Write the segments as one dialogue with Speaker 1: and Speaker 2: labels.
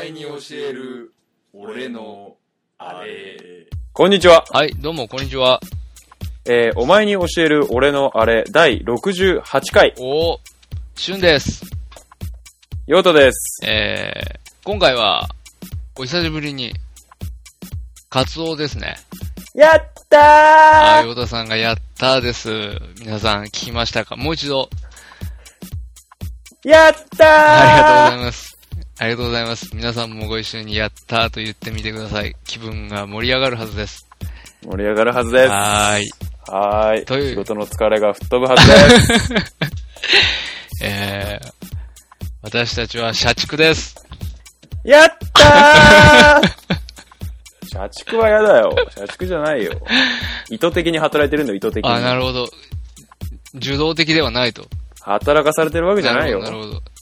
Speaker 1: える俺のあれ
Speaker 2: こんにちは。
Speaker 3: はい、どうも、こんにちは。
Speaker 2: えーお前に教える俺のあれ、第68回、
Speaker 3: おー、しゅんです。
Speaker 2: ヨートです。
Speaker 3: えー、今回は、お久しぶりに、カツオですね。
Speaker 2: やったー
Speaker 3: あー、ヨ田さんがやったーです。皆さん聞きましたかもう一度、
Speaker 2: やったー
Speaker 3: ありがとうございます。ありがとうございます。皆さんもご一緒にやったーと言ってみてください。気分が盛り上がるはずです。
Speaker 2: 盛り上がるはずです。
Speaker 3: はーい。
Speaker 2: はーい。
Speaker 3: という
Speaker 2: 仕事の疲れが吹っ飛ぶはずです。
Speaker 3: えー、私たちは社畜です。
Speaker 2: やったー 社畜はやだよ。社畜じゃないよ。意図的に働いてるんだよ、意図的に。
Speaker 3: あー、なるほど。受動的ではないと。
Speaker 2: 働かされてるわけじゃないよ
Speaker 3: な。るほど。なるほ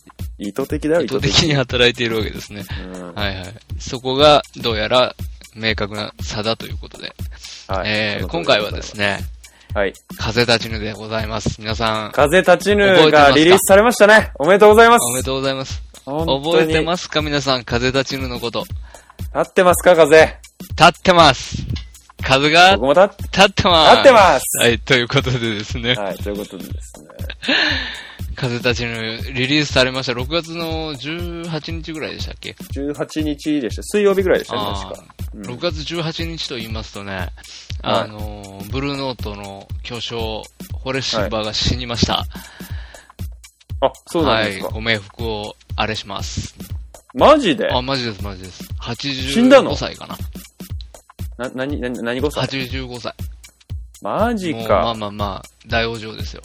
Speaker 2: 意図的だよ、
Speaker 3: ど
Speaker 2: 意
Speaker 3: 意図
Speaker 2: 図
Speaker 3: 的
Speaker 2: 的。
Speaker 3: に働いているわけですね。
Speaker 2: うん
Speaker 3: はいはい。そこが、どうやら、明確な差だということで。
Speaker 2: はい
Speaker 3: えー、今回はです。ね、
Speaker 2: はい。
Speaker 3: 風立ちぬでございます。皆さん、
Speaker 2: 風立ち
Speaker 3: 覚え
Speaker 2: ぬ
Speaker 3: てます
Speaker 2: が
Speaker 3: か
Speaker 2: リリースされましたね。おめでとうございます。
Speaker 3: おめでとうございます。覚
Speaker 2: 覚
Speaker 3: えてますか皆さん、風立ちぬのこと。
Speaker 2: 立ってますか、風。
Speaker 3: 立ってます風が
Speaker 2: 僕も立っ
Speaker 3: 立ってます
Speaker 2: 立ってます
Speaker 3: はい、ということでですね、
Speaker 2: て、はい、ということでですね。
Speaker 3: 風立ちぬリリースされました。6月の18日ぐらいでしたっけ、
Speaker 2: 18日でした。水曜日ぐらいでしたね、確
Speaker 3: あ
Speaker 2: か。
Speaker 3: ー
Speaker 2: うん
Speaker 3: 6月18日と言いますとね、あのー、ブルーノートの巨匠、ホレシルバーが死にました。
Speaker 2: あ、そうなんですか。
Speaker 3: はい、ご冥福をあれします。
Speaker 2: マジで
Speaker 3: あ、マジです、マジです。
Speaker 2: 死んだの
Speaker 3: 85歳かな。
Speaker 2: な、なに、なに、何ご歳
Speaker 3: 85歳。
Speaker 2: マジ
Speaker 3: もうまあ
Speaker 2: か。
Speaker 3: まあまあ、大往生ですよ。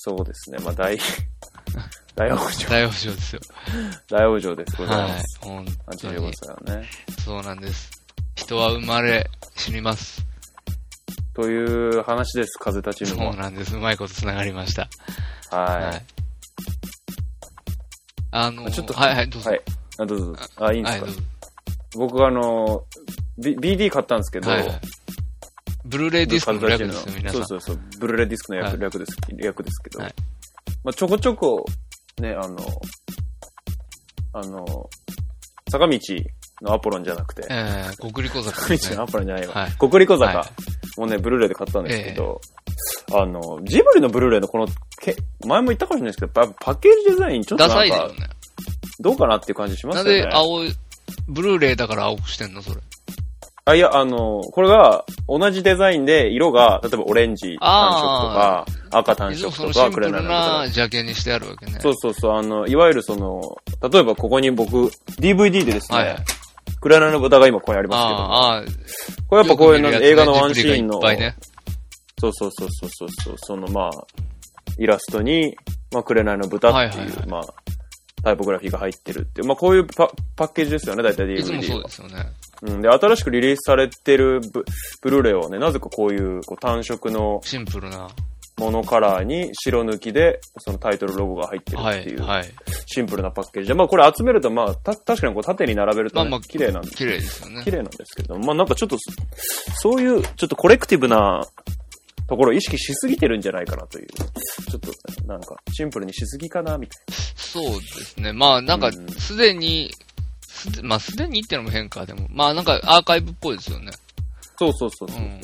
Speaker 2: そうですね、まあ、大、 大往生、
Speaker 3: 大往生ですよ。
Speaker 2: 大往生です。ござい
Speaker 3: は
Speaker 2: ます。
Speaker 3: い。本当
Speaker 2: 85
Speaker 3: に。
Speaker 2: 歳はね。
Speaker 3: そうなんです。人は生まれ、死にます。
Speaker 2: という話です、風立ち
Speaker 3: そ
Speaker 2: ぬも
Speaker 3: う。なんです。うまいこと繋がりました。
Speaker 2: は。
Speaker 3: あの
Speaker 2: い。ちょっと、
Speaker 3: はいはい、どうぞ。
Speaker 2: はい。あ、どうぞどうぞ。あ、いいんで
Speaker 3: は
Speaker 2: す
Speaker 3: い、
Speaker 2: か
Speaker 3: どう。ぞ。
Speaker 2: 僕、あの、B- BD 買ったんですけど、
Speaker 3: はいはい。ブルーレイディスクの略ですよ、皆さ
Speaker 2: そ
Speaker 3: ん
Speaker 2: う。そうそう。ブルーレイディスクの略,、
Speaker 3: はい
Speaker 2: 略です略ですけど、
Speaker 3: はい
Speaker 2: まあ、ちょこちょこ、ね、あの、あの、坂道のアポロンじゃなくて、
Speaker 3: えー、国立小坂
Speaker 2: 坂
Speaker 3: です
Speaker 2: 道のア。
Speaker 3: ね
Speaker 2: ポロンじゃないわ。
Speaker 3: はい
Speaker 2: 国立小坂、
Speaker 3: は
Speaker 2: もうね、ブルーレイで買ったんですけど、あの、ジブリのブルーレイのこの、け前も言ったかもしれないですけど、やっぱパッケージデザインちょっと
Speaker 3: ダ
Speaker 2: な
Speaker 3: サ
Speaker 2: ん
Speaker 3: いですよ
Speaker 2: か、
Speaker 3: ね。
Speaker 2: どうかなっていう感じしま
Speaker 3: な
Speaker 2: す
Speaker 3: ん
Speaker 2: よね。
Speaker 3: で青い、ブルーレイだから青くしてんのそれ。
Speaker 2: あ、いや、あの、これが、同じデザインで、色が、例えばオレンジ単色と
Speaker 3: あ
Speaker 2: か、赤単
Speaker 3: いつ
Speaker 2: 色
Speaker 3: もそ
Speaker 2: と
Speaker 3: のシ
Speaker 2: か、
Speaker 3: ンプ
Speaker 2: くらい
Speaker 3: ル
Speaker 2: のとか
Speaker 3: な。ジャケにしてあるわけね。
Speaker 2: そうそうそう、あの、いわゆるその、例えばここに僕、DVD でですね、
Speaker 3: はいはい。
Speaker 2: クラナの豚が今ここにあります
Speaker 3: あーあー、
Speaker 2: けど、これやっぱこういうの
Speaker 3: よく見る
Speaker 2: 映
Speaker 3: やつね
Speaker 2: 画のワンシーンの、
Speaker 3: ジブリがいっぱいね。
Speaker 2: そうそうそうそうそうそう、そのまあ、イラストに、まあ、クレナの豚っていう、
Speaker 3: はいはいはい
Speaker 2: まあ、タイポグラフィーが入ってるっていう、まあこういうパパッケージですよね、大体 DVD
Speaker 3: いつもそ
Speaker 2: は
Speaker 3: うですよね。
Speaker 2: うん、で、新しくリリースされてるブブルーレイはね、なぜかこういうこう単色の
Speaker 3: シンプルな。
Speaker 2: モノカラーに白抜きで、そのタイトルロゴが入ってるっ
Speaker 3: は
Speaker 2: てい
Speaker 3: い、
Speaker 2: う、
Speaker 3: はい。
Speaker 2: シンプルなパッケージで、まあこれ集めると、まあた確かにこう縦に並べると、ね
Speaker 3: まあまあ
Speaker 2: 綺麗なんで、
Speaker 3: 綺麗ですよね
Speaker 2: 綺。麗なんですけど、まあなんかちょっと、そういう、ちょっとコレクティブなところを意識しすぎてるんじゃないかなという、ちょっとなんかシンプルにしすぎかな、みたい
Speaker 3: そうですね。まあなんか
Speaker 2: うん、
Speaker 3: すでに、すでまあすでにっていうのも変化でも。まあなんかアーカイブっぽいですよね。
Speaker 2: な。そうそうそう
Speaker 3: う
Speaker 2: そう。
Speaker 3: ん。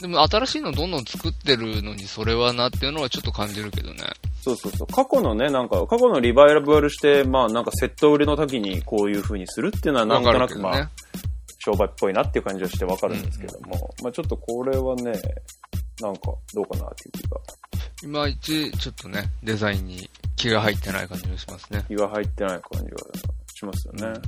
Speaker 3: でも新しいのどんどん作ってるのにそれはなっていうのはちょっと感じるけどね。
Speaker 2: そうそうそう。過去のね、なんか、過去のリバイバルして、まあなんかセット売りの時にこういう風にするっていうのはなんと
Speaker 3: わ
Speaker 2: な
Speaker 3: るけ
Speaker 2: く
Speaker 3: ど
Speaker 2: まあ、
Speaker 3: ね。
Speaker 2: 商売っぽいなっていう感じはしてわかるんですけども、まあちょっとこれはね、なんかどうかなっていう気が、
Speaker 3: いまいち、ちょっとね、デザインに気が入ってない感じがしますね。
Speaker 2: 気が入ってない感じはしますよね。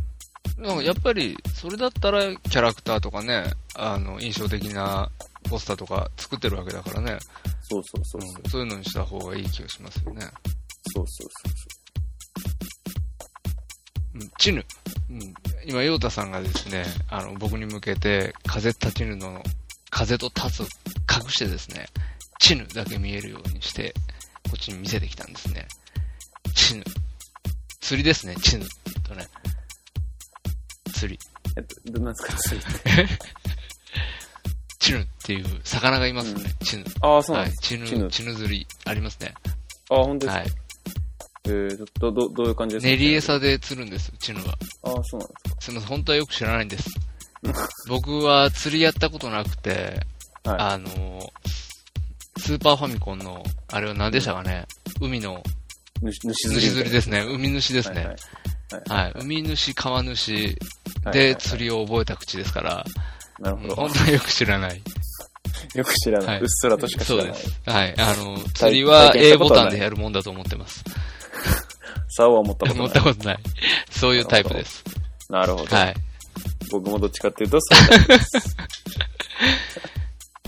Speaker 3: なんかやっぱり、それだったらキャラクターとかね、あの、印象的なポスターとか作ってるわけだからね、
Speaker 2: そうそうそうそう。
Speaker 3: うんそういうのにした方がいい気がしますよね。
Speaker 2: そうそうそうそう。
Speaker 3: うん、チヌ。うん、今、ヨータさんがですね、あの、僕に向けて、風立ちぬの、風と立つを隠してですね、チヌだけ見えるようにして、こっちに見せてきたんですね。チヌ。釣りですね、チヌって言うとね。釣り。
Speaker 2: えっと、どなんですかそれ
Speaker 3: チヌっていう魚がいますよね、チヌ。
Speaker 2: ああ、そうな
Speaker 3: は
Speaker 2: ん
Speaker 3: い
Speaker 2: で、す。
Speaker 3: チ
Speaker 2: チヌ
Speaker 3: ヌ、チヌ釣りありますね。
Speaker 2: ああ、本当です
Speaker 3: は
Speaker 2: か。
Speaker 3: い。
Speaker 2: えー、ど、ど、どういう感じですか
Speaker 3: 練り餌で釣るんです、チヌは。
Speaker 2: ああ、そうなんです
Speaker 3: すみません、本当はよく知らないんです。僕は釣りやったことなくて、
Speaker 2: か。はい。
Speaker 3: あの、スーパーファミコンの、あれは何でしたかね海の、
Speaker 2: ぬし主釣り
Speaker 3: 主
Speaker 2: みたいな。
Speaker 3: 釣りですね。海主ですね。
Speaker 2: はいはい
Speaker 3: はい海主、川主
Speaker 2: はいはいは
Speaker 3: で
Speaker 2: い
Speaker 3: 釣りを覚えた口ですから、
Speaker 2: なるほど
Speaker 3: 本。当によく知らない。
Speaker 2: よく知らな
Speaker 3: はい
Speaker 2: い。うっすらとしか知
Speaker 3: そう
Speaker 2: らな
Speaker 3: で
Speaker 2: い。
Speaker 3: す。はい。あの、釣りは
Speaker 2: 体験し
Speaker 3: A
Speaker 2: たこ
Speaker 3: ボ
Speaker 2: とは
Speaker 3: タ
Speaker 2: ない
Speaker 3: ンでやるもんだと思ってます。
Speaker 2: 竿 は持ったこと
Speaker 3: 思
Speaker 2: ない
Speaker 3: った。ことない。そういうタイプです。
Speaker 2: なるほど。
Speaker 3: はい。
Speaker 2: 僕もどっちかっていうと、そうだ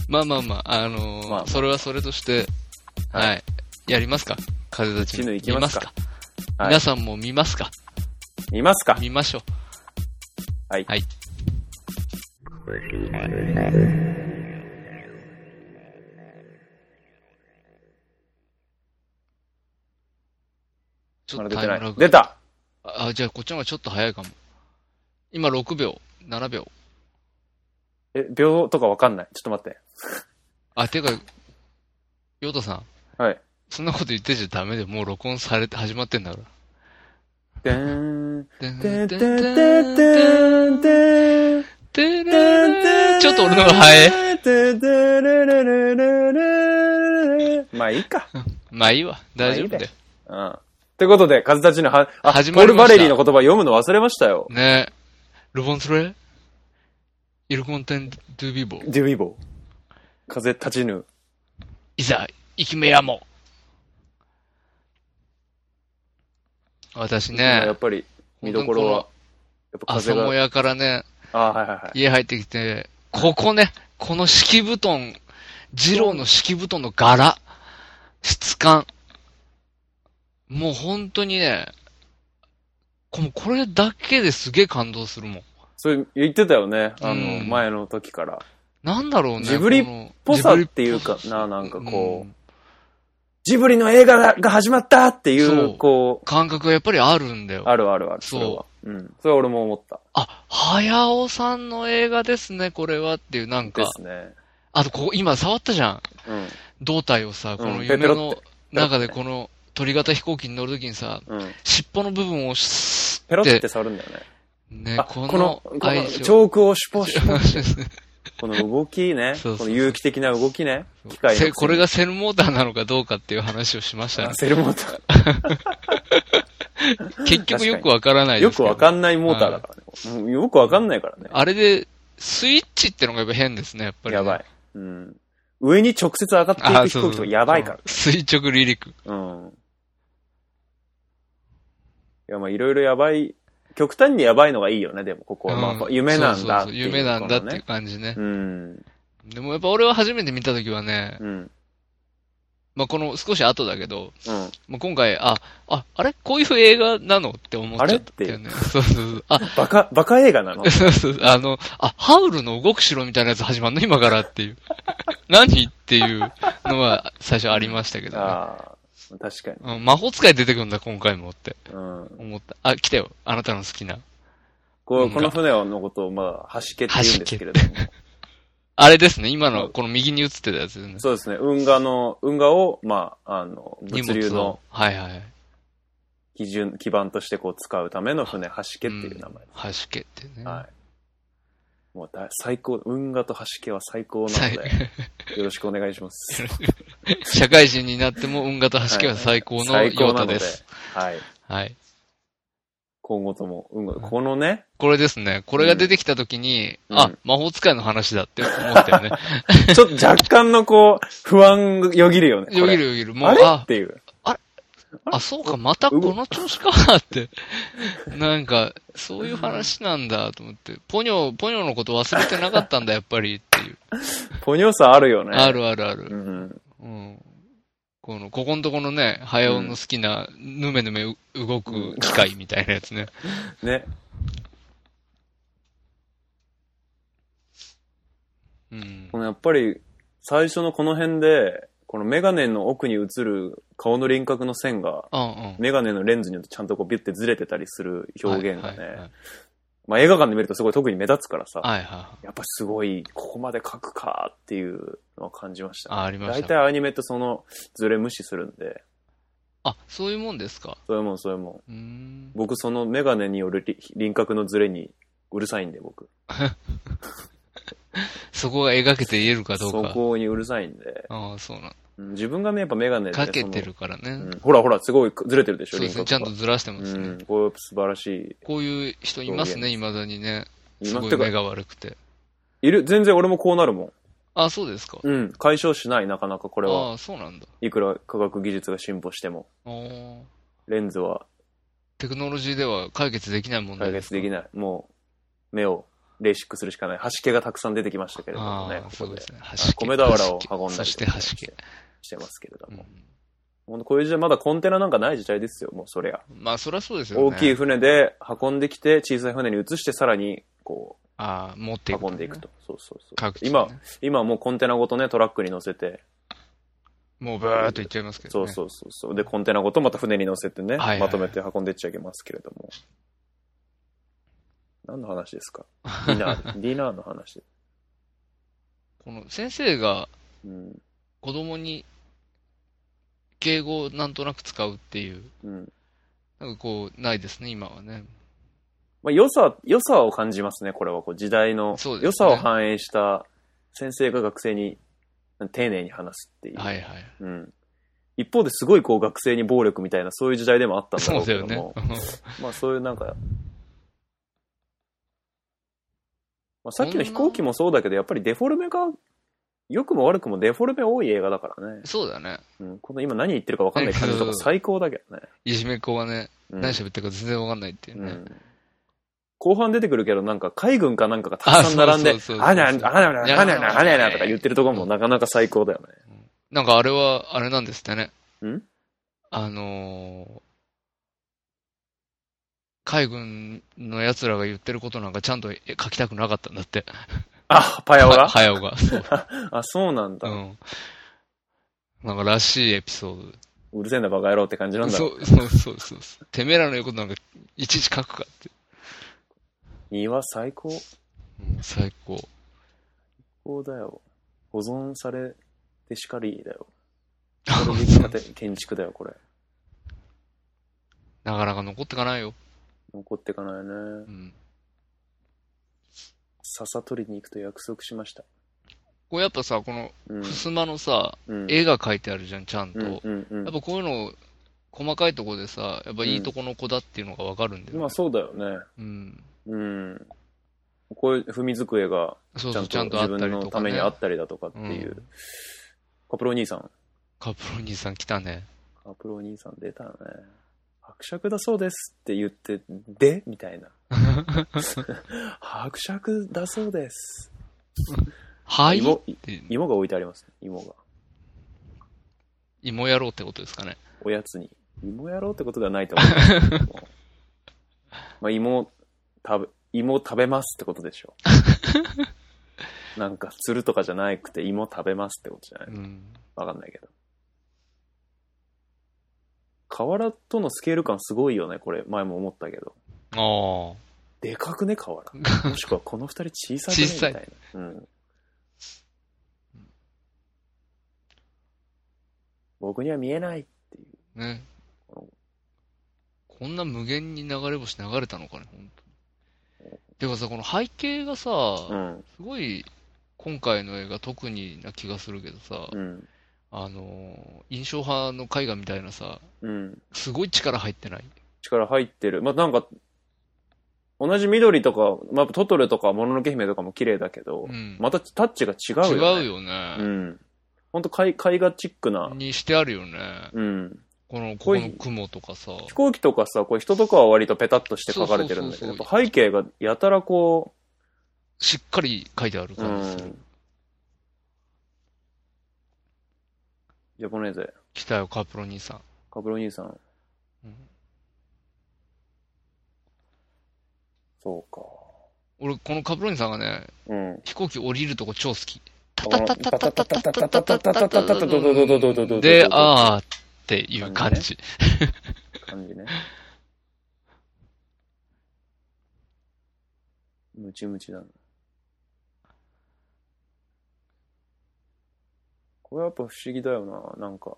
Speaker 3: まあまあまあ、あのー
Speaker 2: まあまあ
Speaker 3: それはそれとして、は。
Speaker 2: はいい
Speaker 3: やりますか風立ち
Speaker 2: チ
Speaker 3: ぬ
Speaker 2: ヌ行きますか
Speaker 3: 見
Speaker 2: はい
Speaker 3: 皆さんも見ますか
Speaker 2: 見ますか
Speaker 3: 見ましょう。
Speaker 2: はい
Speaker 3: はい。ちょ
Speaker 2: ま
Speaker 3: っ
Speaker 2: だ
Speaker 3: と
Speaker 2: 出て
Speaker 3: タイム
Speaker 2: な
Speaker 3: ラ
Speaker 2: い。
Speaker 3: グ
Speaker 2: 出た
Speaker 3: あ、じゃあこっちの方がちょっと早いかも。今6秒、7秒。
Speaker 2: え、秒とかわかんない。ちょっと待って。
Speaker 3: あ、てか、ヨタさん、
Speaker 2: はい。
Speaker 3: そんなこと言ってちゃダメで、もう録音されて始まってんだから。
Speaker 2: でーん。
Speaker 3: ちょっ
Speaker 2: でんでんでんでんでん。
Speaker 3: と俺の方が早い。
Speaker 2: い。まあいいか。
Speaker 3: まあいいわ。大丈夫だよ。
Speaker 2: うん。ってことで、風立ちのは、あ、
Speaker 3: 始
Speaker 2: 始
Speaker 3: ま
Speaker 2: ま
Speaker 3: り
Speaker 2: る
Speaker 3: ました
Speaker 2: バレリーの言葉読むの忘れましたよ。
Speaker 3: ねえ。ルボンスレイルコンテンドゥビボ。
Speaker 2: デュビボ。風立ちぬ。
Speaker 3: いざ、生きめやも。私
Speaker 2: や
Speaker 3: ね
Speaker 2: っ、ぱり、見どころは、やっぱ風
Speaker 3: 朝も
Speaker 2: が、
Speaker 3: やからね、
Speaker 2: ああ、はいはいはい。
Speaker 3: 家入ってきて、ここね、この敷布団、二郎の敷布団の柄、質感。もう本当にね、こもうこれだけですげえ感動するもん。
Speaker 2: それ言ってたよね。あ
Speaker 3: う
Speaker 2: の、
Speaker 3: ん
Speaker 2: 前の時から。
Speaker 3: なんだろうね。
Speaker 2: ジブリっぽさっていうかな、なんかこう、ジブリの映画が始まったってい
Speaker 3: そう
Speaker 2: う、こ
Speaker 3: う感覚がやっぱりあるんだ
Speaker 2: う、
Speaker 3: よ。
Speaker 2: あるあるある。
Speaker 3: そう
Speaker 2: それは。うん。それは俺も思った。
Speaker 3: あ、早尾さんの映画ですね、これはっていう、なん
Speaker 2: で
Speaker 3: か。
Speaker 2: すね。
Speaker 3: あと、ここ、今触ったじゃん。
Speaker 2: う
Speaker 3: 胴体をさ、こ
Speaker 2: う
Speaker 3: の
Speaker 2: ん
Speaker 3: 夢
Speaker 2: ペペロ
Speaker 3: の
Speaker 2: って
Speaker 3: 中でこの鳥型飛行機に乗るときにさ、
Speaker 2: ん。うん。
Speaker 3: 尻尾の部分をス
Speaker 2: ペロ
Speaker 3: ッ
Speaker 2: ってて、触るんだよね。
Speaker 3: ね
Speaker 2: あ、、
Speaker 3: こ
Speaker 2: この、
Speaker 3: の
Speaker 2: この、チ
Speaker 3: 愛情。
Speaker 2: ョークをシュポシュポ。
Speaker 3: そう
Speaker 2: この動きね。
Speaker 3: そうそうそ
Speaker 2: こ
Speaker 3: う
Speaker 2: の有機的な動きね。機械のくせ
Speaker 3: せ
Speaker 2: に
Speaker 3: これがセルモーターなのかどうかっていう話をしましたね
Speaker 2: あ。セルモーター。
Speaker 3: 結局よくわからないで
Speaker 2: よ
Speaker 3: す
Speaker 2: く
Speaker 3: けど。
Speaker 2: わかんないモーターだからね。うんよくわかんないからね。
Speaker 3: あれで、スイッチってのがやっぱ変ですね、やっぱりね、
Speaker 2: やばい。うん。上に直接上がってい
Speaker 3: あ。
Speaker 2: く飛行機とかやばいから。
Speaker 3: そう垂直離陸。
Speaker 2: うん。いや、まあいろいろやばい、極端にやばいのがいいよね、でも、ここは。まあ、
Speaker 3: うん
Speaker 2: 夢なんだって
Speaker 3: そうそうそう
Speaker 2: いう
Speaker 3: 夢なんだっていう
Speaker 2: ね。
Speaker 3: 感じね
Speaker 2: う。ん。
Speaker 3: でもやっぱ俺は初めて見たときはね、
Speaker 2: うん。
Speaker 3: まあこの少し後だけど、
Speaker 2: うん。
Speaker 3: もう今回、あ、あ、あれこういう映画なのって思っちゃったよね。そうそうそう。あ、
Speaker 2: バカ、バカ映画なの
Speaker 3: そうそう そう。あの、あ、ハウルの動く城みたいなやつ始まるの 今からっていう。何っていうのは最初ありましたけど、ね
Speaker 2: ああ、確かに。
Speaker 3: うん。魔法使い出てくるんだ、今回もって
Speaker 2: うん。
Speaker 3: 思った。あ、来たよ。あなたの好きな。
Speaker 2: こ
Speaker 3: う
Speaker 2: う
Speaker 3: ん
Speaker 2: この船のことを、まあ、橋家って言うんですけれども。
Speaker 3: あれですね、今の、この右に映ってたやつですね。
Speaker 2: そうですね。運河の、運河を、まあ、あの、
Speaker 3: 荷
Speaker 2: 物
Speaker 3: 物
Speaker 2: 流
Speaker 3: を
Speaker 2: の。
Speaker 3: はいはい。
Speaker 2: 基準、基盤としてこう使うための船、橋家っていう名前。
Speaker 3: はしけってね。
Speaker 2: はい。もうだ最高、運河と橋家は最高なの
Speaker 3: は
Speaker 2: で、よろしくお願いします。
Speaker 3: 社会人になっても、運河と橋家は最高の
Speaker 2: 最高な
Speaker 3: 用途
Speaker 2: ので
Speaker 3: です。、
Speaker 2: はい。
Speaker 3: はい。
Speaker 2: 今後とも、運河、このね、
Speaker 3: これですね。これが出てきたときに、
Speaker 2: うん
Speaker 3: あ、魔法使いの話だって思った よね。
Speaker 2: ちょっと若干のこう、不安がよぎるよね。これ
Speaker 3: よぎるよぎる。もう、
Speaker 2: あれっ
Speaker 3: あ、
Speaker 2: ていう。
Speaker 3: あ、そうか、またこの調子か、 って。なんか、そういう話なんだ、と思って。ポニョ、ポニョのこと忘れてなかったんだ、やっぱり、っていう。
Speaker 2: ポニョさあるよね。
Speaker 3: あ。るあるあ
Speaker 2: う
Speaker 3: る。
Speaker 2: ん。
Speaker 3: うん。この、ここのとこのね、早尾の好きな、ぬめぬめう動く機械みたいなやつね。
Speaker 2: ね。
Speaker 3: うん
Speaker 2: こ。のやっぱり、最初のこの辺で、このメガネの奥に映る顔の輪郭の線が、
Speaker 3: うんうん。
Speaker 2: メガネのレンズによってちゃんとこうビュッてずれてたりする表現が
Speaker 3: はいはいは
Speaker 2: ね
Speaker 3: い。
Speaker 2: まあ映画館で見るとすごい特に目立つからさ、
Speaker 3: はいはいはい。
Speaker 2: やっぱすごい、ここまで描くかっていうのは感じました、
Speaker 3: あ、ありまし
Speaker 2: 大
Speaker 3: た。
Speaker 2: 体アニメってそのズレ無視するんで、
Speaker 3: あ、そういうもんですか。
Speaker 2: そういうもん、そういうもん。
Speaker 3: うーん。
Speaker 2: 僕、そのメガネによるり輪郭のズレにうるさいんで、僕。
Speaker 3: そこが描けて言えるかど
Speaker 2: そう
Speaker 3: か。
Speaker 2: こにうるさいんで。
Speaker 3: ああ、そうなん。
Speaker 2: うん自分がね、やっぱメガネで
Speaker 3: かけてるからね。
Speaker 2: そのうんほらほら、すごいずれてるでしょ、
Speaker 3: そうですね。ちゃんとずらしてますね。
Speaker 2: うん、これ素晴らしい。
Speaker 3: こういう人いますね、未だにね。す
Speaker 2: 今っ
Speaker 3: ごい
Speaker 2: て
Speaker 3: 目
Speaker 2: か、
Speaker 3: が悪くて。
Speaker 2: いる、全然俺もこうなるもん。
Speaker 3: あ、そうですか。
Speaker 2: うん、解消しない、なかなかこれは。
Speaker 3: ああ、そうなんだ。
Speaker 2: いくら科学技術が進歩しても、
Speaker 3: あー
Speaker 2: レンズは
Speaker 3: テクノロジーでは解決できない問題
Speaker 2: 解
Speaker 3: です
Speaker 2: 決
Speaker 3: か。
Speaker 2: でき
Speaker 3: ない。
Speaker 2: ない。もう、目をレーシックするしかない。端気がたくさん出てきましたけれどもね
Speaker 3: あ、あ、
Speaker 2: こ
Speaker 3: そ
Speaker 2: こ
Speaker 3: う
Speaker 2: で
Speaker 3: ですね。端
Speaker 2: 米俵を運んだりとか
Speaker 3: そして端系。
Speaker 2: してますけれど
Speaker 3: う
Speaker 2: も。
Speaker 3: ん
Speaker 2: 本当こういう時代、まだコンテナなんかない時代ですよ、もうそりゃ。
Speaker 3: まあ、そりゃそうですよね。
Speaker 2: 大きい船で運んできて、小さい船に移して、さらに、こ
Speaker 3: ああ、持って
Speaker 2: う、
Speaker 3: いく、
Speaker 2: 運んでいく。と。そうそうそう。
Speaker 3: 各地、ね。
Speaker 2: 今、、今はもうコンテナごとね、トラックに乗せて、
Speaker 3: もうバーっといっちゃいますけど、
Speaker 2: そ
Speaker 3: ね。
Speaker 2: うそうそうそう。で、コンテナごとまた船に乗せてね、
Speaker 3: はいはい
Speaker 2: まとめて運んでっちゃいけますけれども。何の話ですかディナ ー、ディナーの話。
Speaker 3: この先生が
Speaker 2: うん。
Speaker 3: 子供に敬語をなんとなく使うっていう、
Speaker 2: うん。
Speaker 3: なんかこう、ないですね、今はね。
Speaker 2: まあ、良さ、良さを感じますね、これは。こう時代の、
Speaker 3: そうですね
Speaker 2: 良さを反映した先生が学生に丁寧に話すっていう。
Speaker 3: はいはい。
Speaker 2: うん。一方ですごいこう学生に暴力みたいな、そういう時代でもあったんだろ
Speaker 3: そううだ
Speaker 2: け
Speaker 3: よ
Speaker 2: ど
Speaker 3: ね
Speaker 2: も。。まあそういうなんか、まあ、さっきの飛行機もそうだけど、やっぱりデフォルメが、良くも悪くもデフォルメ多い映画だからね。
Speaker 3: そうだね。
Speaker 2: うん、この今何言ってるか分かんない感じとか最高だけどね。
Speaker 3: いじめっ子はね、
Speaker 2: うん
Speaker 3: 何喋ってるか全然わかんないっていう
Speaker 2: う
Speaker 3: ね。
Speaker 2: ん後半出てくるけど、なんか海軍かなんかがたくさん並んで
Speaker 3: あそうそうそう、そう
Speaker 2: あにゃあにゃあにゃあにゃあにゃあにゃあにゃあにゃあとか言ってるとこもなかなか最高だよね。
Speaker 3: なんかあれは、あれなんですってね。
Speaker 2: ん
Speaker 3: あのー海軍の奴らが言ってることなんかちゃんと書きたくなかったんだって。
Speaker 2: あ、パヤオが
Speaker 3: 早尾 が。そう。
Speaker 2: あ、そうなんだ。
Speaker 3: うん。なんからしいエピソー
Speaker 2: うるせえなバカ野郎って感じな
Speaker 3: ド。
Speaker 2: んだろう
Speaker 3: そうそうそうそうそう。てめえらの言うことなんかいちいち書くかって。
Speaker 2: 庭最高。
Speaker 3: うん最高。
Speaker 2: そうだよ。保存されてしかりだよ。
Speaker 3: そ
Speaker 2: こ
Speaker 3: う
Speaker 2: れで建て建築だよ、これ。
Speaker 3: なかなか残ってかないよ。
Speaker 2: 残ってかないね
Speaker 3: う。ん。
Speaker 2: 笹取りに行くと約束しました。
Speaker 3: こうやっぱさ、この
Speaker 2: うん。
Speaker 3: 襖のさ、
Speaker 2: うん
Speaker 3: 絵が描いてあるじゃん、ちゃんと。
Speaker 2: うんうんうん
Speaker 3: やっぱこういうの、細かいとこでさ、やっぱいいとこの子だっていうのがわかるんだよね。
Speaker 2: まあそうだよね。
Speaker 3: うん。
Speaker 2: うん。こういう踏み机が
Speaker 3: そう
Speaker 2: ちゃ
Speaker 3: そ
Speaker 2: ん
Speaker 3: う、ちゃん
Speaker 2: と
Speaker 3: とあ
Speaker 2: 自
Speaker 3: った
Speaker 2: 分
Speaker 3: り
Speaker 2: の
Speaker 3: と
Speaker 2: た
Speaker 3: か
Speaker 2: め
Speaker 3: ね。
Speaker 2: に。あったりだとかっていううんカプロ兄さん。
Speaker 3: カプロ兄さん来たね。
Speaker 2: カプロ兄さん出たね。伯爵だそうですって言って、でみたい な。伯爵だそうです。
Speaker 3: はい
Speaker 2: 芋
Speaker 3: って
Speaker 2: 芋が置いてありますね。芋が。
Speaker 3: 芋野郎ってことですかね。
Speaker 2: おやつに芋やろうってことではないと思うんですけど もまあ芋食べ芋食べますってことでしょ なんかつるとかじゃなくて芋食べますってことじゃ
Speaker 3: う
Speaker 2: ない
Speaker 3: ん。
Speaker 2: わかんないけど瓦とのスケール感すごいよねこれ前も思ったけど
Speaker 3: あ
Speaker 2: でかくね瓦 もしくはこの二人小さ
Speaker 3: 小さ
Speaker 2: い
Speaker 3: い
Speaker 2: ねみたいな、うん、僕には見えないっていう
Speaker 3: あ。ね。こんな無限に流れ星流れたのかね、本当に。てかさ、この背景がさ、
Speaker 2: うん
Speaker 3: すごい、今回の映画特にな気がするけどさ、
Speaker 2: うん
Speaker 3: あのー、印象派の絵画みたいなさ、
Speaker 2: うん
Speaker 3: すごい力入ってない。
Speaker 2: 力入ってる。まあ、なんか、同じ緑とか、まあ、トトルとか、もののけ姫とかも綺麗だけど、
Speaker 3: うん
Speaker 2: またタッチが違うよね。
Speaker 3: 違う
Speaker 2: よ。
Speaker 3: よね。
Speaker 2: うん。ほんと絵絵画チックな。
Speaker 3: にしてあるよね。
Speaker 2: うん。
Speaker 3: この、こ
Speaker 2: こ
Speaker 3: こ
Speaker 2: うい
Speaker 3: の雲とかさ。
Speaker 2: 飛行機とかさ、これ人とかは割とペタッとして描かれてるんだけ
Speaker 3: そう
Speaker 2: ど、
Speaker 3: そうそうそう
Speaker 2: やっぱ背景がやたらこ
Speaker 3: しっかり書いてあ
Speaker 2: う、
Speaker 3: る
Speaker 2: う
Speaker 3: 感じする。
Speaker 2: ん。ジャポネーゼ、
Speaker 3: 来たよ、カプロ兄さん。
Speaker 2: カブロ兄さん。
Speaker 3: うん
Speaker 2: そうか。
Speaker 3: 俺、このカプロ兄さんがね、
Speaker 2: うん。
Speaker 3: 飛行機降りるとこ超好き。で
Speaker 2: で、
Speaker 3: あーっていう感じ。
Speaker 2: 感じね。ムチムチだな。これやっぱ不思議だよな、なんか。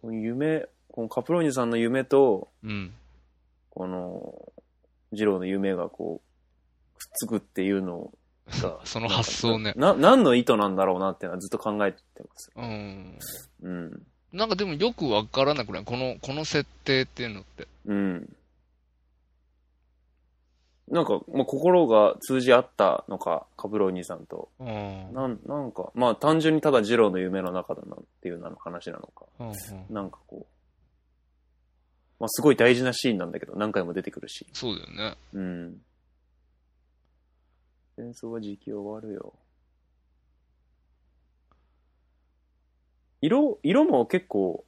Speaker 2: この夢、このカプローニさんの夢と、
Speaker 3: うん。、
Speaker 2: この、ジローの夢がこう、くっつくっていうのが
Speaker 3: その発想ね
Speaker 2: な、何の意図なんだろうなっていうのはずっと考えてます。
Speaker 3: うん。
Speaker 2: うん。
Speaker 3: なんかでもよくわからなくないこの、この設定っていうのって。
Speaker 2: うん。なんか、まあ、心が通じ合ったのか、カブロー兄さんと。
Speaker 3: うん。
Speaker 2: なん、なんか、まあ、単純にただ二郎の夢の中だなっていうなの話なのか。
Speaker 3: うんうん
Speaker 2: なんかこう。まあ、すごい大事なシーンなんだけど、何回も出てくるし。
Speaker 3: そうだよね。
Speaker 2: うん。戦争は時期終わるよ。色、色も結構、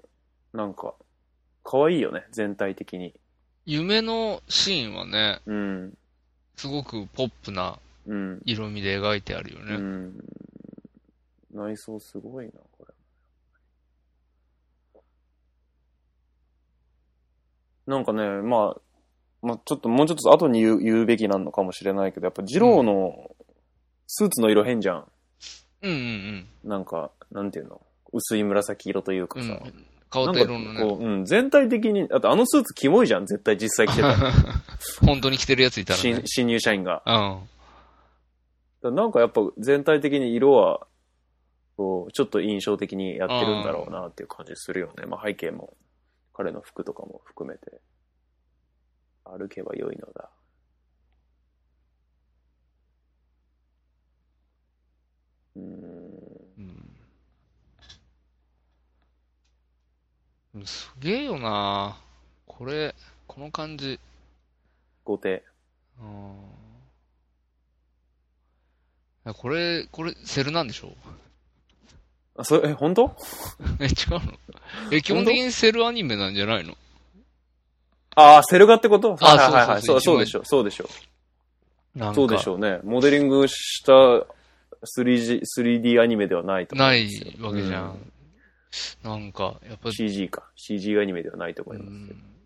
Speaker 2: なんか、可愛いよね、全体的に。
Speaker 3: 夢のシーンはね、
Speaker 2: うん。
Speaker 3: すごくポップな
Speaker 2: うん。
Speaker 3: 色味で描いてあるよね。
Speaker 2: うん。内装すごいな、これ。なんかね、まあ、まあ、ちょっともうちょっと後に言う言うべきなのかもしれないけど、やっぱ二郎のスーツの色変じゃん。
Speaker 3: うんうん
Speaker 2: なんか、なんていうの薄い紫色という
Speaker 3: う
Speaker 2: か
Speaker 3: ん。う
Speaker 2: さ。
Speaker 3: ん。変わ
Speaker 2: な
Speaker 3: っ
Speaker 2: ん
Speaker 3: た
Speaker 2: か
Speaker 3: 色のね
Speaker 2: こ。う、うん、全体的に、あとあのスーツキモいじゃん、絶対実際着 てたら
Speaker 3: 本当に着てるやついたら
Speaker 2: 新
Speaker 3: ね。
Speaker 2: 新入社員が。
Speaker 3: うん。
Speaker 2: だなんかやっぱ全体的に色は、こう、ちょっと印象的にやってるんだろうなっていう感じするよね。まあ背景も、彼の服とかも含めて。歩けば良いのだ。うーん。
Speaker 3: うんすげえよなこれ、この感じ。
Speaker 2: 後手。
Speaker 3: うんいやこれ、これ、セルなんでしょ
Speaker 2: あ、それ、え、本当
Speaker 3: え、違うのえ、基本的にセルアニメなんじゃないの
Speaker 2: ああ、セルガってこと
Speaker 3: あ
Speaker 2: はいはいはい。
Speaker 3: そ
Speaker 2: そうう
Speaker 3: そ
Speaker 2: そうう
Speaker 3: そう
Speaker 2: でしょ、そうでしょ。
Speaker 3: なん
Speaker 2: そうでしょうね。モデリングした 3G、3D アニメではないと思
Speaker 3: な
Speaker 2: うん
Speaker 3: い
Speaker 2: ですよ
Speaker 3: わけじゃ。
Speaker 2: うん
Speaker 3: なんか、やっぱ、
Speaker 2: CG か。CG アニメではないと思いま
Speaker 3: う
Speaker 2: すけど。
Speaker 3: ん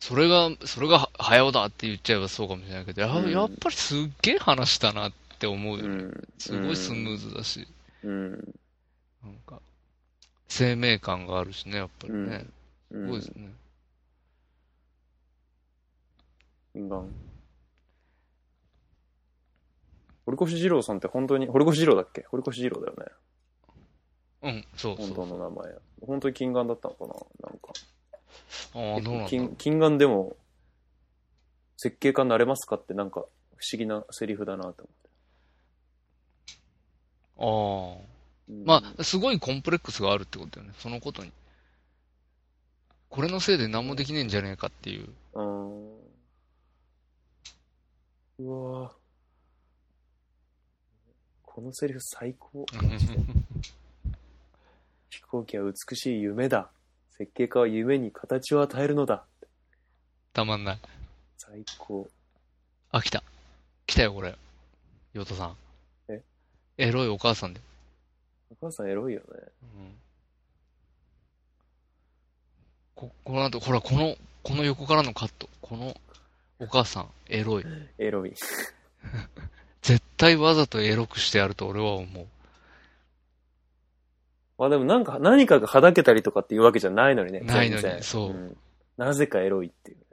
Speaker 3: それが、それがは、早尾だって言っちゃえばそうかもしれないけど、や,、
Speaker 2: うん
Speaker 3: やっぱりすっげえ話したなって思うよね。
Speaker 2: うん。
Speaker 3: すごいスムーズだし、
Speaker 2: うん。
Speaker 3: なんか、生命感があるしね、やっぱりね。
Speaker 2: う
Speaker 3: す
Speaker 2: ん。
Speaker 3: ごいですね。
Speaker 2: うん堀越二郎さんって本当に、堀越二郎だっけ堀越二郎だよね。
Speaker 3: うん、そう
Speaker 2: 本
Speaker 3: そう。
Speaker 2: 当の名前。本当に金眼だったのかななんか。
Speaker 3: ああ、どうなんだろう
Speaker 2: 金金眼でも、設計家になれますかってなんか不思議なセリフだなと思って。
Speaker 3: ああ。
Speaker 2: うん
Speaker 3: まあ、すごいコンプレックスがあるってことだよね。そのことに。これのせいで何もできねえんじゃねえかっていう。
Speaker 2: うーんうわぁこのセリフ最 高。飛行機は美しい夢だ。設計家は夢に形を与えるのだ。
Speaker 3: たまんない。
Speaker 2: 最高。
Speaker 3: あ、来た。来たよ、これ。ヨトさん。
Speaker 2: え
Speaker 3: エロいお母さんで。
Speaker 2: お母さんエロいよね。
Speaker 3: うんこ、この後、ほら、この、この横からのカット。この、お母さん、エロい。
Speaker 2: エロい。
Speaker 3: 絶対わざとエロくしてやると俺は思う。
Speaker 2: まあでもなんか、何かがはだけたりとかっていうわけじゃないのにね。
Speaker 3: ないのに
Speaker 2: 全然
Speaker 3: そうん
Speaker 2: なぜかエロいっていうね。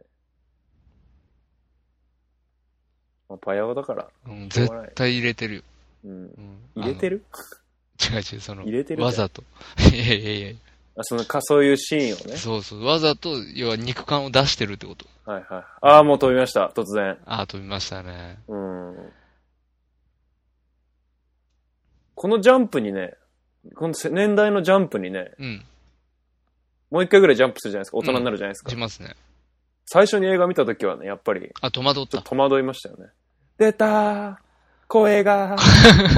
Speaker 2: まあ、パヤオだから。
Speaker 3: うん、
Speaker 2: しょう
Speaker 3: 絶
Speaker 2: がない
Speaker 3: 対入れてるよ。
Speaker 2: うん。
Speaker 3: うん、
Speaker 2: 入れて
Speaker 3: る
Speaker 2: る
Speaker 3: 違う違う、その、
Speaker 2: 入れてる
Speaker 3: わざと。 いやいやいや
Speaker 2: あ、そのか、そういうシーンをね。
Speaker 3: そうそう。わざと、要は肉感を出してるってこと。
Speaker 2: はいはい。ああ、もう飛びました。突然。
Speaker 3: ああ、飛びましたね。
Speaker 2: うん。このジャンプにね、このせ年代のジャンプにね、
Speaker 3: うん。
Speaker 2: もう一回ぐらいジャンプするじゃないですか。大人になるじゃないですか。
Speaker 3: しますね。
Speaker 2: 最初に映画見た時はね、やっぱり、
Speaker 3: あ、戸惑っ。
Speaker 2: ちょったと戸惑いましたよね。出たー声 が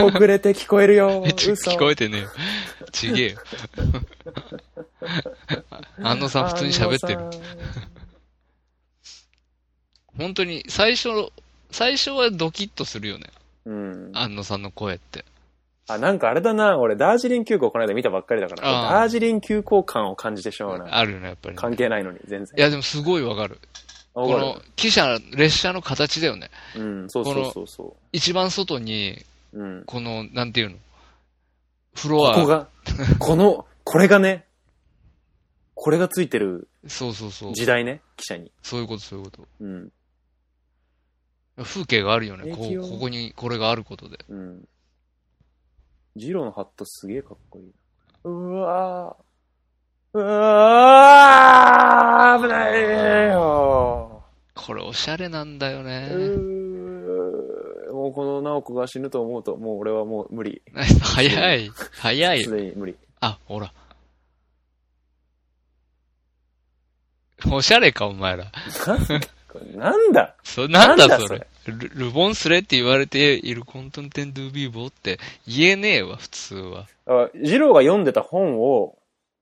Speaker 2: 遅れて聞こえるよ
Speaker 3: え、ちょ
Speaker 2: 嘘
Speaker 3: 聞こえてねえよ。ちげえ よ。あ安野さん普通に喋って
Speaker 2: 安
Speaker 3: る。
Speaker 2: 野さん
Speaker 3: 本当に、最初、最初はドキッとするよね。
Speaker 2: うん。
Speaker 3: 安野さんの声って。
Speaker 2: あ、なんかあれだな、俺、ダージリン急行この間見たばっかりだから、
Speaker 3: あー
Speaker 2: ダージリン急行感を感じてしまうな。
Speaker 3: あるよね、やっぱりね、
Speaker 2: 関係ないのに、全
Speaker 3: い
Speaker 2: 然。
Speaker 3: や、でもすごいわかる。こ
Speaker 2: わ
Speaker 3: の
Speaker 2: か、
Speaker 3: 汽車、列車の形だよね。
Speaker 2: るうん、そうそうそうそ
Speaker 3: 一番外に、
Speaker 2: う。うん。
Speaker 3: この、なんていうのフロ
Speaker 2: ここ
Speaker 3: ア、
Speaker 2: が、このこれがね、これがついてる
Speaker 3: そうそうそう。
Speaker 2: 時代ね、記者に。
Speaker 3: そういうこと、そういうこと。
Speaker 2: うん。
Speaker 3: 風景があるよね。こ
Speaker 2: 影響
Speaker 3: うここにこれがあることで。
Speaker 2: うん。ジローのハットすげえかっこいいな。うわーうわー危ないよ
Speaker 3: これおしゃれなんだよ
Speaker 2: う
Speaker 3: ね。
Speaker 2: ーもうこの直子が死ぬと思うと、もう俺はもう無理。
Speaker 3: 早い。早い
Speaker 2: す。でに無理。
Speaker 3: あ、ほら。おしゃれか、お前ら。
Speaker 2: これなんだ
Speaker 3: そなんだ
Speaker 2: なんだ
Speaker 3: そ
Speaker 2: そ
Speaker 3: れ
Speaker 2: れ。
Speaker 3: ルルボンスレって言われているコントンテンドゥビーボーって言えねえわ、普通は。
Speaker 2: あジローが読んでた本を、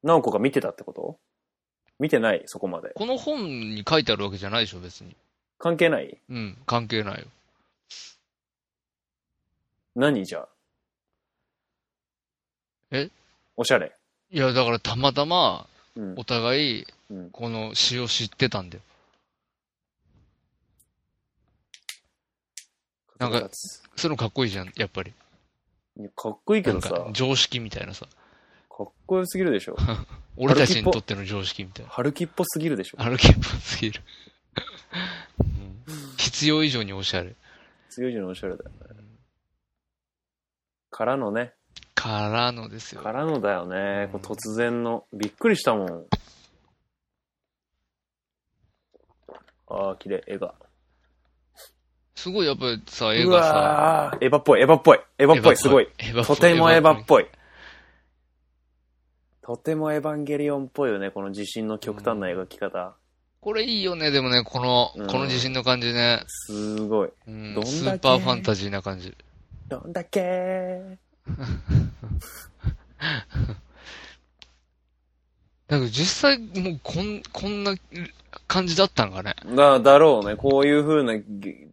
Speaker 2: 直子が見てたってこと見てない、そこまで。
Speaker 3: この本に書いてあるわけじゃないでしょ、別に。
Speaker 2: 関係ない
Speaker 3: うん、関係ないよ。
Speaker 2: 何じゃあ
Speaker 3: え
Speaker 2: おしゃれ。
Speaker 3: いや、だからたまたま、
Speaker 2: うん
Speaker 3: お。互い
Speaker 2: うん、
Speaker 3: この詩を知ってたんだよ。なんか
Speaker 2: か
Speaker 3: そのかっこいいじゃん、やっぱり。
Speaker 2: かっこいいけ
Speaker 3: なん
Speaker 2: どさ、
Speaker 3: か
Speaker 2: か、
Speaker 3: 常識みたいなさ。
Speaker 2: っこよすぎるで しょ。
Speaker 3: 俺たちにとっての常識みたいな。
Speaker 2: 春樹っぽすぎるでしょ。
Speaker 3: 歩きっぽすぎる。 うん必要以上におしゃれ。
Speaker 2: 強いじゃん、おしゃれだよね。からのね。
Speaker 3: からのですよ。
Speaker 2: からのだよね。
Speaker 3: うん
Speaker 2: こう突然の。びっくりしたもん。ああ、綺麗、絵が。
Speaker 3: すごいやっぱりさ、映
Speaker 2: う
Speaker 3: 画さ、
Speaker 2: わーエヴァっぽい、エヴァっぽい、エヴァっぽい、すごい。
Speaker 3: エヴァっぽ
Speaker 2: と
Speaker 3: い。
Speaker 2: てもエヴァっ
Speaker 3: い。
Speaker 2: ぽい。とてもエヴァンゲリオンっぽいよね、この地震の極端な描き方。
Speaker 3: これいいよね、でもね、この
Speaker 2: う、ん
Speaker 3: この自信の感じね。
Speaker 2: すごい。
Speaker 3: うん
Speaker 2: どんだけ
Speaker 3: スーパーファンタジーな感じ。
Speaker 2: どんだけー
Speaker 3: なんか実際、もうこん、こんな感じだったんかね。
Speaker 2: だ、だろうね。こういう風なぎ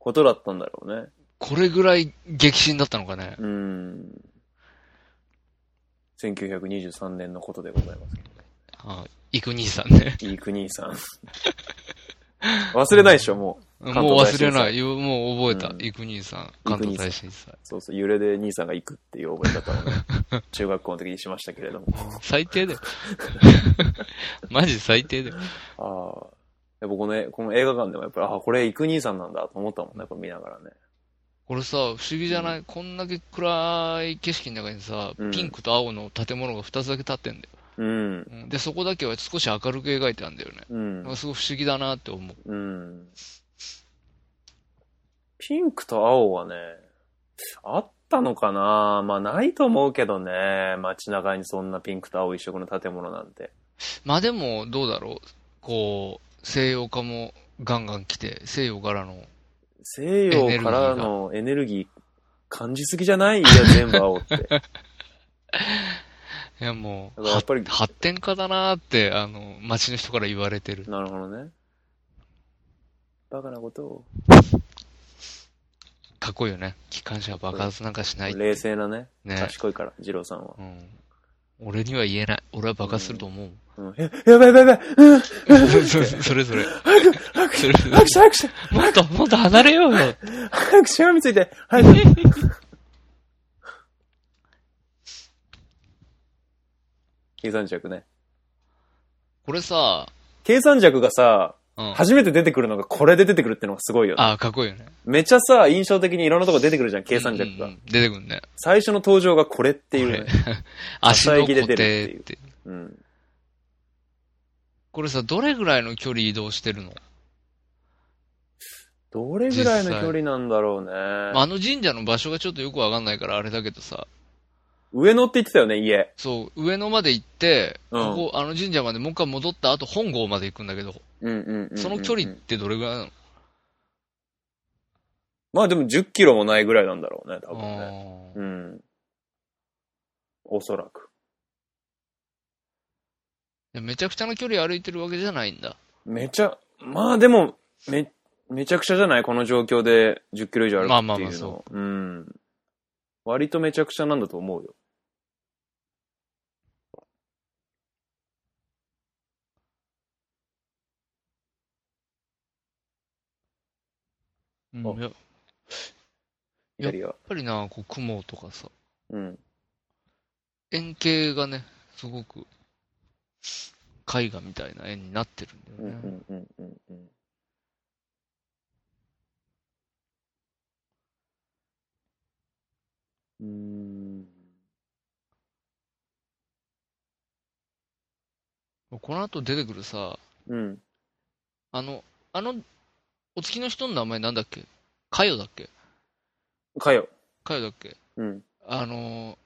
Speaker 2: ことだったんだろうね。
Speaker 3: これぐらい激震だったのかね。
Speaker 2: うん。1923年のことでござい ます。
Speaker 3: あ、イクニーさんね。
Speaker 2: いい国さん。忘れないでしょ、もう。
Speaker 3: もう忘れな
Speaker 2: 関東大震
Speaker 3: い。もう覚えた
Speaker 2: う。ん
Speaker 3: イクニーさん。関東大震災。
Speaker 2: そうそう、揺れで兄さんが行くっていう覚え方を ね、中学校の時にしましたけれども。
Speaker 3: 最 低だよ。 マジ最低だよ。
Speaker 2: ああ。やっぱこの絵この映画館でもやっぱり、ああ、これイク兄さんなんだと思ったもんね、これ見ながらね。
Speaker 3: これさ、不思議じゃない、こんだけ暗い景色の中にさ、
Speaker 2: うん
Speaker 3: ピンクと青の建物が2つだけ立ってんだよ。
Speaker 2: うん。
Speaker 3: うんで、そこだけは少し明るく描いてあるんだよね。
Speaker 2: うん
Speaker 3: なんか。すごい不思議だなって思う。
Speaker 2: うん。ピンクと青はね、あったのかなまあないと思うけどね。街中にそんなピンクと青一色の建物なんて。
Speaker 3: まあでも、どうだろう。こう、西洋化もガンガン来て、西洋からの、
Speaker 2: 西洋からのエネルギー感じすぎじゃないいや、 全部青って。だか
Speaker 3: いやもう、
Speaker 2: らやっぱり、
Speaker 3: 発展家だなって、あの、街の人から言われてる。
Speaker 2: なるほどね。バカなことを。
Speaker 3: かっこいいよね。機関車は爆発なんかしない。
Speaker 2: 冷静なね。
Speaker 3: ね。
Speaker 2: 賢いから、二郎さんは。
Speaker 3: うん。俺には言えない。俺は爆発すると思う。
Speaker 2: うん、えやばいやばいやばいうん
Speaker 3: それそれそれ。それそれ
Speaker 2: 拍手拍手
Speaker 3: もっと、もっと離れようよ。
Speaker 2: 早くしがみついて早く計算尺ね。
Speaker 3: これさ、
Speaker 2: 計算尺がさ、
Speaker 3: うん。
Speaker 2: 初めて出てくるのがこれで出てくるってのがすごいよね。
Speaker 3: あ、かっこいいよね。
Speaker 2: めっちゃさ、印象的にいろんなとこ出てくるじゃん、計算尺
Speaker 3: う
Speaker 2: が
Speaker 3: んう。ん出てくるね。
Speaker 2: 最初の登場がこれっていう
Speaker 3: こ
Speaker 2: ね。
Speaker 3: 足の固定
Speaker 2: 支え
Speaker 3: っ。
Speaker 2: 木で出るって うん。
Speaker 3: これさ、どれぐらいの距離移動してるの、
Speaker 2: どれぐらいの距離なんだろうね。
Speaker 3: まああの神社の場所がちょっとよくわかんないからあれだけどさ、
Speaker 2: 上野って言ってたよね、家。
Speaker 3: そう、上野まで行って、
Speaker 2: うん
Speaker 3: ここ、あの神社までもう一回戻った後、本郷まで行くんだけど、
Speaker 2: うんうんうんうん
Speaker 3: その距離ってどれぐらいなの、
Speaker 2: まあでも10キロもないぐらいなんだろうね、多分ね。
Speaker 3: あー
Speaker 2: うん。おそらく。
Speaker 3: でめちゃくちゃな距離歩いてるわけじゃないんだ。
Speaker 2: めちゃ、まあでも、め、めちゃくちゃじゃないこの状況で10キロ以上歩くっていうの。。
Speaker 3: まあまあまあそう
Speaker 2: ん。割とめちゃくちゃなんだと思うよ。
Speaker 3: うん
Speaker 2: あ
Speaker 3: いややっ
Speaker 2: イタリア。
Speaker 3: ぱりな、こう雲とかさ、
Speaker 2: うん。
Speaker 3: 円形がね、すごく、絵画みたいな絵になってるん
Speaker 2: う
Speaker 3: だ
Speaker 2: ん
Speaker 3: よね。
Speaker 2: うんうんうんうん。うーん。
Speaker 3: この後出てくるさ、
Speaker 2: うん。
Speaker 3: あの、あの、お月の人の名前なんだっけカヨだっけ
Speaker 2: かよ。
Speaker 3: カヨだっけ
Speaker 2: うん。
Speaker 3: あの、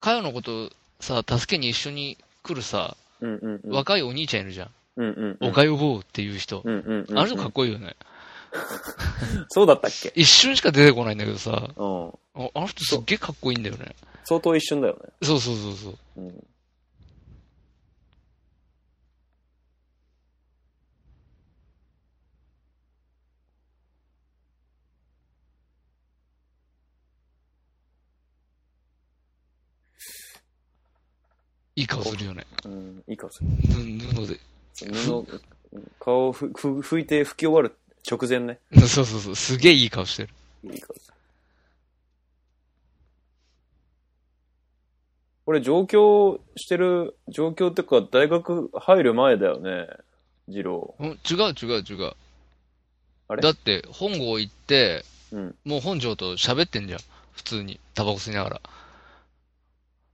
Speaker 3: カヨのことさ、助けに一緒に来るさ、
Speaker 2: うんうんうん。
Speaker 3: 若いお兄ちゃんいるじゃん。
Speaker 2: うんうんうん。
Speaker 3: おかよぼうっていう人。
Speaker 2: うんうんうん。
Speaker 3: あの人かっこいいよね。
Speaker 2: そうだったっけ
Speaker 3: 一瞬しか出てこないんだけどさ、
Speaker 2: うん。
Speaker 3: ああの人すっげえかっこいいんだよね。
Speaker 2: 相当一瞬だよね。
Speaker 3: そうそうそうそう。
Speaker 2: うん。
Speaker 3: いい顔するよね。
Speaker 2: うん。いい顔する。
Speaker 3: ぬ布で。
Speaker 2: 布、顔をふふ拭いて拭き終わる直前ね。
Speaker 3: そうそうそう。すげえいい顔してる。
Speaker 2: いい顔する。これ上京してる、上京ってか大学入る前だよね。二郎。
Speaker 3: うん違う違う違う。
Speaker 2: あれ
Speaker 3: だって、本郷行って、
Speaker 2: うん。
Speaker 3: もう本庄と喋ってんじゃん。普通に。タバコ吸いながら。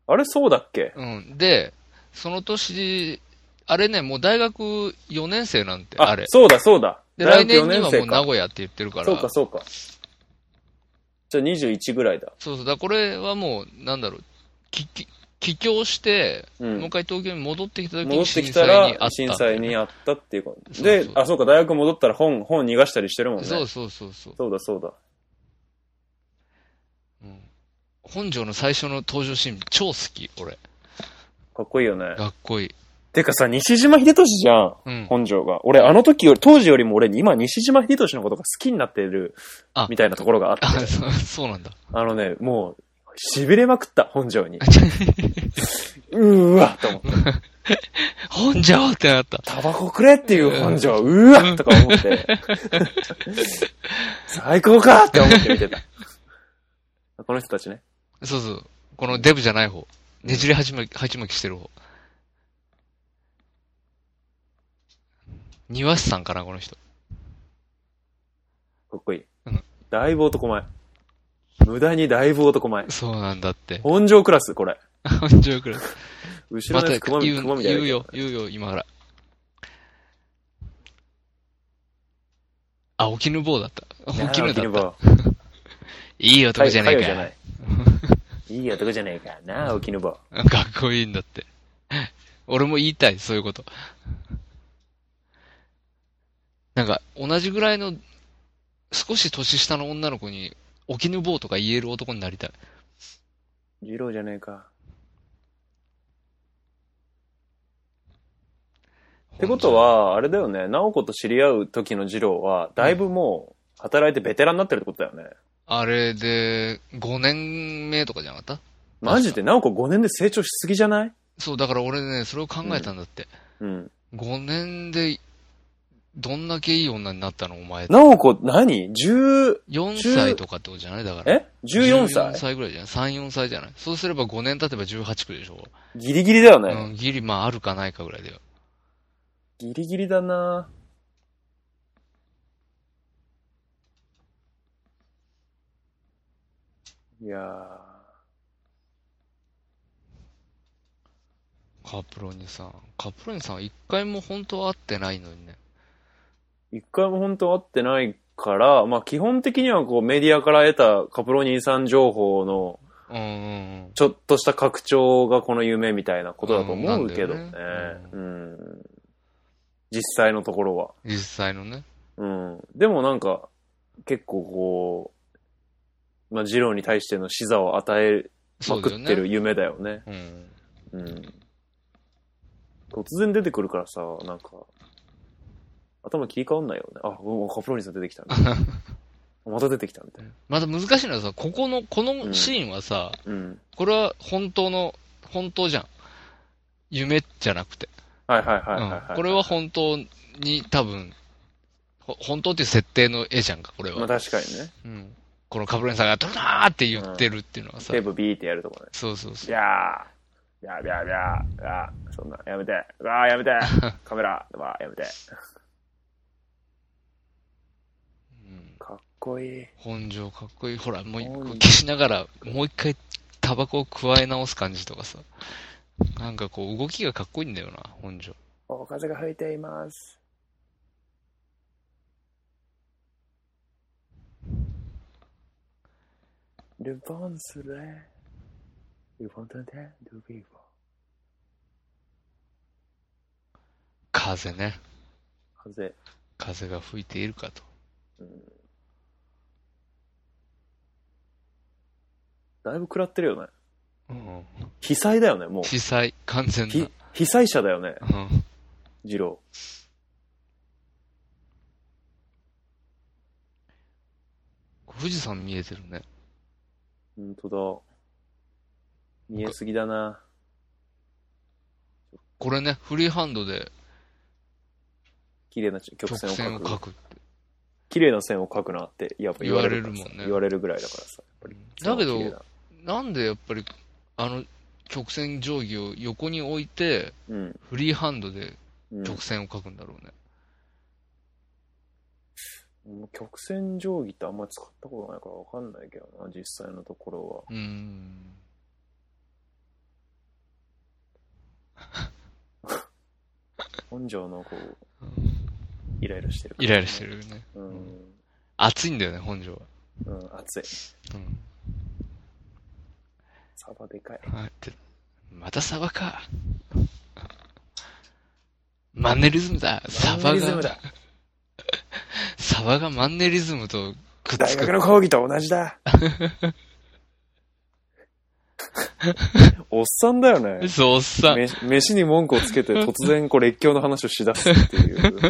Speaker 2: あれそうだっけ
Speaker 3: うん。で、その年、あれね、もう大学4年生なんて、あれ。
Speaker 2: そうだそうだ。
Speaker 3: で、来年
Speaker 2: 四
Speaker 3: にはもう名
Speaker 2: か。
Speaker 3: 古屋って言ってるから。
Speaker 2: そうかそうか。じゃあ21ぐらいだ。
Speaker 3: そうそうだからこれはもう、なんだろう、きき帰郷して、
Speaker 2: う
Speaker 3: もうん一。回東京に戻ってきた時
Speaker 2: 戻
Speaker 3: に
Speaker 2: って
Speaker 3: 震
Speaker 2: きた
Speaker 3: 災にあ
Speaker 2: ら
Speaker 3: った。
Speaker 2: 震災にあったっていう感じ。
Speaker 3: そう
Speaker 2: で
Speaker 3: そう、
Speaker 2: あ、そうか、大学戻ったら本、本逃がしたりしてるもんね。
Speaker 3: そうそうそうそう。
Speaker 2: そうだそうだ。
Speaker 3: うん本庄の最初の登場シーン、超好き、俺。
Speaker 2: かっこいいよね。
Speaker 3: かっこいい。
Speaker 2: てかさ、西島秀俊じゃん。
Speaker 3: うん。
Speaker 2: 本庄が。俺、あの時より、当時よりも俺、今、西島秀俊のことが好きになってる
Speaker 3: あ、
Speaker 2: みたいなところがあって、
Speaker 3: あそうそうなんだ。
Speaker 2: あのね、もう、痺れまくった、本庄に。うーわと思って、
Speaker 3: 本庄ってなった。
Speaker 2: タバコくれっていう本庄、うわとか思 って、最高かって思って見てた。この人たちね。
Speaker 3: そうそう。このデブじゃない方。ねじりはちまき、はちまきしてる方。庭師さんかな、この人。
Speaker 2: かっこいい。
Speaker 3: うん
Speaker 2: だいぶ男前。無駄にだいぶ男前。
Speaker 3: そうなんだって。
Speaker 2: 本庄クラス、これ。
Speaker 3: 本庄くらい。
Speaker 2: 後
Speaker 3: ま
Speaker 2: ろ
Speaker 3: た
Speaker 2: のやつ、熊み
Speaker 3: 言う
Speaker 2: 熊みたいな
Speaker 3: 言うよ、言うよ、今から。あ、沖ぬ坊だった。沖
Speaker 2: な
Speaker 3: ぬ
Speaker 2: あ
Speaker 3: だ
Speaker 2: 絹
Speaker 3: っ
Speaker 2: 坊
Speaker 3: た。いい男じゃねえ
Speaker 2: かよ
Speaker 3: か。
Speaker 2: い。いい男じゃ ねえか。なあ、沖ぬぼ。
Speaker 3: かっこいいんだって。俺も言いたい、そういうこと。なんか、同じぐらいの、少し年下の女の子に、沖ぬ坊とか言える男になりたい。
Speaker 2: 二郎じゃねえか。ってことは、あれだよね、直子と知り合う時の二郎は、だいぶもう、働いてベテランになってるってことだよね。
Speaker 3: あれで、5年目とかじゃなかった
Speaker 2: マジで、直子5年で成長しすぎじゃない
Speaker 3: そう、だから俺ね、それを考えたんだって。
Speaker 2: うん。
Speaker 3: 5年で、どんだけいい女になったのお前。
Speaker 2: 直子何、10、
Speaker 3: 4歳とかってことじゃないだから。
Speaker 2: え ?14
Speaker 3: 14
Speaker 2: 歳
Speaker 3: 歳ぐらいじゃない ?3、4歳じゃないそうすれば5年経てば18区でしょ、
Speaker 2: ギリギリだよね。
Speaker 3: うん、ギリ、まああるかないかぐらいだよ。
Speaker 2: ギリギリだなぁいやー
Speaker 3: カプロニさん。カプロニさんは一回も本当は会ってないのにね。
Speaker 2: 一回も本当会ってないから、まあ基本的にはこうメディアから得たカプロニーさん情報の
Speaker 3: うんうんうん。
Speaker 2: ちょっとした拡張がこの夢みたいなことだと
Speaker 3: うんな
Speaker 2: 思
Speaker 3: ん
Speaker 2: う
Speaker 3: だ
Speaker 2: け
Speaker 3: よ
Speaker 2: ど
Speaker 3: ね
Speaker 2: ね。うん。実際のところは。
Speaker 3: 実際のね。
Speaker 2: うん。でもなんか、結構こう、まあ、ジローに対しての視座を与えま
Speaker 3: そうだ
Speaker 2: く
Speaker 3: よ
Speaker 2: ってる
Speaker 3: ね。
Speaker 2: 夢だよね。
Speaker 3: うん。
Speaker 2: うん。突然出てくるからさ、なんか、頭切り替わんないよね。あ、もうカプロニさん出て きたね。また出てきたみたいな。
Speaker 3: また難しいのはさ、ここの、このシーンはさ、
Speaker 2: うん。
Speaker 3: これは本当の、本当じゃん。夢じゃなくて。
Speaker 2: はいはいはいはい、はい
Speaker 3: うんこれは本当に多分、ほ本当っていう設定の絵じゃんか、これは。
Speaker 2: まあ確かにね。
Speaker 3: うん、このカブレンさんが、ドラーって言ってるっていうのはさ、
Speaker 2: テープビーってやるとこね。
Speaker 3: そうそうそ。
Speaker 2: いうやー。ビャービャービャー、うわーそんな、やめて、うわー やめて、カメラ、うわーやめて。
Speaker 3: うん
Speaker 2: かっこいい。
Speaker 3: 本庄かっこいい。ほら、もう一
Speaker 2: かっこいい
Speaker 3: 消しながら、もう一回タバコを加え直す感じとかさ。なんかこう、動きがかっこいいんだよな、本庄。
Speaker 2: お風が吹いています。ルボンスレ。ルボントンテン、ルビーボン。
Speaker 3: 風ね。
Speaker 2: 風。
Speaker 3: 風が吹いているかと。
Speaker 2: うんだいぶ食らってるよね。
Speaker 3: うん。
Speaker 2: 被災だよね、もう。
Speaker 3: 被災、完全な
Speaker 2: ひ。被災者だよね、
Speaker 3: うん。
Speaker 2: 二郎。
Speaker 3: 富士山見えてるね。
Speaker 2: 本当だ。見えすぎだな。
Speaker 3: これね、フリーハンドで
Speaker 2: 綺麗な曲
Speaker 3: 曲
Speaker 2: 線を描
Speaker 3: 線を
Speaker 2: く
Speaker 3: 描。くって。
Speaker 2: 綺麗な線を描くなって、やっぱ言われるからさ
Speaker 3: 言われるもんね
Speaker 2: 言われるぐらいだからさ。やっぱり
Speaker 3: だけ
Speaker 2: 綺麗
Speaker 3: ど、なんでやっぱり、あの曲線定規を横に置いて、
Speaker 2: うん。
Speaker 3: フリーハンドで
Speaker 2: うん
Speaker 3: 曲線を描くんだろうね。
Speaker 2: もう曲線定規ってあんまり使ったことないからわかんないけどな、実際のところ
Speaker 3: うーん。
Speaker 2: は。本庄のこう、イライラしてる、
Speaker 3: イライラして。るよね。
Speaker 2: うん。
Speaker 3: 暑いんだよね、本庄は。
Speaker 2: うん、熱い。
Speaker 3: うん。
Speaker 2: サバでかい。
Speaker 3: あって、またサバか。マンネリズムだ。サ
Speaker 2: マ
Speaker 3: バ
Speaker 2: ンネリズム
Speaker 3: が
Speaker 2: だ、
Speaker 3: サバがマンネリズムとくっ
Speaker 2: 大
Speaker 3: つ
Speaker 2: 学
Speaker 3: く。
Speaker 2: の講義と同じだ。おっさんだよね。
Speaker 3: そう、おっさん。
Speaker 2: め飯に文句をつけて突然こう列強の話をしだすっていう。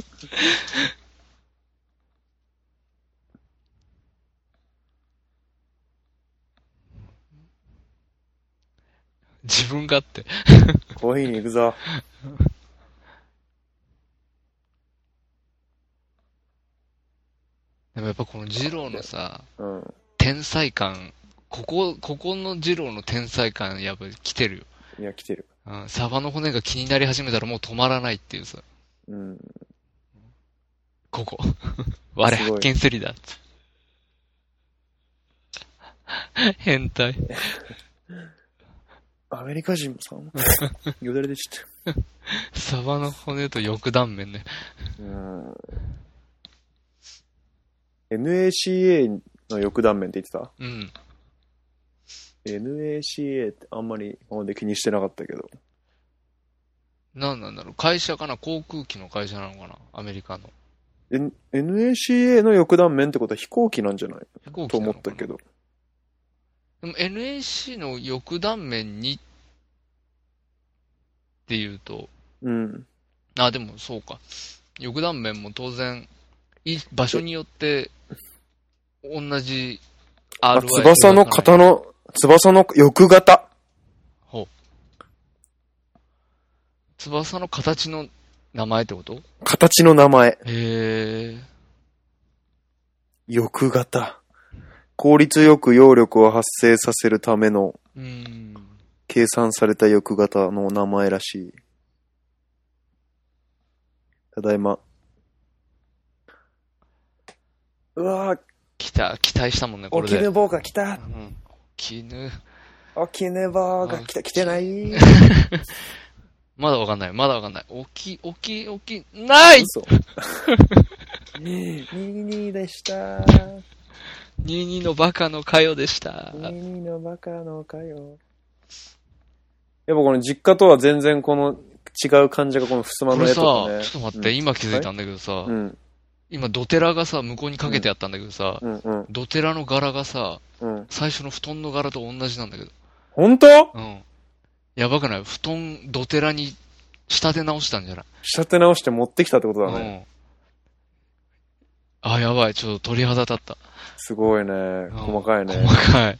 Speaker 3: 自分がって。
Speaker 2: コーヒーに行くぞ。
Speaker 3: でもやっぱこの二郎のさ、
Speaker 2: うん。
Speaker 3: 天才感、ここ、ここの二郎の天才感、やっぱり来てるよ。
Speaker 2: いや、来てる。
Speaker 3: うん、サバの骨が気になり始めたらもう止まらないっていうさ、
Speaker 2: うん。
Speaker 3: ここ。我
Speaker 2: すごい
Speaker 3: 発見すりだっつ。変態。
Speaker 2: アメリカ人もさ、よだれでちょっ
Speaker 3: サバの骨と翼断面ね。
Speaker 2: と。うん。NACA の翼断面って言ってた
Speaker 3: うん。
Speaker 2: ?NACA ってあんまり今まで気にしてなかったけど。
Speaker 3: なんなんだろう。会社かな航空機の会社なのかなアメリカの。
Speaker 2: N- NACA の翼断面ってことは飛行機なんじゃない
Speaker 3: 飛行
Speaker 2: と
Speaker 3: 機な
Speaker 2: 思
Speaker 3: の
Speaker 2: っ
Speaker 3: か
Speaker 2: た
Speaker 3: な
Speaker 2: けど。
Speaker 3: でも NAC の翼断面にっていうと、
Speaker 2: うん。
Speaker 3: あ、でもそうか。翼断面も当然、い場所によって、同じ RY
Speaker 2: あ、翼の型の、翼の翼型。
Speaker 3: 翼の形の名前ってこと
Speaker 2: 形の名前。
Speaker 3: へえ。
Speaker 2: 翼型。効率よく揚力を発生させるための
Speaker 3: うーん。
Speaker 2: 計算された翼型の名前らしい。ただいま。うわぁ、
Speaker 3: 来た、期待したもんね、これで。
Speaker 2: 坊が来た
Speaker 3: うん。絹。
Speaker 2: 起きぬ坊
Speaker 3: が来
Speaker 2: た、来てない
Speaker 3: まだわかんない、まだわかんない。起き、起き、起き、ない
Speaker 2: 嘘。22でした。
Speaker 3: !22 のバカのかよでした。
Speaker 2: 22のバカのかよ。やっぱこの実家とは全然この違う感じがこの襖
Speaker 3: こ
Speaker 2: の
Speaker 3: れ
Speaker 2: 絵
Speaker 3: さ、
Speaker 2: と
Speaker 3: ちょ
Speaker 2: かね。
Speaker 3: っと待って、
Speaker 2: うん
Speaker 3: 今気づいたんだけどさ、
Speaker 2: うん、
Speaker 3: 今ドテラがさ、向こうにかけてあったんだけどさ、
Speaker 2: うん、うん、
Speaker 3: ドテラの柄がさ、
Speaker 2: うん。
Speaker 3: 最初の布団の柄と同じなんだけど。
Speaker 2: 本当
Speaker 3: うん。やばくない布団、ドテラに仕立て直したんじゃない
Speaker 2: 仕立て直して持ってきたってことだね。
Speaker 3: うん。あ、やばい。ちょっと鳥肌立った。
Speaker 2: すごいね。
Speaker 3: ん
Speaker 2: 細かいね。
Speaker 3: 細かい。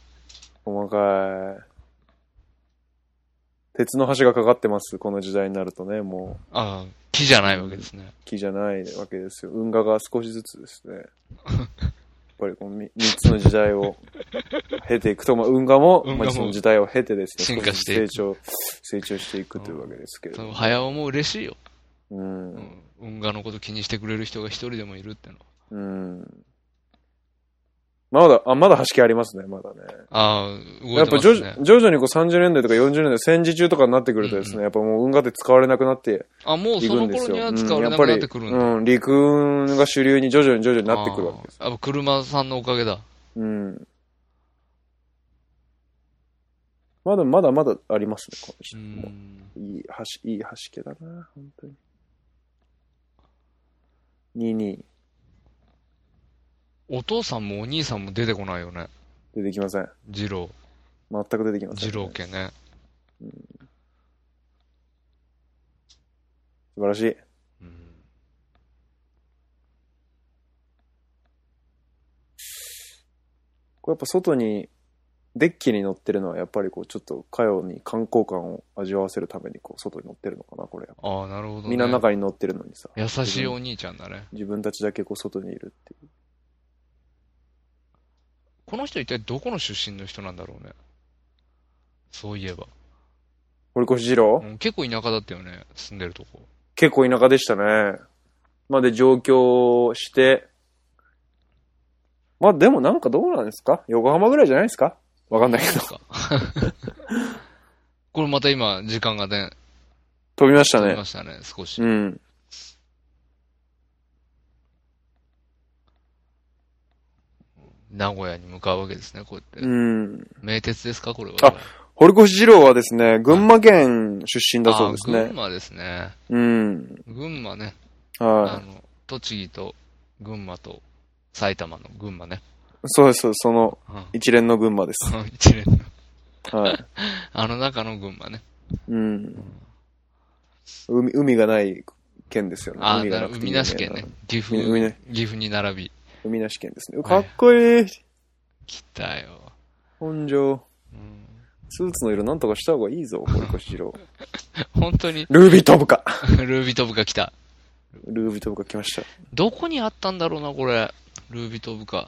Speaker 2: 細かい。鉄の橋がかかってます。この時代になるとね、もう
Speaker 3: あ木じゃないわけですね。
Speaker 2: 木じゃないわけですよ。運河が少しずつですね。ぱりこの3つの時代を経ていくと、まあ、運河も、
Speaker 3: 運河も
Speaker 2: まあ、その時代を経てですね、
Speaker 3: 進化して
Speaker 2: 少し
Speaker 3: いく
Speaker 2: ずつ成長、成長していくというわけですけれ
Speaker 3: そ
Speaker 2: ども。
Speaker 3: の早尾も嬉しいよ。
Speaker 2: う。
Speaker 3: うんん。運河のこと気にしてくれる人が一人でもいるってのは。
Speaker 2: うん。まだ、あ、まだ端きありますね、まだね。
Speaker 3: ああ、動
Speaker 2: や
Speaker 3: い
Speaker 2: ってぱ
Speaker 3: ま
Speaker 2: 徐
Speaker 3: す
Speaker 2: 々,、
Speaker 3: ね。
Speaker 2: 徐々にこう30年代とか40年代、戦時中とかになってくるとですね、
Speaker 3: うんう
Speaker 2: やっぱもう運河って使われなくなって
Speaker 3: あ、もう
Speaker 2: い
Speaker 3: そ
Speaker 2: くん
Speaker 3: の
Speaker 2: です
Speaker 3: 頃
Speaker 2: よ。
Speaker 3: には
Speaker 2: うん
Speaker 3: 使われ
Speaker 2: や
Speaker 3: な
Speaker 2: っぱ
Speaker 3: く
Speaker 2: り
Speaker 3: なってくるんだ。
Speaker 2: うん、陸運が主流に徐々に徐々になってくるわけです。
Speaker 3: あーやっぱ車さんのおかげだ。
Speaker 2: うん。まあでもまだまだありますね、この
Speaker 3: う
Speaker 2: 人も。
Speaker 3: ん。
Speaker 2: いい橋、いい橋家だな、本当に。22、
Speaker 3: お父さんもお兄さんも出てこないよね。
Speaker 2: 出てきません。
Speaker 3: 二郎、
Speaker 2: 全く出てきません、
Speaker 3: 二郎家ね。
Speaker 2: 素晴らしい。
Speaker 3: うん
Speaker 2: これやっぱ外に、デッキに乗ってるのはやっぱりこうちょっとかよに観光感を味わわせるためにこう外に乗ってるのかな、これ。
Speaker 3: ああ、なるほど、ね。
Speaker 2: みんな中に乗ってるのにさ。
Speaker 3: 優しいお兄ちゃんだね。
Speaker 2: 自分たちだけこう外にいるっていう。
Speaker 3: この人一体どこの出身の人なんだろうね。そういえば。
Speaker 2: 堀越二郎、
Speaker 3: うん結構田舎だったよね、住んでるとこ。
Speaker 2: 結構田舎でしたね。まあで上京して、まあでもなんかどうなんですか横浜ぐらいじゃないですかわかんないけど。
Speaker 3: そうかこれまた今、時間がね、
Speaker 2: 飛びました
Speaker 3: 飛び
Speaker 2: ね
Speaker 3: ま。したね、少し。
Speaker 2: うん。
Speaker 3: 名古屋に向かうわけですね、こうやって。
Speaker 2: うん。
Speaker 3: 名鉄ですか、これは。
Speaker 2: あ堀越二郎はですね、群馬県出身だそうです
Speaker 3: あ群
Speaker 2: ね。
Speaker 3: 馬ですね。
Speaker 2: うん。
Speaker 3: 群馬ね。あ
Speaker 2: は
Speaker 3: の、栃木と群馬と埼玉の群馬ね。
Speaker 2: い。そうです、そうですその
Speaker 3: うん。
Speaker 2: 一連の群馬です。
Speaker 3: 一連の
Speaker 2: はい。
Speaker 3: あの中の群馬ね。
Speaker 2: うん。海、海がない県ですよね。
Speaker 3: あ、
Speaker 2: が
Speaker 3: な
Speaker 2: なくて
Speaker 3: 海なし県ね。。岐阜、
Speaker 2: 海ね
Speaker 3: 岐阜に並び。
Speaker 2: 海なし県ですね。
Speaker 3: は
Speaker 2: か
Speaker 3: い
Speaker 2: っこいい。
Speaker 3: 来たよ。
Speaker 2: 本庄。
Speaker 3: うん
Speaker 2: スーツの色なんとかした方がいいぞ、堀越二郎。
Speaker 3: 本当に
Speaker 2: ルービートブカ。
Speaker 3: ルービトブカ来た。
Speaker 2: ルービートブカ来ました。
Speaker 3: どこにあったんだろうな、これ。ルービトブカ。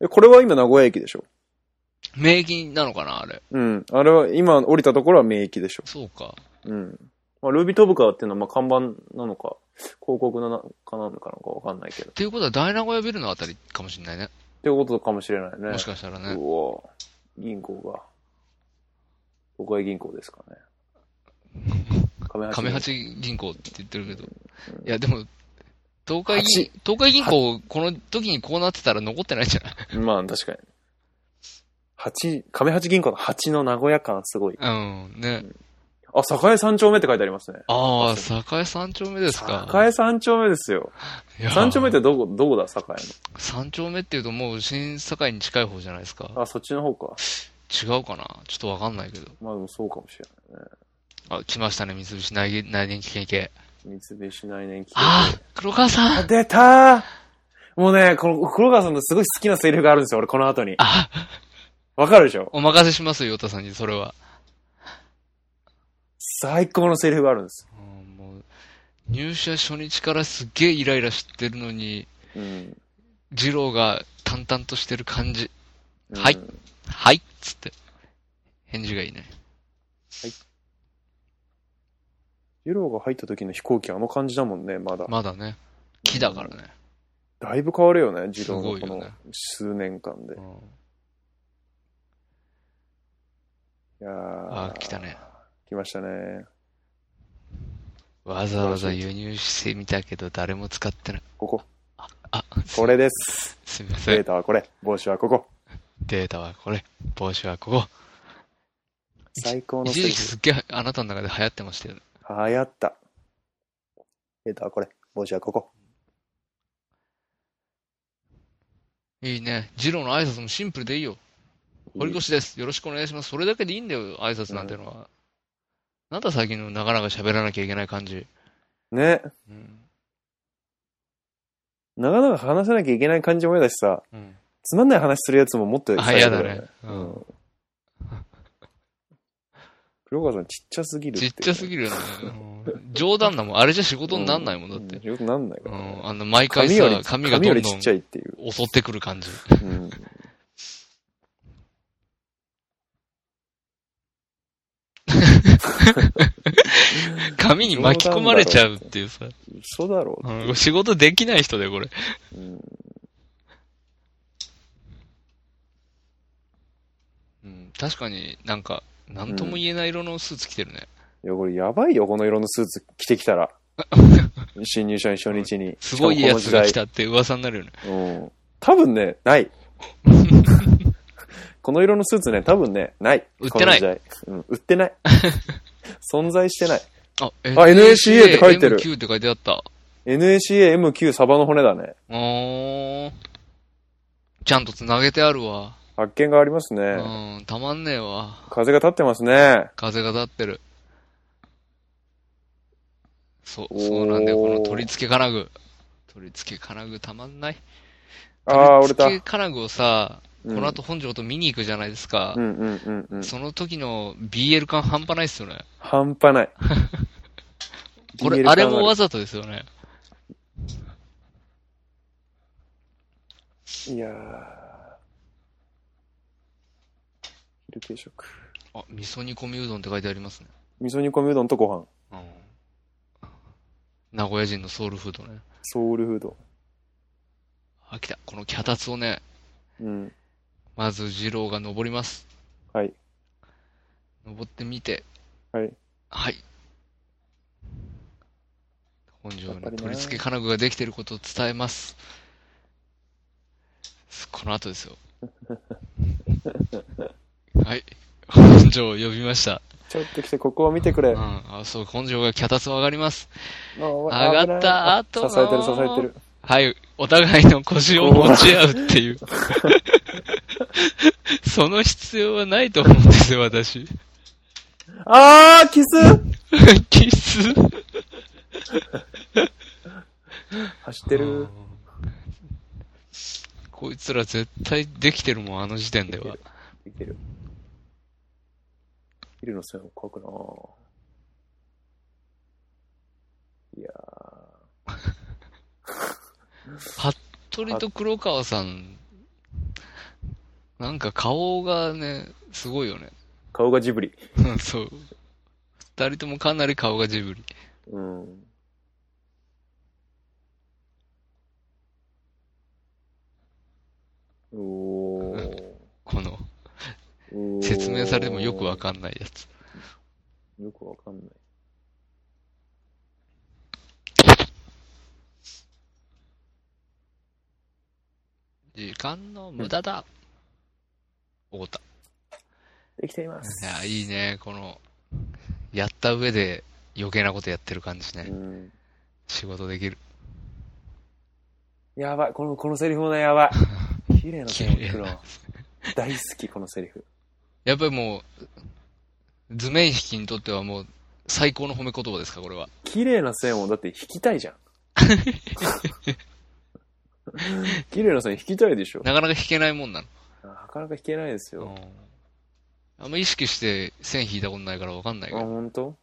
Speaker 2: え、これは今名古屋駅でしょ
Speaker 3: 名義なのかな、あれ。
Speaker 2: うん。あれは、今降りたところは名駅でしょ
Speaker 3: そうか。
Speaker 2: うん。まあ、ルービートブカっていうのは、まあ、看板なのか、広告なのかなのかわかんないけど。っ
Speaker 3: っていうことは、大名古屋ビルのあたりかもしれないね。
Speaker 2: てことかもしれないね。
Speaker 3: もしかしたらね。
Speaker 2: うわ銀行が。都会銀行ですか ね。亀
Speaker 3: 亀
Speaker 2: 八。
Speaker 3: 八銀行って言ってるけど。いや、でも、東海銀、東海銀行、この時にこうなってたら残ってないじゃない
Speaker 2: まあ、確かに。八、亀八銀行の八の名古屋感すごい。
Speaker 3: うん、ね。
Speaker 2: あ、栄三丁目って書いてありますね。
Speaker 3: ああ、栄三丁目ですか。
Speaker 2: 栄三丁目です よ。
Speaker 3: いや
Speaker 2: 三丁目ってどこ、どこだ、栄の。
Speaker 3: 三丁目っていうともう新堺に近い方じゃないですか。
Speaker 2: あ、そっちの方か。
Speaker 3: 違うかなちょっとわかんないけど。
Speaker 2: まあ、でもそうかもしれないね。
Speaker 3: あ、来ましたね、三菱内内電機系系。
Speaker 2: 三菱内燃機。
Speaker 3: ああ、黒川さ
Speaker 2: あ、
Speaker 3: ん
Speaker 2: 出たーもうね、この、黒川さんのすごい好きなセリフがあるんですよ、俺、この後に。
Speaker 3: あ、
Speaker 2: わかるでしょ
Speaker 3: お任せしますよ、ヨタさんに、それは。
Speaker 2: 最高のセリフがあるんです。
Speaker 3: うんもう入社初日からすっげえイライラしてるのに、
Speaker 2: うん。
Speaker 3: 二郎が淡々としてる感じ。
Speaker 2: うん
Speaker 3: はいはいっつって。返事がいいね。
Speaker 2: 二郎が入った時の飛行機あの感じだもんね、まだ。
Speaker 3: まだね。木だからね。
Speaker 2: だいぶ変わるよね、二郎の
Speaker 3: す
Speaker 2: こ
Speaker 3: ごいよ
Speaker 2: の
Speaker 3: ね
Speaker 2: 数年間で。い
Speaker 3: うん
Speaker 2: や
Speaker 3: あ
Speaker 2: あ
Speaker 3: ー来たね。
Speaker 2: 来ましたね。
Speaker 3: わざわざ輸入してみたけど、誰も使ってない。
Speaker 2: ここ。
Speaker 3: あ、
Speaker 2: これです。
Speaker 3: すみませ
Speaker 2: デー
Speaker 3: ん。
Speaker 2: タはこれ。帽子はここ。
Speaker 3: データはこれ。帽子はここ。
Speaker 2: 最高の
Speaker 3: 一
Speaker 2: セ
Speaker 3: 時
Speaker 2: リ
Speaker 3: 期
Speaker 2: フ。
Speaker 3: すっげえあなたの中で流行ってましたよね。
Speaker 2: 流行った。データはこれ。帽子はここ。
Speaker 3: いいね。ジローの挨拶もシンプルでいいよ。堀越です。よろしくお願いします。それだけでいいんだよ、挨拶なんてのは。なんだ最近のなかなか喋らなきゃいけない感じ。
Speaker 2: ね。
Speaker 3: うん。
Speaker 2: なかなか話さなきゃいけない感じも嫌だしさ、
Speaker 3: うん。
Speaker 2: つまんない話するやつももっと
Speaker 3: あ、
Speaker 2: 嫌
Speaker 3: 嫌
Speaker 2: だ
Speaker 3: だ
Speaker 2: よ
Speaker 3: ね。。
Speaker 2: う
Speaker 3: うん。
Speaker 2: ん。 黒川さんちっちゃすぎる
Speaker 3: ちっちゃすぎ
Speaker 2: る。
Speaker 3: るよね。うん冗談だもん。あれじゃ仕事になんないもんだって。
Speaker 2: うんよくなんないか
Speaker 3: う
Speaker 2: らね。
Speaker 3: ん。あの、毎回
Speaker 2: 髪より
Speaker 3: さ、、
Speaker 2: 髪
Speaker 3: 髪がど
Speaker 2: より
Speaker 3: んど
Speaker 2: ちっ
Speaker 3: ん
Speaker 2: ちゃいっていう。
Speaker 3: 襲ってくる感じ。
Speaker 2: うん。
Speaker 3: 紙に巻き込まれちゃうっていうさ。
Speaker 2: 嘘だろう。
Speaker 3: うん仕事できない人だよ、これ。
Speaker 2: うん。
Speaker 3: うん、確かになんか、なんとも言えない色のスーツ着てるね。
Speaker 2: いや、これやばいよ、この色のスーツ着てきた ら。新入社員初日に。
Speaker 3: すごいやつが来
Speaker 2: しか
Speaker 3: たって噂になるよね。
Speaker 2: もこの時代。うん。多分ね、 ない。この色のスーツね、多分ね、ない。
Speaker 3: 売ってない
Speaker 2: この時代。うん、売ってない。存在してない。
Speaker 3: あ、
Speaker 2: あ NACA って書いてる
Speaker 3: NQ って書いてあった。
Speaker 2: NACAMQ サバの骨だね。
Speaker 3: おー。ちゃんと繋げてあるわ。
Speaker 2: 発見があります
Speaker 3: う
Speaker 2: ね。
Speaker 3: ん、たまんねえわ。
Speaker 2: 風が立ってますね。
Speaker 3: 風が立ってる。そ
Speaker 2: お
Speaker 3: う、
Speaker 2: ー
Speaker 3: そうなんだよ。この取り付け金具。取り付け金具たまんない。
Speaker 2: あー、
Speaker 3: 取
Speaker 2: 折れ
Speaker 3: り
Speaker 2: た。
Speaker 3: 付け金具をさ、
Speaker 2: こ
Speaker 3: この後本庄と見に行くじゃないですか。
Speaker 2: うんうんうんうん。
Speaker 3: その時の BL 感半端ないっすよね。
Speaker 2: 半端ない。
Speaker 3: これ、
Speaker 2: DL
Speaker 3: あれもわ
Speaker 2: 考
Speaker 3: ざとですよね。
Speaker 2: えるいやー。昼定食。
Speaker 3: あ、味噌煮込みうどんって書いてありますね。
Speaker 2: 味噌煮込みうどんとご飯。
Speaker 3: うん。名古屋人のソウルフードね。
Speaker 2: ソウルフード。
Speaker 3: あ、来た。この脚立をね、
Speaker 2: うん。
Speaker 3: まず二郎が登ります。
Speaker 2: はい。
Speaker 3: 登ってみて。
Speaker 2: はい。
Speaker 3: はい。本庄
Speaker 2: やっぱり
Speaker 3: の
Speaker 2: ね
Speaker 3: 取り付け金具ができていることを伝えます。この後です よ。はい。本庄を呼びました。
Speaker 2: ちょっと来て、ここを見てくれ。
Speaker 3: うん。あ、そう、本庄が脚立を上がります。
Speaker 2: 上
Speaker 3: 上がった後の
Speaker 2: 支えてる、支えてる。
Speaker 3: はい、お互いの腰を持ち合うっ ていう。その必要はないと思うんですよ、私。
Speaker 2: あー、キス
Speaker 3: キス
Speaker 2: 走ってる。
Speaker 3: こいつら絶対できてるもん、あの時点では。
Speaker 2: いける。ビルの線を描くなぁ。いや
Speaker 3: 鳥と黒川さん、なんか顔がね、すごいよね。
Speaker 2: ー、顔がジブリ。
Speaker 3: うんそう。二人ともかなり顔がジブリ。
Speaker 2: うん。おー
Speaker 3: この、
Speaker 2: おー
Speaker 3: 説明されてもよくわかんないやつ。
Speaker 2: よくわかんない。
Speaker 3: 時間の無駄だ。太田。
Speaker 2: できています。
Speaker 3: いや、いいね。この、やった上で余計なことやってる感じ
Speaker 2: う
Speaker 3: ね。
Speaker 2: ん。
Speaker 3: 仕事できる。
Speaker 2: やばい。この、このセリフもね、やば い。綺麗なセリフ聞くな大好き、このセリフ。
Speaker 3: やっぱりもう、図面引きにとってはもう、最高の褒め言葉ですか、これは。
Speaker 2: 綺麗な線をだって引きたい じゃん。綺麗な線引きたいでしょ。
Speaker 3: なかなか引けないもんなの。
Speaker 2: なかなか引けないです
Speaker 3: う
Speaker 2: よ。
Speaker 3: んあんま意識して線引いたことないからわかんないけ
Speaker 2: あ、
Speaker 3: ど。
Speaker 2: 本当？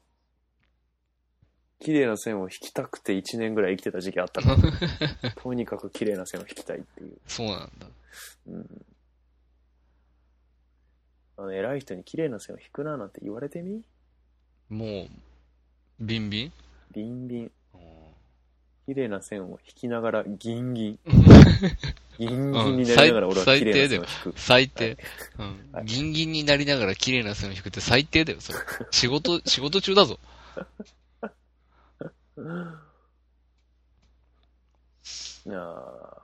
Speaker 2: 綺麗な線を引きたくて1年ぐらい生きてた時期あったから。 とにかく綺麗な線を引きたいっていう。
Speaker 3: そうなんだ。
Speaker 2: うん、あの偉い人に綺麗な線を引くななんて言われてみ
Speaker 3: もう、ビンビン
Speaker 2: ビンビン。綺麗な線を引きながらギンギン。ギンギンになりながら俺は綺麗な線を引く。
Speaker 3: 最低。うん
Speaker 2: はい
Speaker 3: ギンギンになりながら綺麗な線を引くって最低だよ、それ。仕事、仕事中だぞ。
Speaker 2: なあ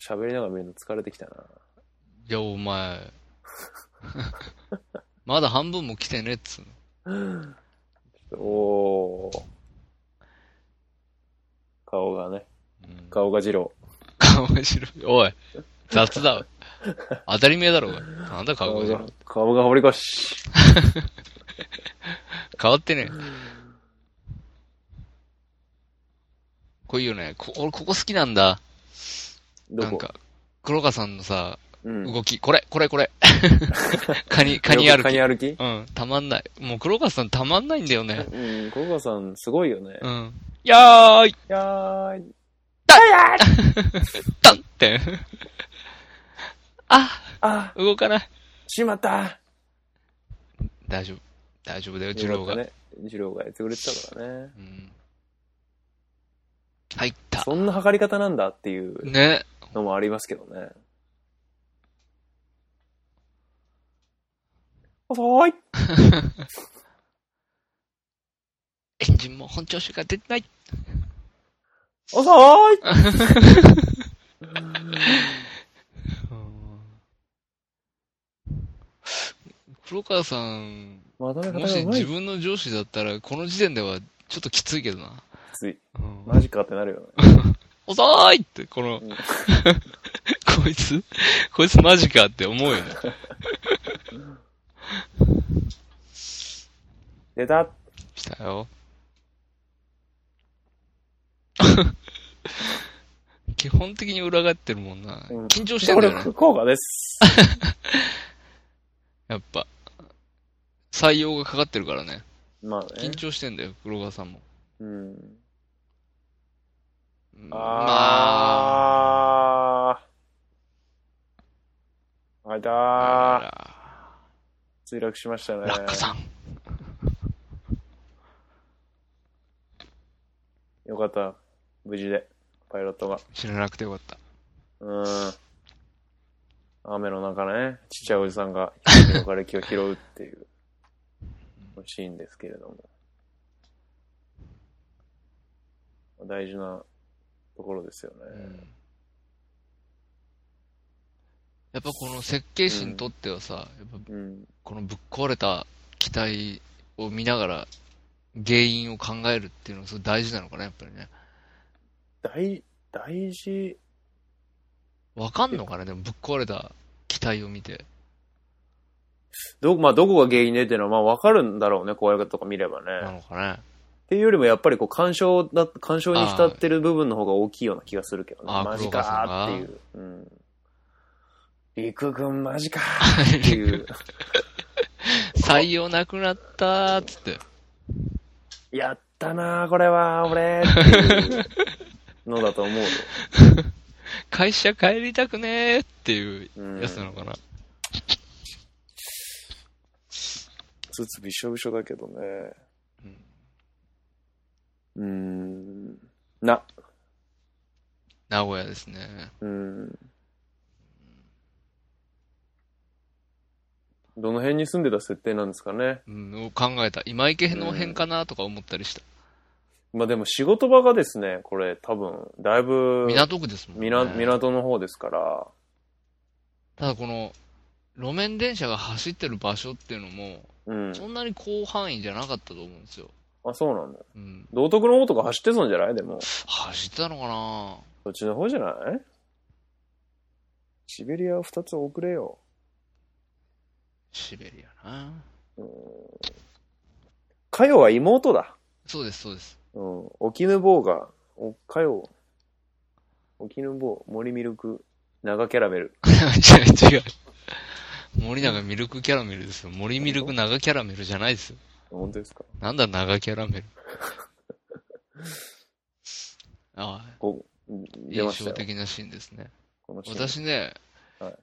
Speaker 2: 喋りながら見るの疲れてきたな。
Speaker 3: いや、お前。 まだ半分も来てねっつうの。
Speaker 2: おー。顔がね、
Speaker 3: うん、
Speaker 2: 顔が二郎。
Speaker 3: 顔が白い。おい、雑だわ。当たり前だろうが。なんだ顔が白い。
Speaker 2: 顔が堀越。
Speaker 3: 変わってねえ。これいいよね。こ俺、ここ好きなんだ。
Speaker 2: ど
Speaker 3: なん
Speaker 2: こ
Speaker 3: か、黒川さんのさ、
Speaker 2: うん。
Speaker 3: 動き。これ、これ、これ。カニ、カニ歩
Speaker 2: カ
Speaker 3: き。
Speaker 2: ニ歩き
Speaker 3: うん、たまんない。もう黒川さんたまんないんだよね。
Speaker 2: うん、小川さんすごいよね
Speaker 3: う。ん。やーい
Speaker 2: いやーい。
Speaker 3: ダンって。 あ
Speaker 2: あ、
Speaker 3: 動かない。
Speaker 2: しまった。
Speaker 3: 大丈夫。大丈夫だよ、二郎が。
Speaker 2: ね。ジローがやってくれてたからね。
Speaker 3: うん。入った。
Speaker 2: そんな測り方なんだっていう
Speaker 3: ね。
Speaker 2: のもありますけどね。遅い
Speaker 3: エンジンも本調子が出てない。
Speaker 2: 遅い
Speaker 3: 黒川さん、
Speaker 2: まとめ方
Speaker 3: も
Speaker 2: が
Speaker 3: し
Speaker 2: うま
Speaker 3: 自
Speaker 2: い。
Speaker 3: 分の上司だったら、この時点ではちょっときついけどな。
Speaker 2: つい、
Speaker 3: うん
Speaker 2: マジかってなるよね。
Speaker 3: 遅いって、 この、
Speaker 2: うん
Speaker 3: こいつ、こいつマジかって思うよね。
Speaker 2: 出た
Speaker 3: したよ。 基本的に裏返ってるもんな。
Speaker 2: うん
Speaker 3: 緊張してんだよ
Speaker 2: 努
Speaker 3: ね
Speaker 2: 力。効果です。
Speaker 3: やっぱ。採用がかかってるからね。
Speaker 2: まあね
Speaker 3: 緊。張してんだよ、黒川さんも。
Speaker 2: うん。
Speaker 3: うんまあ。
Speaker 2: あー。あいた
Speaker 3: あ
Speaker 2: ー。
Speaker 3: ら
Speaker 2: 墜落しましたね。
Speaker 3: 落下さん。
Speaker 2: よかった。無事で、パイロットが。
Speaker 3: 知らなくてよかった。
Speaker 2: うん。雨の中ね、ちっちゃいおじさん が、火の枯れ木を拾うっていう、シーンですけれども。大事なところですよ
Speaker 3: う
Speaker 2: ね。
Speaker 3: んやっぱこの設計士にとってはさ、やっぱ
Speaker 2: うん。
Speaker 3: このぶっ壊れた機体を見ながら原因を考えるっていうのはすごい大事なのかな、やっぱりね。
Speaker 2: 大、大事、
Speaker 3: わかんのかね、でもぶっ壊れた機体を見て。
Speaker 2: ど、まあ、どこが原因でっていうのは、まあ、わかるんだろうね、こういうことか見ればね。
Speaker 3: なのかね。
Speaker 2: っていうよりもやっぱりこう干渉だ、干渉に浸ってる部分の方が大きいような気がするけどね。
Speaker 3: あー
Speaker 2: マジ
Speaker 3: 黒川さん
Speaker 2: か
Speaker 3: が
Speaker 2: ーっていう。うん。陸軍マジかーっていう。
Speaker 3: 採用なくなったーっつって。
Speaker 2: やったなーこれは、俺ーっていうのだと思うよ。
Speaker 3: 会社帰りたくねーっていう
Speaker 2: うん。
Speaker 3: やつなのかな。
Speaker 2: スーツびしょびしょだけどね。うーん。な、
Speaker 3: 名古屋ですね。
Speaker 2: うん。どの辺に住んでた設定なんですかね。
Speaker 3: うん、を考えた。今池の辺かなとか思ったりした。
Speaker 2: まあでも仕事場がですね、これ多分、だいぶ、
Speaker 3: 港区ですもんね。
Speaker 2: 港港の方ですから、
Speaker 3: ただこの、路面電車が走ってる場所っていうのも、
Speaker 2: うん。
Speaker 3: そんなに広範囲じゃなかったと思うんですよ。
Speaker 2: あ、そうなんだ。
Speaker 3: うん。
Speaker 2: 道徳の方とか走ってそうじゃないでも、
Speaker 3: 走ってたのかな
Speaker 2: そっちの方じゃないシベリアを2つ送れよ。
Speaker 3: シベリアな。
Speaker 2: かよは妹だ。
Speaker 3: そうです、そうです。
Speaker 2: うん。沖ぬ坊が、お、かよ、沖ぬ坊、森ミルク、長キャラメル。
Speaker 3: 違う違う。森永ミルクキャラメルですよ。森ミルク長キャラメルじゃないですよ。
Speaker 2: 本当ですか
Speaker 3: なんだ長キャラメ ル。ああ、
Speaker 2: こうん出
Speaker 3: 印
Speaker 2: ました
Speaker 3: 象
Speaker 2: よ。
Speaker 3: 的なシーンですね。
Speaker 2: このシーン
Speaker 3: 私ね、
Speaker 2: はい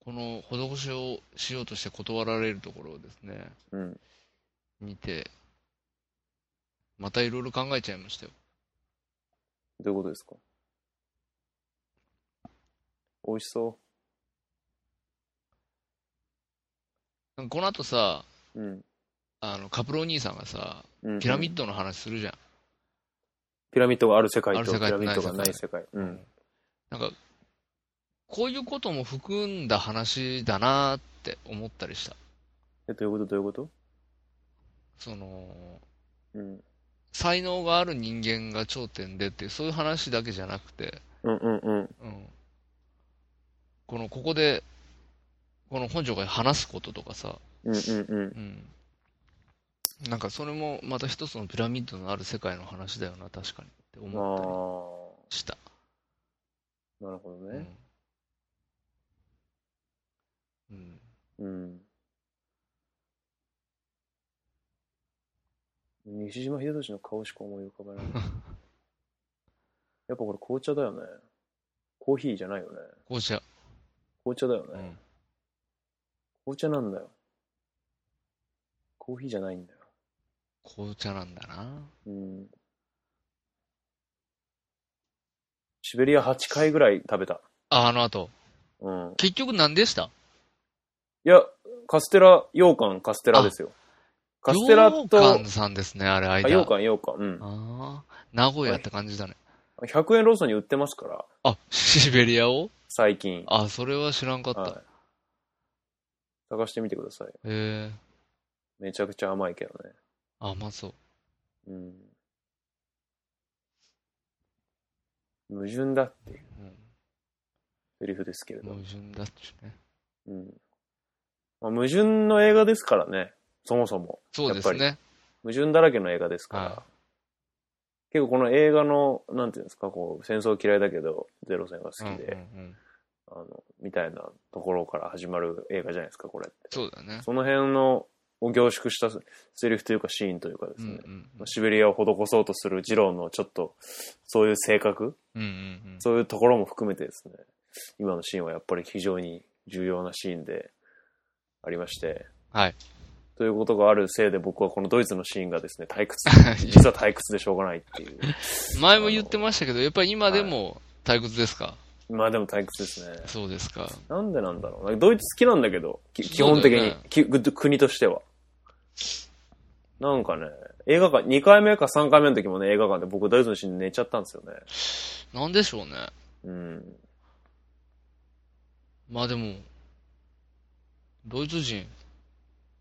Speaker 3: この施しをしようとして断られるところをですね、
Speaker 2: うん。
Speaker 3: 見て、またいろいろ考えちゃいましたよ。
Speaker 2: どういうことですか美味しそ
Speaker 3: なんかこの後さ、
Speaker 2: う。うん。
Speaker 3: あの、カプロお兄さんがさ、
Speaker 2: うん
Speaker 3: ピラミッドの話するじゃん。
Speaker 2: ピラミッドがある世
Speaker 3: あ
Speaker 2: 界
Speaker 3: る
Speaker 2: とピ
Speaker 3: 世界と
Speaker 2: ラミッドが
Speaker 3: な
Speaker 2: ないい
Speaker 3: 世
Speaker 2: 世界。うん。
Speaker 3: なんか、こういうことも含んだ話だなーって思ったりした。
Speaker 2: え、どういうことどういうこと
Speaker 3: その、
Speaker 2: うん。
Speaker 3: 才能がある人間が頂点でっていう、そういう話だけじゃなくて、
Speaker 2: うんうんうん。
Speaker 3: うん。この、ここで、この本庄が話すこととかさ、
Speaker 2: うんうんうん。
Speaker 3: うん。なんかそれもまた一つのピラミッドのある世界の話だよな、確かにって
Speaker 2: ああ
Speaker 3: 思ったりした。
Speaker 2: ー、なるほど
Speaker 3: うん
Speaker 2: ね。。
Speaker 3: うん。
Speaker 2: うん。 西島秀俊の顔しか思い浮かばない。やっぱこれ紅茶だよね。コーヒーじゃないよね。
Speaker 3: 紅茶。
Speaker 2: 紅茶だよね。
Speaker 3: うん。
Speaker 2: 紅茶なんだよ。コーヒーじゃないんだよ。
Speaker 3: 紅茶なんだな。
Speaker 2: うん。シベリア8回ぐらい食べた。
Speaker 3: あ、あの後。
Speaker 2: うん。
Speaker 3: 結局何でした
Speaker 2: いや、カステラ、羊羹、カステラですよ。カステラと、
Speaker 3: 羊
Speaker 2: あ
Speaker 3: 羹さんですね、あれ、間。
Speaker 2: 羊羹、羊羹、うん。
Speaker 3: ああ、名古屋って感じだね。
Speaker 2: 100円ローソンに売ってますから、
Speaker 3: あ、シベリアを
Speaker 2: 最近。
Speaker 3: あ、それは知らんかった。
Speaker 2: はい。探してみてください。
Speaker 3: へえ、
Speaker 2: めちゃくちゃ甘いけどね。
Speaker 3: 甘そう。
Speaker 2: うん。矛盾だっていうセリフですけれ
Speaker 3: うん、
Speaker 2: ど
Speaker 3: 矛。盾だっちゅね。
Speaker 2: うん。まあ、矛盾の映画ですからね。そもそも。
Speaker 3: そうですね。
Speaker 2: 矛盾だらけの映画ですから。
Speaker 3: は
Speaker 2: 結構この映画の、なんていうんですか、こう、戦争嫌いだけど、ゼロ戦が好きで、
Speaker 3: うんうんうん、
Speaker 2: あの、みたいなところから始まる映画じゃないですか、これって。
Speaker 3: そうだね。
Speaker 2: その辺の、を凝縮したセリフというかシーンというかですね。
Speaker 3: うん
Speaker 2: まあシベリアを施そうとするジローのちょっと、そういう性格、
Speaker 3: うんうんうん
Speaker 2: そういうところも含めてですね、今のシーンはやっぱり非常に重要なシーンでありまして、
Speaker 3: はい。
Speaker 2: ということがあるせいで僕はこのドイツのシーンがですね、退屈、実は退屈でしょうがないっていう。
Speaker 3: 前も言ってましたけど、やっぱり今でも退屈ですか、
Speaker 2: まあでも退屈ですね。
Speaker 3: そうですか。
Speaker 2: なんでなんだろうな。ドイツ好きなんだけど、き基本的
Speaker 3: そうだ
Speaker 2: に、
Speaker 3: よね
Speaker 2: きぐ国としては。なんかね、映画館、2回目か3回目の時もね、映画館で僕ドイツのシーンで寝ちゃったんですよね。
Speaker 3: なんでしょうね。
Speaker 2: うん。
Speaker 3: まあでも、ドイツ人、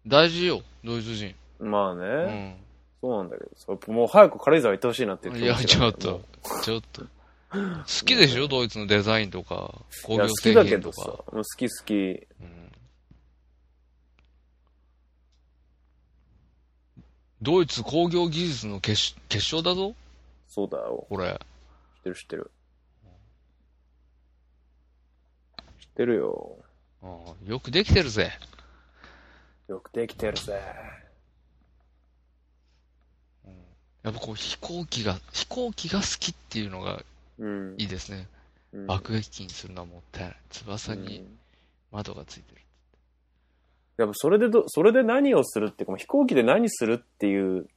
Speaker 3: 大事よ、ドイツ人。
Speaker 2: まあね、
Speaker 3: うん。
Speaker 2: そうなんだけどさ、もう早く軽井沢行ってほしいなっていう
Speaker 3: いや、ちょっと
Speaker 2: も、
Speaker 3: ちょっと。好きでしょ、ドイツのデザインとか、
Speaker 2: うい
Speaker 3: 工
Speaker 2: や
Speaker 3: 業
Speaker 2: 好き
Speaker 3: 製
Speaker 2: だけ
Speaker 3: 品
Speaker 2: ど
Speaker 3: と
Speaker 2: さ、
Speaker 3: か。
Speaker 2: もう好き好き。
Speaker 3: うんドイツ工業技術の結し結晶だぞ、
Speaker 2: そうだよ。
Speaker 3: これ。
Speaker 2: 知ってる知ってる。知ってるよ。
Speaker 3: うんよくできてるぜ。
Speaker 2: よくできてるぜ。
Speaker 3: やっぱこう飛行機が、飛行機が好きっていうのが
Speaker 2: うん
Speaker 3: い。いですね。
Speaker 2: うん
Speaker 3: 爆撃機にするのはもったいない。翼
Speaker 2: う
Speaker 3: に
Speaker 2: ん
Speaker 3: 窓がついてる。
Speaker 2: やっぱそれでど、それで何をするっていうか、もう飛行機で何するっていう、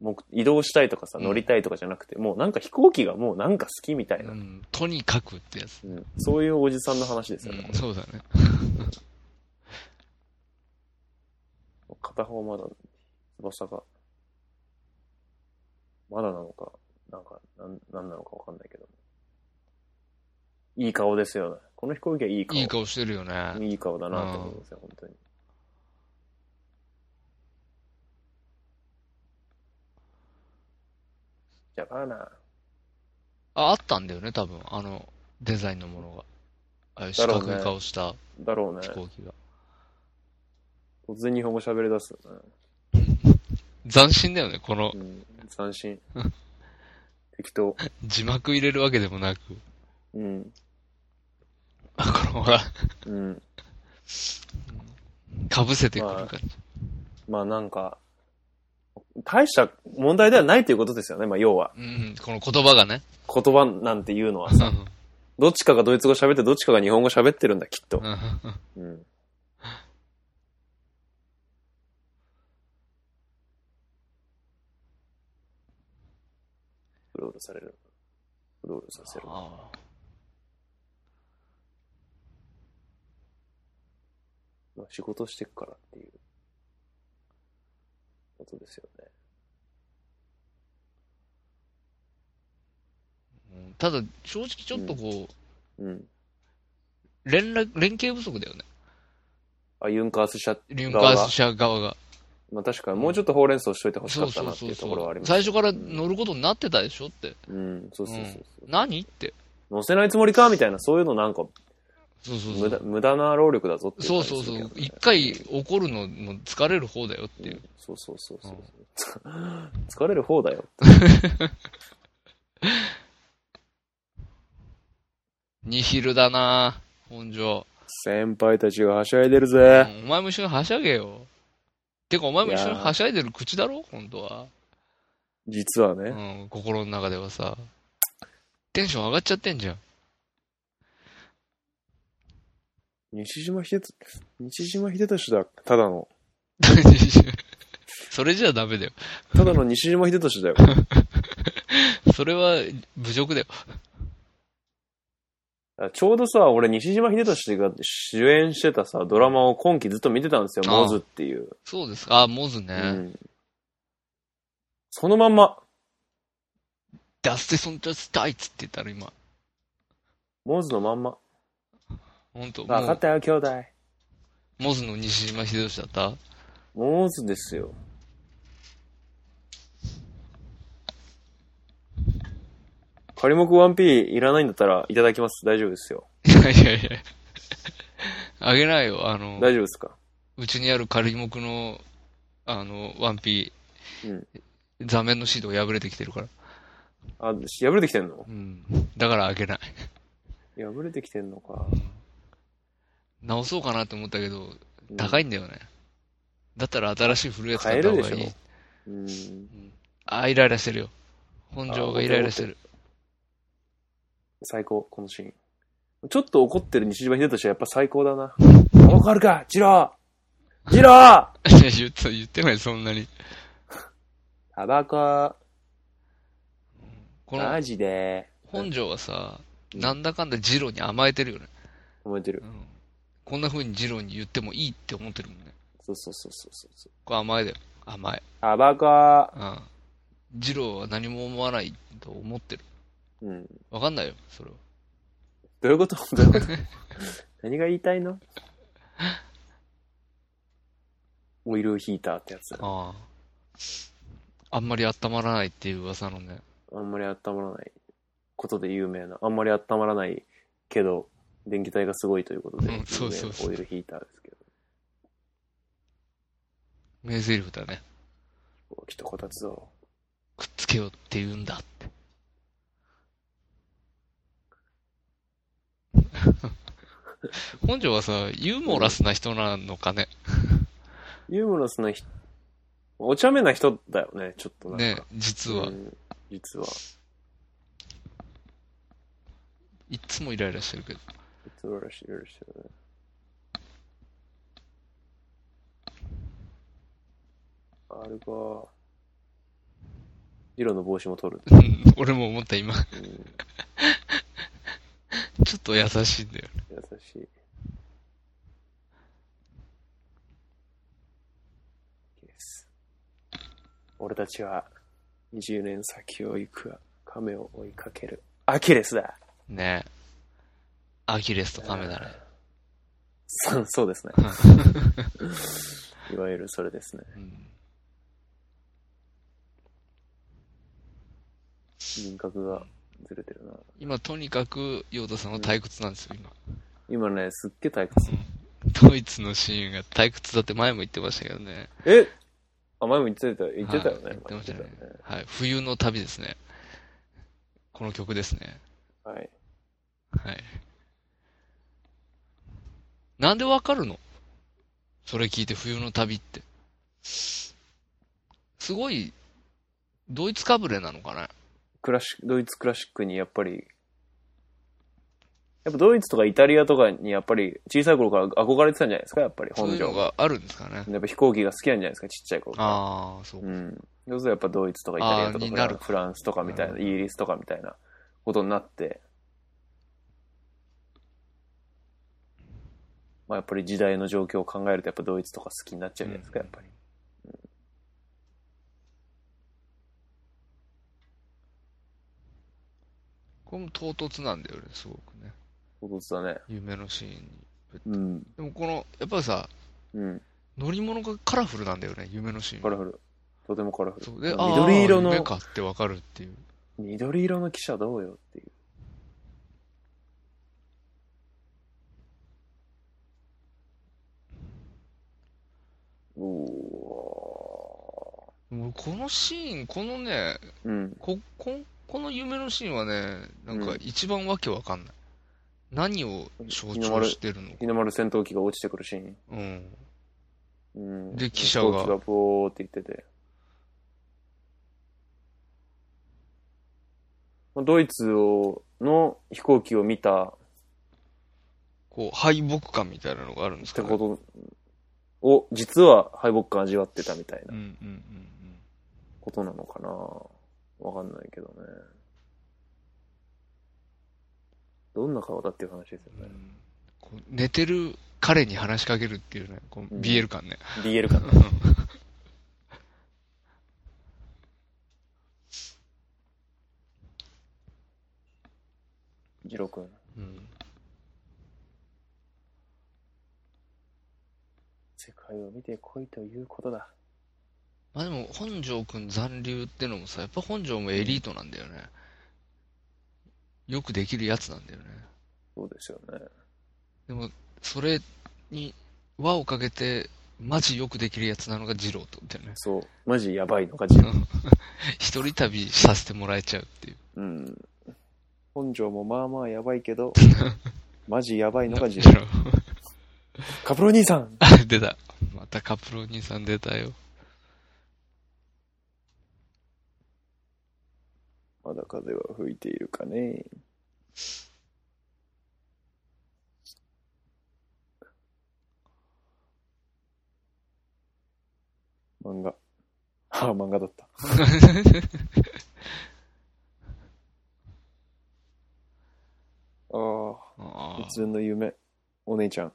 Speaker 2: もう移動したいとかさ、
Speaker 3: うん
Speaker 2: 乗りたいとかじゃなくて、もうなんか飛行機がもうなんか好きみたいな、
Speaker 3: う
Speaker 2: うん
Speaker 3: ん、とにかくってやつ。
Speaker 2: そういうおじさんの話ですよね。
Speaker 3: う
Speaker 2: こ
Speaker 3: ん、
Speaker 2: れ
Speaker 3: そうだね。
Speaker 2: 片方まだ翼がまだなのかなんかなんなんなのかわかんないけどいい顔ですよねこの飛行機はいい顔
Speaker 3: いい顔してるよね。
Speaker 2: いい顔だなって思うんですよ本当にジャパーナ
Speaker 3: あ、あったんだよね、多分。あの、デザインのものが。ああいう四
Speaker 2: だろうね
Speaker 3: 角い顔した
Speaker 2: だろうね
Speaker 3: 飛行機が。
Speaker 2: 突然日本語喋り出すよね、
Speaker 3: 斬新だよね、この
Speaker 2: うん、斬 新適当
Speaker 3: 字幕入れるわけでもなく。
Speaker 2: うん
Speaker 3: あ、このほら、
Speaker 2: うん
Speaker 3: かぶせてくる感じ。
Speaker 2: まあなんか、大した問題ではないということですよね。まあ要は、
Speaker 3: うん、この言葉がね。
Speaker 2: 言葉なんていうのは
Speaker 3: う
Speaker 2: さ、
Speaker 3: ん
Speaker 2: どっちかがドイツ語喋って、どっちかが日本語喋ってるんだ、きっと。
Speaker 3: うん
Speaker 2: うん。うろうろされる。うろうろさせる。
Speaker 3: ああ
Speaker 2: まあ、仕事してくからっていうことですよね。
Speaker 3: うんただ、正直ちょっとこ
Speaker 2: うん。
Speaker 3: う、連絡、連携不足だよね。
Speaker 2: あ、ユンカース社
Speaker 3: リュンカ
Speaker 2: 側
Speaker 3: ー
Speaker 2: が
Speaker 3: ス。社側が。
Speaker 2: まあ確かにもうちょっとほうれん草しといてほし
Speaker 3: そ
Speaker 2: か
Speaker 3: う
Speaker 2: った
Speaker 3: そ
Speaker 2: な
Speaker 3: う
Speaker 2: って
Speaker 3: そ
Speaker 2: いううと
Speaker 3: そ
Speaker 2: ころはあ
Speaker 3: う
Speaker 2: り。ますね
Speaker 3: 最初から乗ることになってたでしょって。
Speaker 2: うん、そうそうそうそう、
Speaker 3: 何って。
Speaker 2: 乗せないつもりかみたいな、そういうのなんか、
Speaker 3: そうそうそ
Speaker 2: 無駄、
Speaker 3: う。
Speaker 2: 無駄な労力だぞってい
Speaker 3: そう
Speaker 2: 感
Speaker 3: う
Speaker 2: じす
Speaker 3: そう
Speaker 2: るけどね、
Speaker 3: そう。一回怒るのも疲れる方だよっていう。
Speaker 2: そうそうそうそう。疲れる方だよ。
Speaker 3: ニヒルだな本庄。
Speaker 2: 先輩たちがはしゃいでる
Speaker 3: お
Speaker 2: ぜ。
Speaker 3: 前も一緒にはしゃげよ。てか、お前も一緒にはしゃいでる口だろ本当は。
Speaker 2: 実は
Speaker 3: う
Speaker 2: ね、
Speaker 3: ん、心の中ではさ。テンション上がっちゃってんじゃん。
Speaker 2: 西島秀俊、西島秀俊だ。ただの。
Speaker 3: それじゃダメだよ。
Speaker 2: ただの西島秀俊だ よ。
Speaker 3: それは侮辱だよ。
Speaker 2: あちょうどさ、俺、西島秀俊が主演してたさ、ドラマを今期ずっと見てたんですよ、
Speaker 3: ああ
Speaker 2: モズっていう。
Speaker 3: そうですか。あ、モズね。
Speaker 2: うんそのまんま、
Speaker 3: ダスティソン・ダスタイツって言ったら今。
Speaker 2: モズのまんま。
Speaker 3: ほんと、も
Speaker 2: 分かっ
Speaker 3: う
Speaker 2: たよ、兄弟。
Speaker 3: モズの西島秀俊だった
Speaker 2: モズですよ。仮目 1P いらないんだったらいただきます。大丈夫ですよ。
Speaker 3: いやいやいや。あげないよ。あの、
Speaker 2: 大丈夫ですか
Speaker 3: うちにある仮目の、あの、ワンピ
Speaker 2: うん。
Speaker 3: ー、座面のシートが破れてきてるから。
Speaker 2: あ、し破れてきてんの
Speaker 3: うん。だからあげない。
Speaker 2: 破れてきてんのか。
Speaker 3: 直そうかなと思ったけど、高
Speaker 2: い。
Speaker 3: いんだよね。だったら新しい古いやつ買った
Speaker 2: 買え
Speaker 3: 方
Speaker 2: る
Speaker 3: がい
Speaker 2: でし
Speaker 3: い
Speaker 2: ょ。うん。
Speaker 3: あーイライラしてるよ。本庄がイライラしてる。
Speaker 2: 最高、このシーン。ちょっと怒ってる西島秀俊はやっぱ最高だな。タバコあるかジロージロー
Speaker 3: いや 言って、言ってない、そんなに。
Speaker 2: タバコ、
Speaker 3: この
Speaker 2: マ、ジで。
Speaker 3: 本庄はさ、
Speaker 2: うん
Speaker 3: なんだかんだジローに甘えてるよね。
Speaker 2: 覚えてる
Speaker 3: う。ん。こんな風にジローに言ってもいいって思ってるもんね。
Speaker 2: そうそうそうそうそう。
Speaker 3: これ甘えだよ。甘え。
Speaker 2: タバコ、
Speaker 3: うん。ジローは何も思わないと思ってる。
Speaker 2: うん。
Speaker 3: わかんないよ、それは。
Speaker 2: どういうこと どういうこと何が言いたいのオイルヒーターってやつ。あ
Speaker 3: ああ。あんまり温まらないっていう噂のね。
Speaker 2: んまり温まらないことで有名な。あんまり温まらないけど、電気代がすごいということで、
Speaker 3: うんそうそうそう
Speaker 2: 有名なオイルヒーターですけど。
Speaker 3: 名台詞だね。
Speaker 2: きっとこたつだろ
Speaker 3: くっつけようって言うんだって。 本庄はさ、ユーモラスな人なのかね。
Speaker 2: う。ユーモラスな人、お茶目な人だよね、ちょっとなんか。
Speaker 3: ね、実は
Speaker 2: う。ん実は。
Speaker 3: いっつもイライラしてるけど。
Speaker 2: 素晴らしい、よろしいね。あれか。ジローの帽子も取る。
Speaker 3: うん俺も思った今。
Speaker 2: うん、
Speaker 3: ちょっと優しいんだよ。
Speaker 2: 優しい。です俺たちは20年先を行くわ。亀を追いかける。アキレスだ。
Speaker 3: ねアキレスとカメだね。
Speaker 2: そうそうですね。いわゆるそれですね。
Speaker 3: うん
Speaker 2: 人格がずれてるな。
Speaker 3: 今、とにかく、ヨーダさんは退屈なんですよ、今。
Speaker 2: 今ね、すっげえ退屈。
Speaker 3: ドイツのシーンが退屈だって前も言ってましたけどね。
Speaker 2: えあ、前も言ってた、言ってたよね。
Speaker 3: はい言ってましたね
Speaker 2: 前も言って
Speaker 3: はい。冬の旅ですね。この曲ですね。
Speaker 2: たよねはい。
Speaker 3: はい。なんでわかるのそれ聞いて冬の旅って。すごい、ドイツかぶれなのかね
Speaker 2: クラシック、ドイツクラシックにやっぱり、やっぱドイツとかイタリアとかにやっぱり小さい頃から憧れてたんじゃないですか、やっぱり
Speaker 3: そう
Speaker 2: 本
Speaker 3: いうの
Speaker 2: 庄が。
Speaker 3: があるんですかね。
Speaker 2: やっぱ飛行機が好きなんじゃないですか、ちっちゃい頃から。
Speaker 3: ああ、そう
Speaker 2: う
Speaker 3: か。
Speaker 2: ん。そうするとやっぱドイツとかイタリアとか
Speaker 3: あーに
Speaker 2: フ
Speaker 3: な
Speaker 2: ラ
Speaker 3: る
Speaker 2: ンフランスとかみたいな、
Speaker 3: な
Speaker 2: イギリスとかみたいなことになって、まあやっぱり時代の状況を考えるとやっぱドイツとか好きになっちゃうじゃないですか、やっぱり。
Speaker 3: これも唐突なんだよね、すごくね。
Speaker 2: そういうことだね。
Speaker 3: 夢のシーンに。
Speaker 2: うん。
Speaker 3: でもこの、やっぱりさ、
Speaker 2: うん。
Speaker 3: 乗り物がカラフルなんだよね、夢のシーン。
Speaker 2: カラフル。とてもカラフル。
Speaker 3: そうで、ああ、
Speaker 2: 緑色
Speaker 3: 夢
Speaker 2: の、
Speaker 3: かってわかるっていう。
Speaker 2: 緑色の汽車どうよっていう。お
Speaker 3: もうこのシーン、このね、
Speaker 2: ーうん。
Speaker 3: こ、こ、この夢のシーンはね、なんか一番わけわかんない。何を象徴してるのか。
Speaker 2: 日の丸戦闘機が落ちてくるシーン。
Speaker 3: うん。
Speaker 2: うん。
Speaker 3: で汽車が
Speaker 2: 飛行機がボーって言ってて。まあドイツをの飛行機を見た
Speaker 3: こう、敗北感みたいなのがあるんです
Speaker 2: って
Speaker 3: かね
Speaker 2: ことを、実は敗北感味わってたみたい
Speaker 3: う
Speaker 2: な
Speaker 3: んうんうんうん。
Speaker 2: ことなのかなわかんないけどね。どんな顔だっていう話ですよ
Speaker 3: う
Speaker 2: ね。
Speaker 3: んこう寝てる彼に話しかけるっていうね、こう
Speaker 2: うん
Speaker 3: BL 感ね。
Speaker 2: BL かな。ジロ君、
Speaker 3: うん
Speaker 2: 世界を見てこいということだ。
Speaker 3: まあでも、本庄くん残留ってのもさ、やっぱ本庄もエリートなんだよね。よくできるやつなんだよね。
Speaker 2: そうですよね。
Speaker 3: でも、それに輪をかけて、マジよくできるやつなのが二郎ってことだよね。
Speaker 2: そう。マジやばいのか、ジロ。
Speaker 3: 一人旅させてもらえちゃうっていう。
Speaker 2: うん。本庄もまあまあやばいけど、マジやばいのがジロ
Speaker 3: 二。郎
Speaker 2: カプロ兄さん
Speaker 3: あ、 出た。またカプロ兄さん出 たよ。
Speaker 2: まだ風は吹いているかね。漫画。 ああ、漫画だった。あ
Speaker 3: あ
Speaker 2: あ、
Speaker 3: あ
Speaker 2: 普通の夢。お姉ちゃん。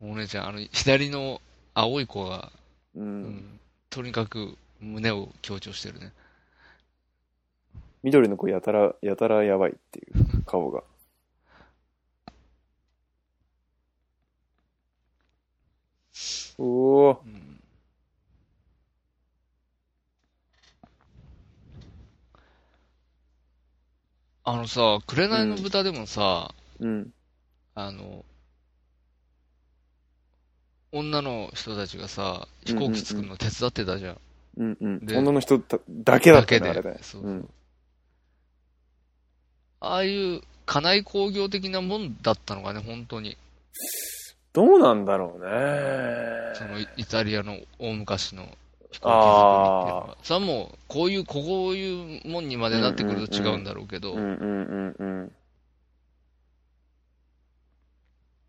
Speaker 3: お姉ちゃん、あの、左の青い子が、
Speaker 2: う。
Speaker 3: うんん、とにかく胸を強調してるね。
Speaker 2: 緑の子やたら、やたらやばいって いう顔が。おおー。
Speaker 3: うんあのさ、紅の豚でもさ、
Speaker 2: うん。
Speaker 3: あの、女の人たちがさ、
Speaker 2: うん
Speaker 3: 飛
Speaker 2: うんうん
Speaker 3: 行機作るの手伝ってたじゃん。
Speaker 2: うんうん。
Speaker 3: で
Speaker 2: 女の人だだけだったね、あ
Speaker 3: だけ
Speaker 2: れ
Speaker 3: で
Speaker 2: ね。
Speaker 3: そううんそうああいう、家内工業的なもんだったのがね、本当に。
Speaker 2: どうなんだろう
Speaker 3: その
Speaker 2: ね。
Speaker 3: イイタリアの大昔の飛行機作りっていうの
Speaker 2: あ
Speaker 3: は。それはもう、こういう、こういうもんにまでなってくると違うんだろうけど、
Speaker 2: うんうんうんうん。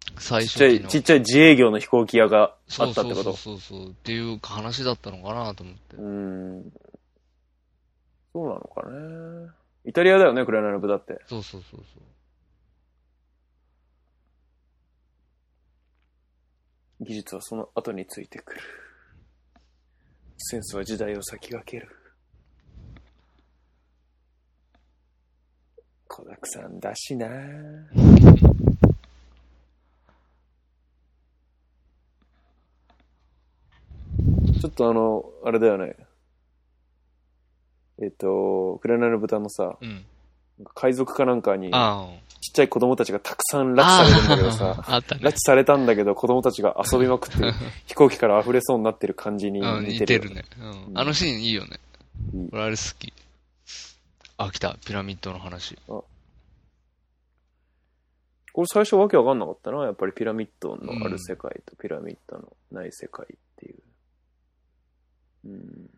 Speaker 2: ち
Speaker 3: 最
Speaker 2: っちゃ
Speaker 3: 初期
Speaker 2: い、
Speaker 3: の。
Speaker 2: ちっちゃい自営業の飛行機屋があ
Speaker 3: そう
Speaker 2: ったってこと
Speaker 3: そうそうそうそう。っていう話だったのかなと思って。
Speaker 2: うん。そうなのかね。イタリアだよね、クラナルブだって。
Speaker 3: そうそうそうそう。
Speaker 2: 技術はその後についてくる。センスは時代を先駆ける。子沢さんだしなちょっとあの、あれだよね。えっと、クラナル豚のさ、
Speaker 3: うん。
Speaker 2: 海賊かなんかに、ちっ
Speaker 3: あ
Speaker 2: ちゃい子供たちがたくさん
Speaker 3: あ。
Speaker 2: 拉致されるんだけどさ、
Speaker 3: あーあった
Speaker 2: 拉
Speaker 3: ね
Speaker 2: 致。されたんだけど、子供たちが遊びまくって、飛行機から溢れそうになってる感じに
Speaker 3: うん、似
Speaker 2: 似て
Speaker 3: て
Speaker 2: る
Speaker 3: る
Speaker 2: よ。
Speaker 3: ね。う。
Speaker 2: うんん
Speaker 3: あのシーンいいよね
Speaker 2: いい。
Speaker 3: 俺あれ好き。あ、来た。ピラミッドの話。
Speaker 2: これ最初わけわかんなかったな。やっぱりピラミッドのある世界とピラミッドのない世界っていう。うん。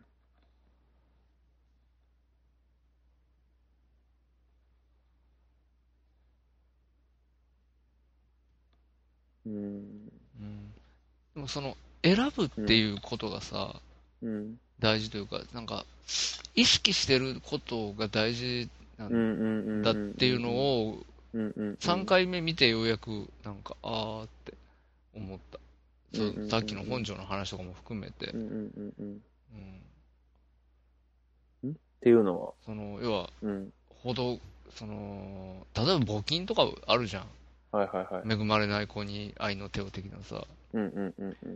Speaker 2: うん。
Speaker 3: うん。でもその、選ぶっていうことがさ、
Speaker 2: うん。
Speaker 3: 大事というか、なんか、意識してることが大事
Speaker 2: うんうんうん。
Speaker 3: だっていうのを、
Speaker 2: うんうんうん、
Speaker 3: 3回目見てようやく、なんか、あーって思った。そう
Speaker 2: うんうんうんうん
Speaker 3: さっきの本庄の話とかも含めて
Speaker 2: う、んうんうんうん。っ
Speaker 3: うん
Speaker 2: ていうのは、
Speaker 3: その、要は、
Speaker 2: うん。
Speaker 3: ほど、その、例えば募金とかあるじゃん。
Speaker 2: はいはいはい。
Speaker 3: 恵まれない子に愛の手を的なさ。
Speaker 2: うんうんうんうん
Speaker 3: うん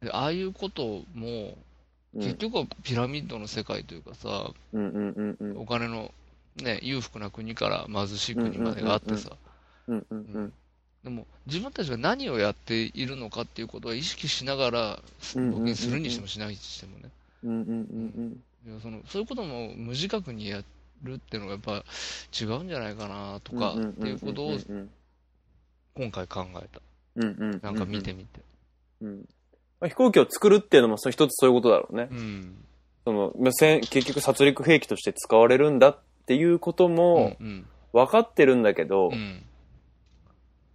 Speaker 3: で、ああいうことも、
Speaker 2: うん。
Speaker 3: 結局はピラミッドの世界というかさ、
Speaker 2: うんうんうんうん。
Speaker 3: お金の、ね、裕福な国から貧しい国までがあってさ、
Speaker 2: うんうんうん。
Speaker 3: でも自分たちが何をやっているのかっていうことは意識しながら
Speaker 2: うんうんうんうん
Speaker 3: 募金するにしてもしないにしてもね、
Speaker 2: うんうんうん
Speaker 3: いやそのそういうことも無自覚にやるっていうのがやっぱ違うんじゃないかなと
Speaker 2: うん。
Speaker 3: かっていうことを
Speaker 2: うん
Speaker 3: 今回考えた、
Speaker 2: うんうん。
Speaker 3: なんか見てみて。
Speaker 2: うん。まあ飛行機を作るっていうのもその一つそういうことだろうね
Speaker 3: う。ん
Speaker 2: その、まあせん結局殺戮兵器として使われるんだっっていうことも
Speaker 3: うん。
Speaker 2: 分かってるんだけど、
Speaker 3: うん。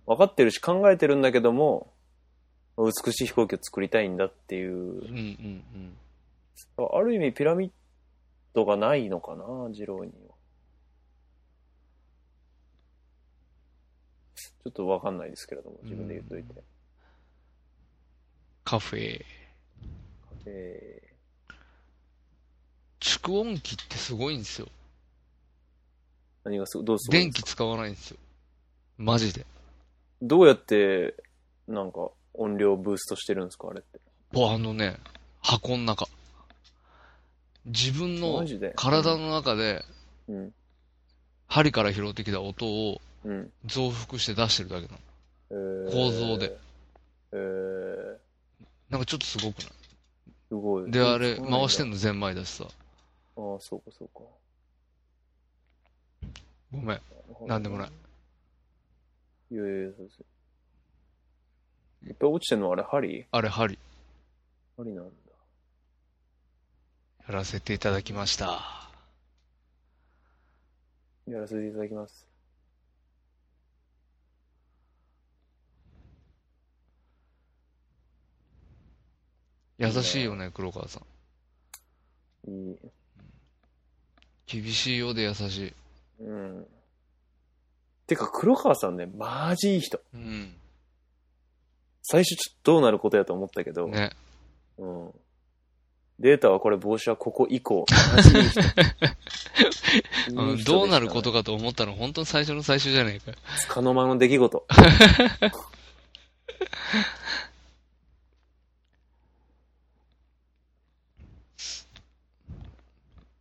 Speaker 2: 分かってるし考えてるんだけども、美しい飛行機を作りたいんだっていう
Speaker 3: うん。うん。うん。
Speaker 2: ある意味ピラミッドがないのかな、二郎には。ちょっとわかんないですけれども、自分で言っといて。
Speaker 3: カフェ。
Speaker 2: えー
Speaker 3: 蓄音機ってすごいんですよ。
Speaker 2: 何がすごどうすごいん
Speaker 3: 電
Speaker 2: です
Speaker 3: 気
Speaker 2: か
Speaker 3: 使わないんですよ。マジで。
Speaker 2: どうやって、なんか音量ブーストしてるんですか、あれって。
Speaker 3: ぼあのね、箱の中。自分の
Speaker 2: マジで。
Speaker 3: 体の中で、
Speaker 2: うん。
Speaker 3: 針から拾ってきた音を
Speaker 2: うん。
Speaker 3: 増幅して出してるだけなの。
Speaker 2: えー
Speaker 3: 構造で。
Speaker 2: えー、
Speaker 3: なんかちょっとすごくな
Speaker 2: すごい。
Speaker 3: いで、あれ、回して
Speaker 2: ん
Speaker 3: んのゼンマイだしさ。
Speaker 2: のああ、そうか、そうか。
Speaker 3: ごめん。
Speaker 2: るほど
Speaker 3: なんでもない。
Speaker 2: いやいやいや、そうですよいっぱい落ちてんのはあれ、針
Speaker 3: あれ、針、
Speaker 2: 針なんだ。
Speaker 3: やらせていただきました。
Speaker 2: やらせていただきます。
Speaker 3: 優しいよね、黒川さん。
Speaker 2: いい。
Speaker 3: 厳しいようで優しい。
Speaker 2: うん。てか、黒川さんね、マジいい人。
Speaker 3: うん。
Speaker 2: 最初ちょっとどうなることやと思ったけど、
Speaker 3: ね。
Speaker 2: うん。データはこれ帽子はここ以降、マジいい人。いい人で
Speaker 3: う
Speaker 2: し
Speaker 3: ん、
Speaker 2: たね
Speaker 3: どうなることかと思ったの、本当に最初の最初じゃねえか。
Speaker 2: つかの間の出来事。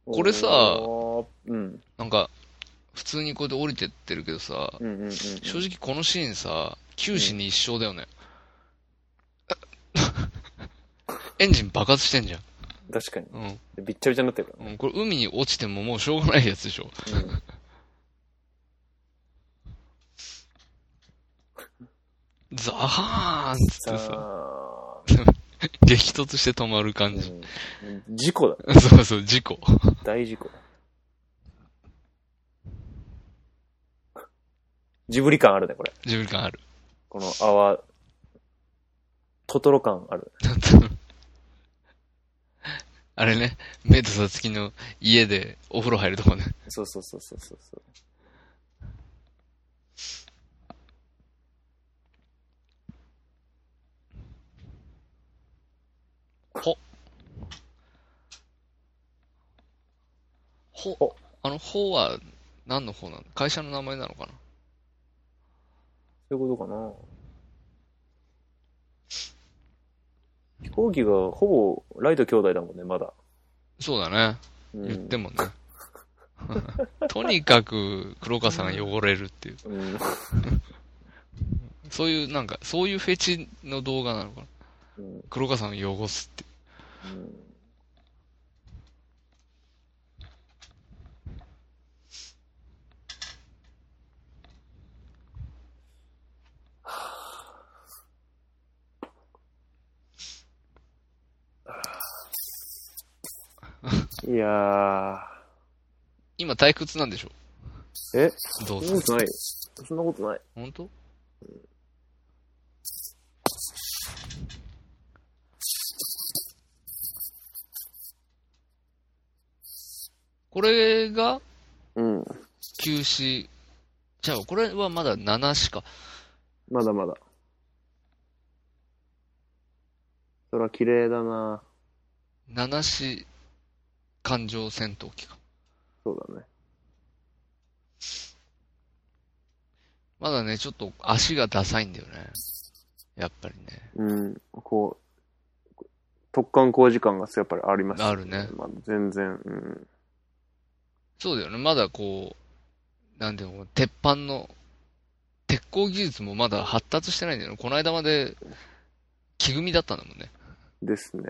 Speaker 3: これさ
Speaker 2: おーうん、
Speaker 3: なんか、普通にこうやって降りてってるけどさ、
Speaker 2: うん、うんうんうん。
Speaker 3: 正直このシーンさ、九死に一生だよね。エンジン爆発してんじゃん。
Speaker 2: 確かに。
Speaker 3: うん
Speaker 2: びっちゃびちゃになってるか
Speaker 3: うん。これ海に落ちてももうしょうがないやつでしょ。
Speaker 2: らね。
Speaker 3: ザハーンっつってさ、
Speaker 2: さあ、
Speaker 3: 激突して止まる感じ。
Speaker 2: うん事故だ。
Speaker 3: そうそう、事故。
Speaker 2: 大事故だ。ジブリ感あるね、これ。
Speaker 3: ジブリ感ある。
Speaker 2: この泡、トトロ感ある。
Speaker 3: なんつうのあれね、メイドさつきの家でお風呂入るとこね。
Speaker 2: そうそうそうそうそうそう。
Speaker 3: ほ
Speaker 2: ほ、
Speaker 3: あの、ほは何のほなの会社の名前なのかな
Speaker 2: そういうことかな。飛行機がほぼライト兄弟だもんね、まだ。
Speaker 3: そうだね。
Speaker 2: うん、
Speaker 3: 言ってもね。 とにかく黒川さんが汚れるっていう。
Speaker 2: うん。
Speaker 3: そういう、なんか、そういうフェチの動画なのかな
Speaker 2: うん。
Speaker 3: 黒川さんを汚すって。
Speaker 2: うんいやー、
Speaker 3: 今退屈なんでしょ
Speaker 2: え
Speaker 3: どう
Speaker 2: そんな
Speaker 3: ぞ。
Speaker 2: ことない。そんなことない。
Speaker 3: 本当これが
Speaker 2: うん。
Speaker 3: 休止。じゃあ、これはまだ7しか。
Speaker 2: まだまだ。そら綺麗だな
Speaker 3: 7し環状戦闘機か。
Speaker 2: そうだね。
Speaker 3: まだね、ちょっと足がダサいんだよね。やっぱりね。
Speaker 2: うん。こう、特貫工事感がやっぱりありました、
Speaker 3: あるね
Speaker 2: まあ、全然、うん。
Speaker 3: そうだよね。まだこう、なんていうの、鉄板の、鉄鋼技術もまだ発達してないんだよね。この間まで、木組みだったんだもんね。
Speaker 2: ですね。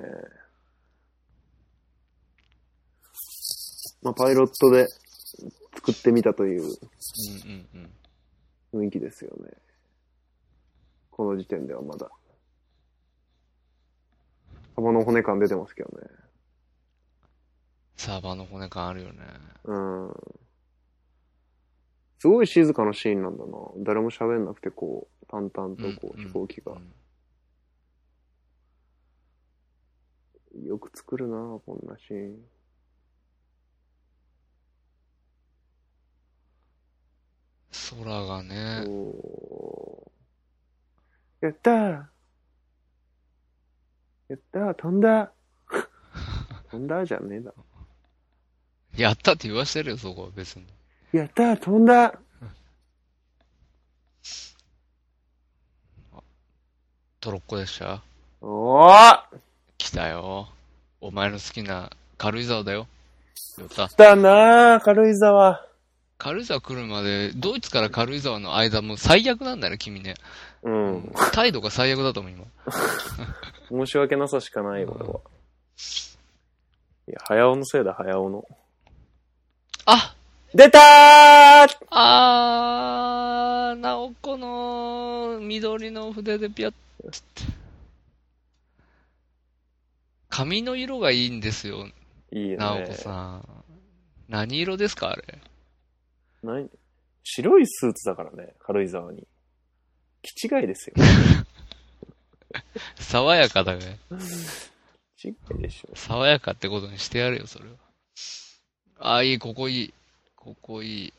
Speaker 2: まあ、パイロットで作ってみたという
Speaker 3: うんうんうん。
Speaker 2: 雰囲気ですよね。この時点ではまだ。サバの骨感出てますけどね。
Speaker 3: サーバーの骨感あるよね。
Speaker 2: うん。
Speaker 4: すごい静かなシーンなんだな。誰も喋んなくて、こう、淡々とこう、
Speaker 3: うん
Speaker 4: 飛行機が
Speaker 3: う。ん
Speaker 4: よく作るな、こんなシーン。
Speaker 3: 空がね、
Speaker 4: おーやったーやったー飛ん だ飛んだじゃねえだ。
Speaker 3: やったって言わしてるよ、そこは別に。
Speaker 4: やったー飛んだ
Speaker 3: トロッコでした
Speaker 4: おー
Speaker 3: 来たよ。お前の好きな軽井沢だよ。よた
Speaker 4: 来。たなー軽井沢。
Speaker 3: 軽井沢来るまで、ドイツから軽井沢の間も最悪なんだよね、君ね。
Speaker 2: うん。
Speaker 3: 態度が最悪だと思う、今。
Speaker 2: 申し訳なさしかない、俺は。いや、早尾のせいだ、早尾の。
Speaker 3: あ
Speaker 2: 出たー
Speaker 3: あー、なおこの緑の筆でピャッつって。髪の色がいいんですよ、
Speaker 2: いいよ
Speaker 3: なお
Speaker 2: ね
Speaker 3: こ。さん。何色ですか、あれ。
Speaker 2: 何白いスーツだからね、軽井沢に。気違いですよ。
Speaker 3: 爽やかだね。
Speaker 2: 気違いでしょ。
Speaker 3: 爽やかってことにしてやるよ、それは。ああ、いい、ここいい。ここいい。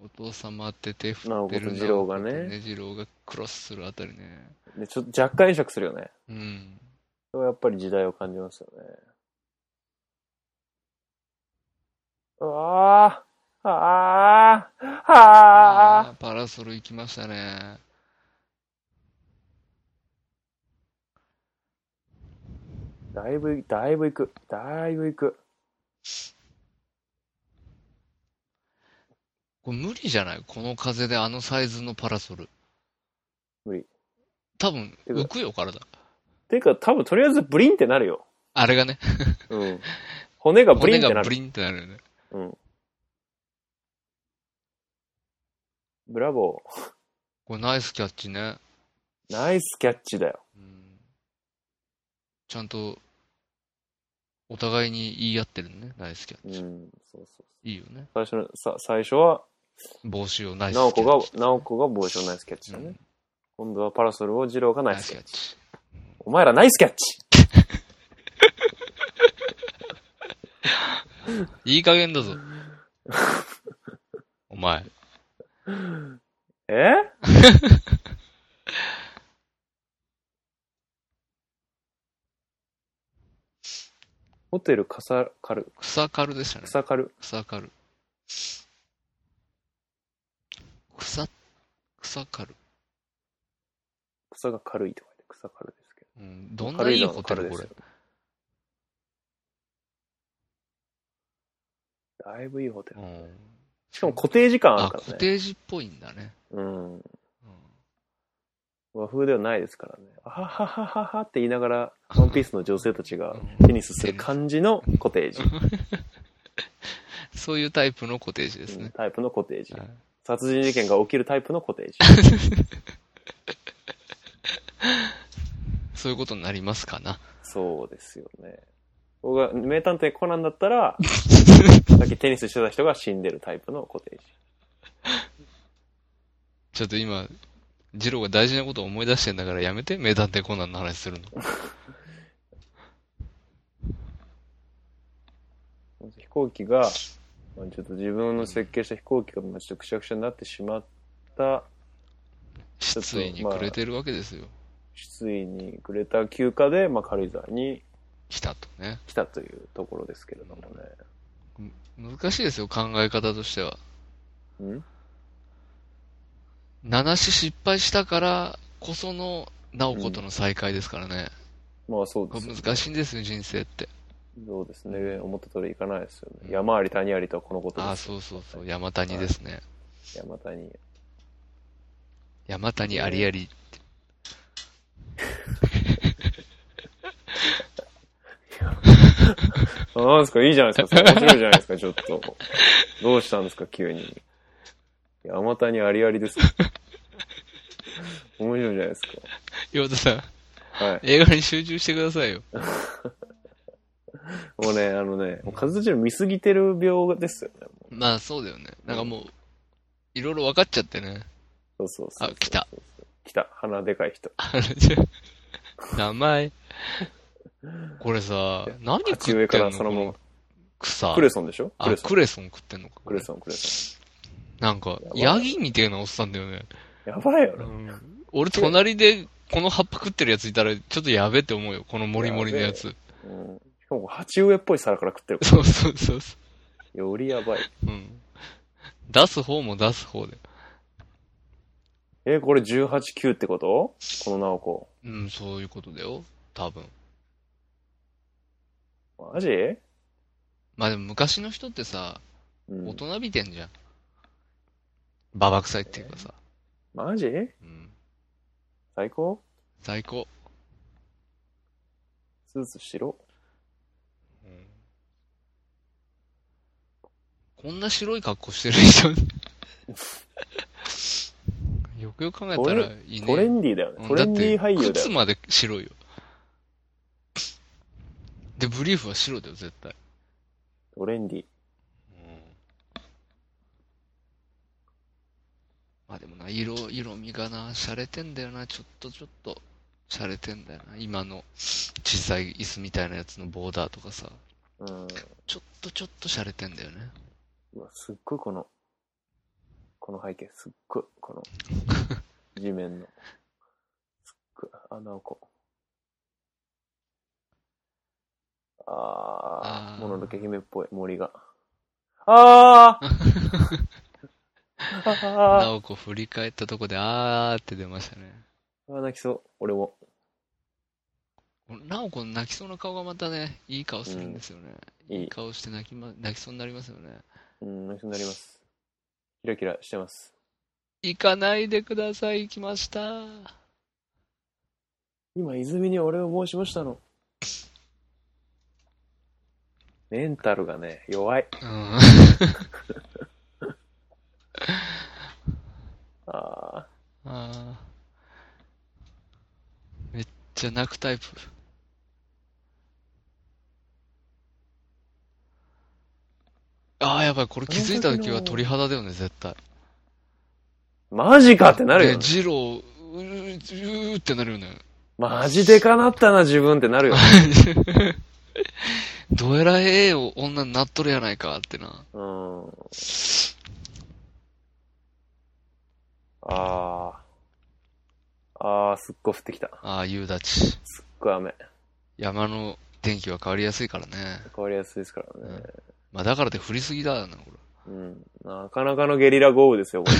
Speaker 3: お父様って手振ってる
Speaker 2: なおこと二郎がね
Speaker 3: なおことね、二郎がクロスするあたりね。
Speaker 2: で、ちょっと若干会釈するよね。
Speaker 3: うん。
Speaker 2: それはやっぱり時代を感じますよね。うわあ、ああ、ああ、
Speaker 3: ーパラソル行きましたね。
Speaker 2: だいぶ、だいぶ行く、だいぶ行く。
Speaker 3: これ無理じゃないこの風であのサイズのパラソル。
Speaker 2: 無理。
Speaker 3: 多分、
Speaker 2: てか
Speaker 3: 浮くよ、体。
Speaker 2: ていうか、多分とりあえずブリンってなるよ。
Speaker 3: あれがね、
Speaker 2: うん。骨がブリン
Speaker 3: 骨
Speaker 2: って
Speaker 3: が
Speaker 2: な
Speaker 3: ブ
Speaker 2: る。
Speaker 3: リンってなるよね。
Speaker 2: うん。ブラボ
Speaker 3: これナイスキャッチね。
Speaker 2: ー。ナイスキャッチだよ。
Speaker 3: うんちゃんと、お互いに言い合ってるね、ナイスキャ
Speaker 2: う
Speaker 3: ッ
Speaker 2: ん
Speaker 3: チ。、
Speaker 2: そうそう。
Speaker 3: いいよね。
Speaker 2: 最初の、さ、最初は、
Speaker 3: 帽子をナイスキャ
Speaker 2: ナオ
Speaker 3: ッチ。
Speaker 2: コが、ナオコが帽子をナイスキャッチだね。
Speaker 3: うん
Speaker 2: 今度はパラソルをジローがナ
Speaker 3: ナ
Speaker 2: イ
Speaker 3: イ
Speaker 2: ス
Speaker 3: ス
Speaker 2: キャ
Speaker 3: キ
Speaker 2: ッ
Speaker 3: ャ
Speaker 2: チ
Speaker 3: ッ。チ。
Speaker 2: お前らナイスキャッチ
Speaker 3: いい加減だ ぞ。お前。
Speaker 2: え ホテルカサカル、
Speaker 3: 草刈るでしたね。
Speaker 2: 草カル。
Speaker 3: 草刈る。草、草刈る。
Speaker 2: 草が軽いとかで草カルですけど。
Speaker 3: うん、どんないいホテルこれ。
Speaker 2: だいぶいいホテル。
Speaker 3: うん
Speaker 2: しかも固定時間あ
Speaker 3: あ、
Speaker 2: るから
Speaker 3: コ
Speaker 2: ね。
Speaker 3: テージっぽいんだね。
Speaker 2: うん。
Speaker 3: うん
Speaker 2: 和風ではないですからね。あはははははって言いながら、ワンピースの女性たちがテニスする感じのコテージ。
Speaker 3: そういうタイプのコテージです
Speaker 2: うん
Speaker 3: ね。
Speaker 2: タイプのコテージ
Speaker 3: は。い
Speaker 2: 殺人事件が起きるタイプのコテージ。
Speaker 3: そういうことになりますかな。
Speaker 2: そうですよね。僕が名探偵コナンだった ら、さっきテニスしてた人が死んでるタイプのコテージ。
Speaker 3: ちょっと今、ジローが大事なことを思い出してんだからやめて、名探偵コナンの話 するの。
Speaker 2: 飛行機が、まあちょっと自分の設計した飛行機がまあちょっとくしゃくしゃになってしまった、
Speaker 3: 失意にくれてるわけですよ。
Speaker 2: 失意にくれた休暇で、まあ、軽井沢に
Speaker 3: 来たとね。
Speaker 2: 来たというところですけれども
Speaker 3: 難しいですよ、考え方としては。
Speaker 2: ね。ん
Speaker 3: 七死失敗したからこその、なおことの再会ですからね。
Speaker 2: まあそう
Speaker 3: こ
Speaker 2: で
Speaker 3: れ
Speaker 2: す。
Speaker 3: 難しいんですよ、人生って。
Speaker 2: そうですね。思った通りいかないですよね。山あり谷ありとはこのこと
Speaker 3: ああ、
Speaker 2: です。
Speaker 3: そうそうそう、山谷ですね。
Speaker 2: 山谷。
Speaker 3: 山谷ありあり。
Speaker 2: なんですかいいじゃないですか。それ面白いじゃないですか、ちょっと。どうしたんですか、急に。山谷ありありですか。面白いじゃないですか。
Speaker 3: 岩田さん、
Speaker 2: はい。
Speaker 3: 映画に集中してくださいよ。
Speaker 2: もうね、あのね、もうカズチロ見すぎてる病ですよね。もう
Speaker 3: まあそうだよね。なんかもう、いろいろ分かっちゃってね。
Speaker 2: そうそうそうそう。
Speaker 3: あ来た。
Speaker 2: 来た。鼻でかい人。
Speaker 3: あれじゃ 名前。これさ、何
Speaker 2: 鉢
Speaker 3: 食
Speaker 2: 植
Speaker 3: っ
Speaker 2: えか
Speaker 3: てんの
Speaker 2: らそのまま
Speaker 3: こ。草。
Speaker 2: クレソンでしょク
Speaker 3: あ、
Speaker 2: レソン。
Speaker 3: クレソン食ってんのか。
Speaker 2: クレソン、クレソ
Speaker 3: なんか、
Speaker 2: やば
Speaker 3: ヤギみたいなおっさんだよね。
Speaker 2: ン。やばいよね。
Speaker 3: 俺、隣でこの葉っぱ食ってるやついたら、ちょっとやべって思うよ。このモリモリのやつ。
Speaker 2: うん。しかも、鉢植えっぽい皿から食ってるか
Speaker 3: そうそうそうそ
Speaker 2: ら。よりやばい。
Speaker 3: う。うん。出す方も出す方で。
Speaker 2: え、これ18、9ってことこの直子。
Speaker 3: うん、そういうことだよ。多分。
Speaker 2: マジ
Speaker 3: まあでも昔の人ってさ、
Speaker 2: うん
Speaker 3: 大。人びてんじゃん。ババ臭いっていうかさ。
Speaker 2: マジ
Speaker 3: うん。
Speaker 2: 最高
Speaker 3: 最高。
Speaker 2: スーツしろ。
Speaker 3: うんこんな白い格好してる 人。よくよく考えたらいいね。
Speaker 2: トレンディーだよね。トレンディー俳
Speaker 3: だっ
Speaker 2: 優だ
Speaker 3: て
Speaker 2: よ
Speaker 3: 靴
Speaker 2: ね。
Speaker 3: まで白いよ。で、ブリーフは白だよ、絶対。
Speaker 2: トレンディー。
Speaker 3: まあでもな、色、色味がな、洒落てんだよな、ちょっとちょっと、洒落てんだよな。今の小さい椅子みたいなやつのボーダーとかさ、
Speaker 2: うん。
Speaker 3: ちょっとちょっと洒落てんだよね。
Speaker 2: うわ、すっごいこの、この背景、すっごい、この、 地面の、すっごい、あ、なおこ。あ
Speaker 3: あ
Speaker 2: ー、
Speaker 3: ー
Speaker 2: もののけ姫っぽい森が。あーあ
Speaker 3: なおこ振り返ったとこで、あーって出ましたね。
Speaker 2: ーあ、泣きそう、俺も。
Speaker 3: なおこの泣きそうな顔がまたね、いい顔するんですよね。
Speaker 2: うんいい
Speaker 3: いい顔して泣き,、ま、泣きそうになりますよね。
Speaker 2: うん、泣きそうになります。キラキラしてます。
Speaker 3: 行かないでください、来ました。
Speaker 2: 今、泉に俺を申しましたの。メンタルがね、弱い。
Speaker 3: うん。
Speaker 2: ああ、
Speaker 3: あーめっちゃ泣くタイプ。ああ、やばい、これ気づいた時は鳥肌だよね、絶対。
Speaker 2: マジかってなるよ、ね
Speaker 3: で、。ジロー、うー、うーってなるよね。
Speaker 2: マジでかなったな、自分ってなる よ。
Speaker 3: どえらいええ女になっとるやないかってな。
Speaker 2: うん。あー。あー、すっごい降ってきた。
Speaker 3: ああ、夕立ち。
Speaker 2: すっごい雨。
Speaker 3: 山の天気は変わりやすいからね。
Speaker 2: 変わりやすいですからね。
Speaker 3: まあだからって降りすぎだよな、これ。
Speaker 2: うん。なかなかのゲリラ豪雨ですよ、これ。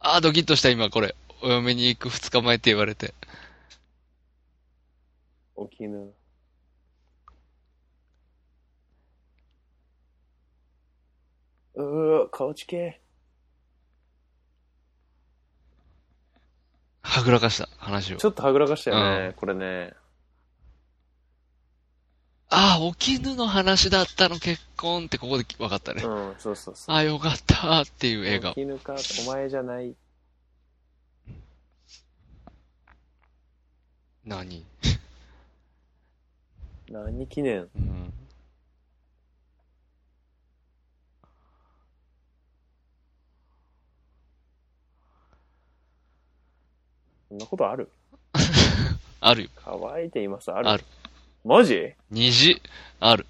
Speaker 3: ああ、ドキッとした、今これ。お嫁に行く二日前って言われて。
Speaker 2: 起きぬ。うー、顔ちけ。
Speaker 3: はぐらかした、話を
Speaker 2: ち。ょっとはぐらかしたよね、
Speaker 3: うん
Speaker 2: これね。
Speaker 3: ああ、お絹の話だったの、結婚ってここで分かったね
Speaker 2: う。ん、そうそうそう。
Speaker 3: ああ、よかったっていう映画
Speaker 2: 起。きぬか、お前じゃない。
Speaker 3: 何
Speaker 2: 何記念
Speaker 3: うん。
Speaker 2: そんなことある
Speaker 3: あるよ。
Speaker 2: 乾いています。ある
Speaker 3: ある
Speaker 2: マジ
Speaker 3: 虹。ある。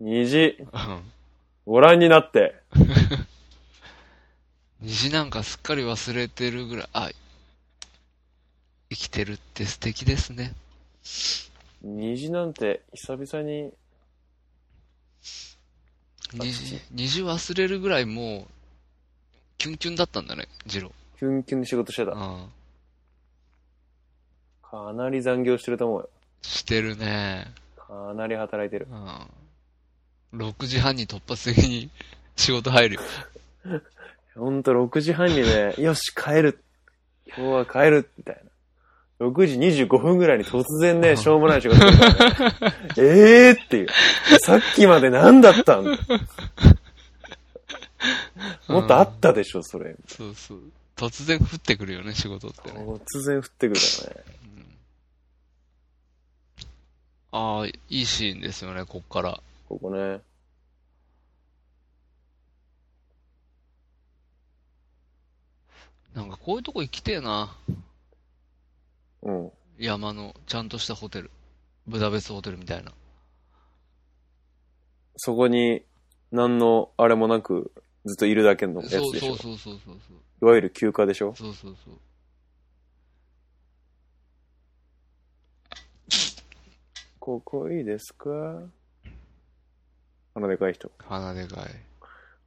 Speaker 2: 虹、
Speaker 3: うん
Speaker 2: ご覧になって。
Speaker 3: 虹なんかすっかり忘れてるぐらい。あ、生きてるって素敵ですね。
Speaker 2: 虹なんて久々に、
Speaker 3: 虹、虹忘れるぐらいもう、キュンキュンだったんだね、ジロ
Speaker 2: キュンキュンに仕事してた。
Speaker 3: ー。うん。
Speaker 2: かなり残業してると思うよ。
Speaker 3: してるね。
Speaker 2: かなり働いてる。
Speaker 3: うん。6時半に突発的に 仕事入るよ。
Speaker 2: ほんと6時半にね、 よし、帰る。今日は帰る。みたいな。6時25分ぐらいに突然ね、しょうもない仕事してたからね えーっていう。さっきまで何だったんだもっとあったでしょ、それ。
Speaker 3: そうそう。突然降ってくるよね、仕事ってね。
Speaker 2: 突然降ってくるからね。
Speaker 3: ああ、いいシーンですよね、こっから。
Speaker 2: ここね。
Speaker 3: なんかこういうとこ行きてえな。
Speaker 2: うん。
Speaker 3: 山の、ちゃんとしたホテル。ブダペストホテルみたいな。
Speaker 2: そこに、何のあれもなく、ずっといるだけのやつでし
Speaker 3: そ
Speaker 2: ょ。
Speaker 3: うそうそうそうそうそう。
Speaker 2: いわゆる休暇でしょ
Speaker 3: そうそうそう。
Speaker 2: ここいいですか鼻でかい人。
Speaker 3: 鼻でかい。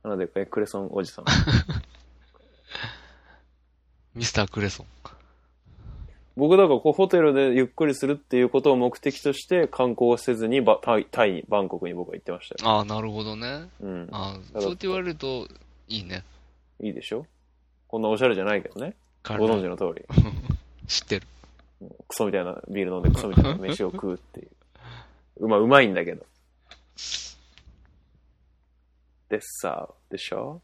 Speaker 2: 鼻でかいクレソンおじさん。
Speaker 3: ミスタークレソン。
Speaker 2: 僕だからこうホテルでゆっくりするっていうことを目的として観光をせずにばタイ、タイに、バンコクに僕は行ってましたよ。
Speaker 3: ああ、なるほどね。
Speaker 2: うん。
Speaker 3: ああ、そうって言われると、いいね。
Speaker 2: いいでしょこんなおしゃれじゃないけどね。
Speaker 3: 彼
Speaker 2: ご
Speaker 3: ら
Speaker 2: 存知の通り。
Speaker 3: 知ってる。
Speaker 2: クソみたいなビール飲んでクソみたいな飯を食うっていう。まあ、うまいんだけど。でさ、でしょ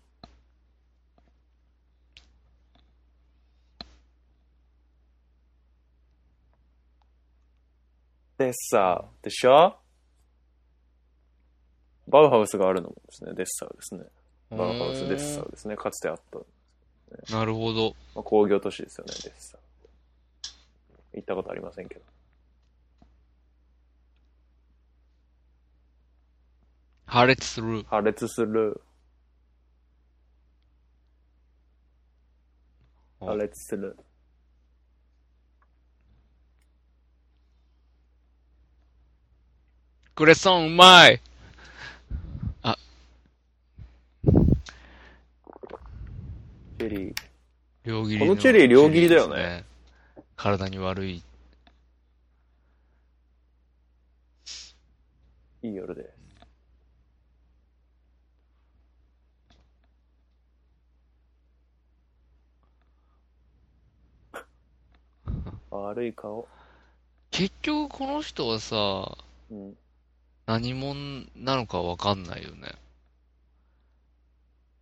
Speaker 2: でさ、でしょバウハウスがあるのもですね、デッサウですね。バウハウス、デッサウですね。かつてあった、ま
Speaker 3: なるほど。
Speaker 2: あ、工業都市ですよね、デッサウ。行ったことありませんけど。
Speaker 3: 破裂する。
Speaker 2: 破裂する。
Speaker 3: あ
Speaker 2: 破裂する。
Speaker 3: クレソンうまいあ、
Speaker 2: チェリー。
Speaker 3: 両切り
Speaker 2: このチェリー両切りだよね
Speaker 3: チェリーですね。体に悪い。
Speaker 2: いい夜です。悪い顔。
Speaker 3: 結局この人はさ、
Speaker 2: うん。
Speaker 3: 何者なのかわかんないよね。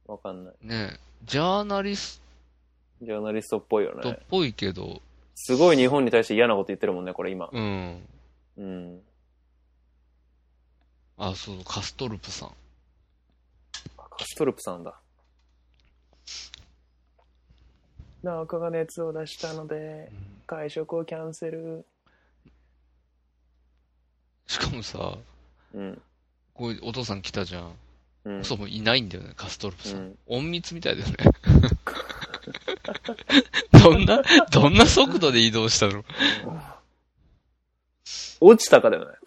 Speaker 2: わかんない。
Speaker 3: ねえジャーナリス
Speaker 2: ジャーナリストっぽいよ
Speaker 3: トっ
Speaker 2: ね。
Speaker 3: ぽいけど、
Speaker 2: すごい日本に対して嫌なこと言ってるもんね、これ今。
Speaker 3: うん。
Speaker 2: うん。
Speaker 3: あ、そう、カストルプさん。
Speaker 2: あカストルプさんだ。なおかが熱を出したので、会食をキャンセル。
Speaker 3: しかもさ、
Speaker 2: うん。
Speaker 3: こうお父さん来たじゃん。
Speaker 2: うん。
Speaker 3: そうもういないんだよね、カストルプ
Speaker 2: う
Speaker 3: さん。
Speaker 2: ん。
Speaker 3: 隠密みたいだよね。 どんな、どんな速度で移動したの
Speaker 2: 落ちたかだよね。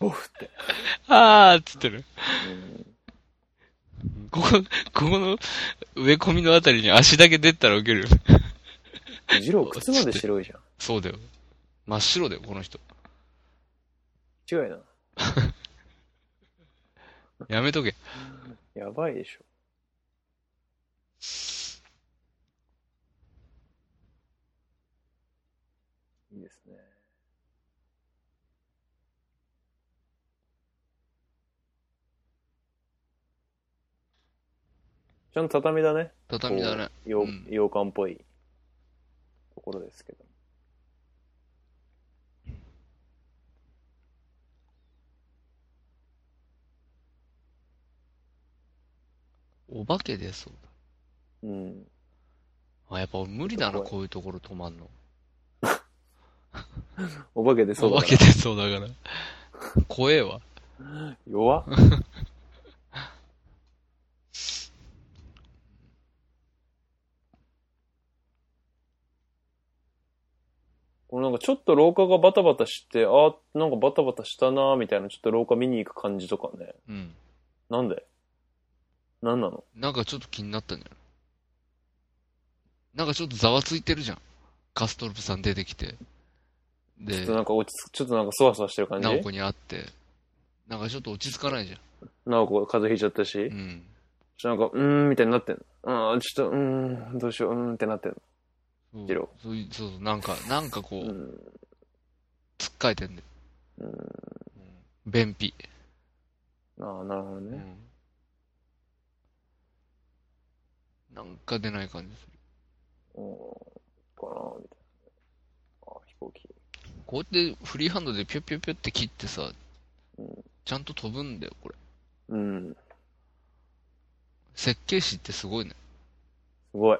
Speaker 2: オフって。
Speaker 3: あーっつってる。
Speaker 2: うん
Speaker 3: ここ、ここの植え込みのあたりに足だけ出たらウケるよね。
Speaker 2: ジロー靴まで白いじゃ
Speaker 3: そうだよ。真っ白だよ、この人。
Speaker 2: ん。違いな。
Speaker 3: やめとけ。
Speaker 2: やばいでしょ。いいですね。ちゃんと畳だね。
Speaker 3: 畳だね。
Speaker 2: 洋
Speaker 3: うん
Speaker 2: 洋館っぽいところですけど。
Speaker 3: お化けでそう
Speaker 2: うん。
Speaker 3: だ。あ、やっぱ俺無理だな、
Speaker 2: 怖い
Speaker 3: こういうところ止まんの。
Speaker 2: お化けでそう
Speaker 3: お
Speaker 2: だ
Speaker 3: 化
Speaker 2: な
Speaker 3: けでそうだから。怖えわ。
Speaker 2: 弱っ。 このなんかちょっと廊下がバタバタして、あーなんかバタバタしたなーみたいな、ちょっと廊下見に行く感じとかね。
Speaker 3: うん。
Speaker 2: なんでなんなの
Speaker 3: なんかちょっと気になったんじゃないなんかちょっとざわついてるじゃん。カストルプさん出てきて。
Speaker 2: ちょ
Speaker 3: で
Speaker 2: っと、なんか落ち着く、ちょっとなんかそわそわしてる感じ
Speaker 3: ナオコに会って。なんかちょっと落ち着かないじ
Speaker 2: なおこ風邪ひいちゃったし、
Speaker 3: ゃん。うん。
Speaker 2: ちょっとなんか、うーんみたいになってんの。うん、ちょっと、うーん、どうしよう、うーんってなってん
Speaker 3: そう
Speaker 2: ジロ
Speaker 3: そういそうそう、なんか、なんかこ
Speaker 2: の。う
Speaker 3: う、
Speaker 2: ん、
Speaker 3: つっかえてんね。
Speaker 2: うん、
Speaker 3: 便秘。
Speaker 2: ああ、なるほど
Speaker 3: う
Speaker 2: ね。
Speaker 3: ん。なんか出ない感じす
Speaker 2: うん、かなーみたいな。あー飛行機。
Speaker 3: る。こうやってフリーハンドでピュッピュッピュッって切ってさ
Speaker 2: うん、
Speaker 3: ちゃんと飛ぶんだよ、これ。
Speaker 2: うん、
Speaker 3: 設計士ってすごいね。
Speaker 2: すごい。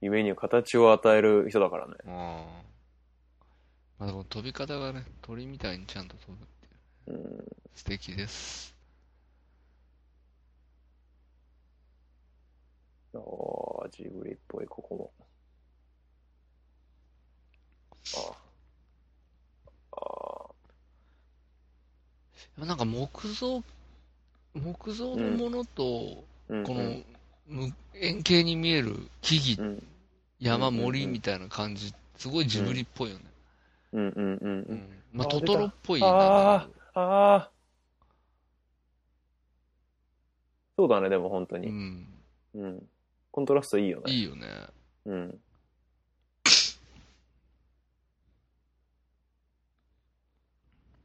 Speaker 2: 夢には形を与える人だからね。
Speaker 3: ああ。まあでも飛び方がね、鳥みたいにちゃんと飛
Speaker 2: う
Speaker 3: ぶ。
Speaker 2: ん。
Speaker 3: 素敵です。
Speaker 2: ああ、ジブリっぽい、ここも。ああ。あ
Speaker 3: でもなんか木造、木造のものと、
Speaker 2: あ。うん
Speaker 3: この、む円形に見える木
Speaker 2: う
Speaker 3: 々、
Speaker 2: ん。
Speaker 3: 山、
Speaker 2: うんうんうん
Speaker 3: 森みたいな感じ、すごいジブリっぽいよね。
Speaker 2: うんうんうん
Speaker 3: う
Speaker 2: うんん。
Speaker 3: まあ、
Speaker 2: あ
Speaker 3: トトロっぽい
Speaker 2: 出た
Speaker 3: な。
Speaker 2: ああ。そうだね、でも本当
Speaker 3: う
Speaker 2: に。
Speaker 3: ん。
Speaker 2: うん。コントラストいいよね。
Speaker 3: いいよね。
Speaker 2: うん。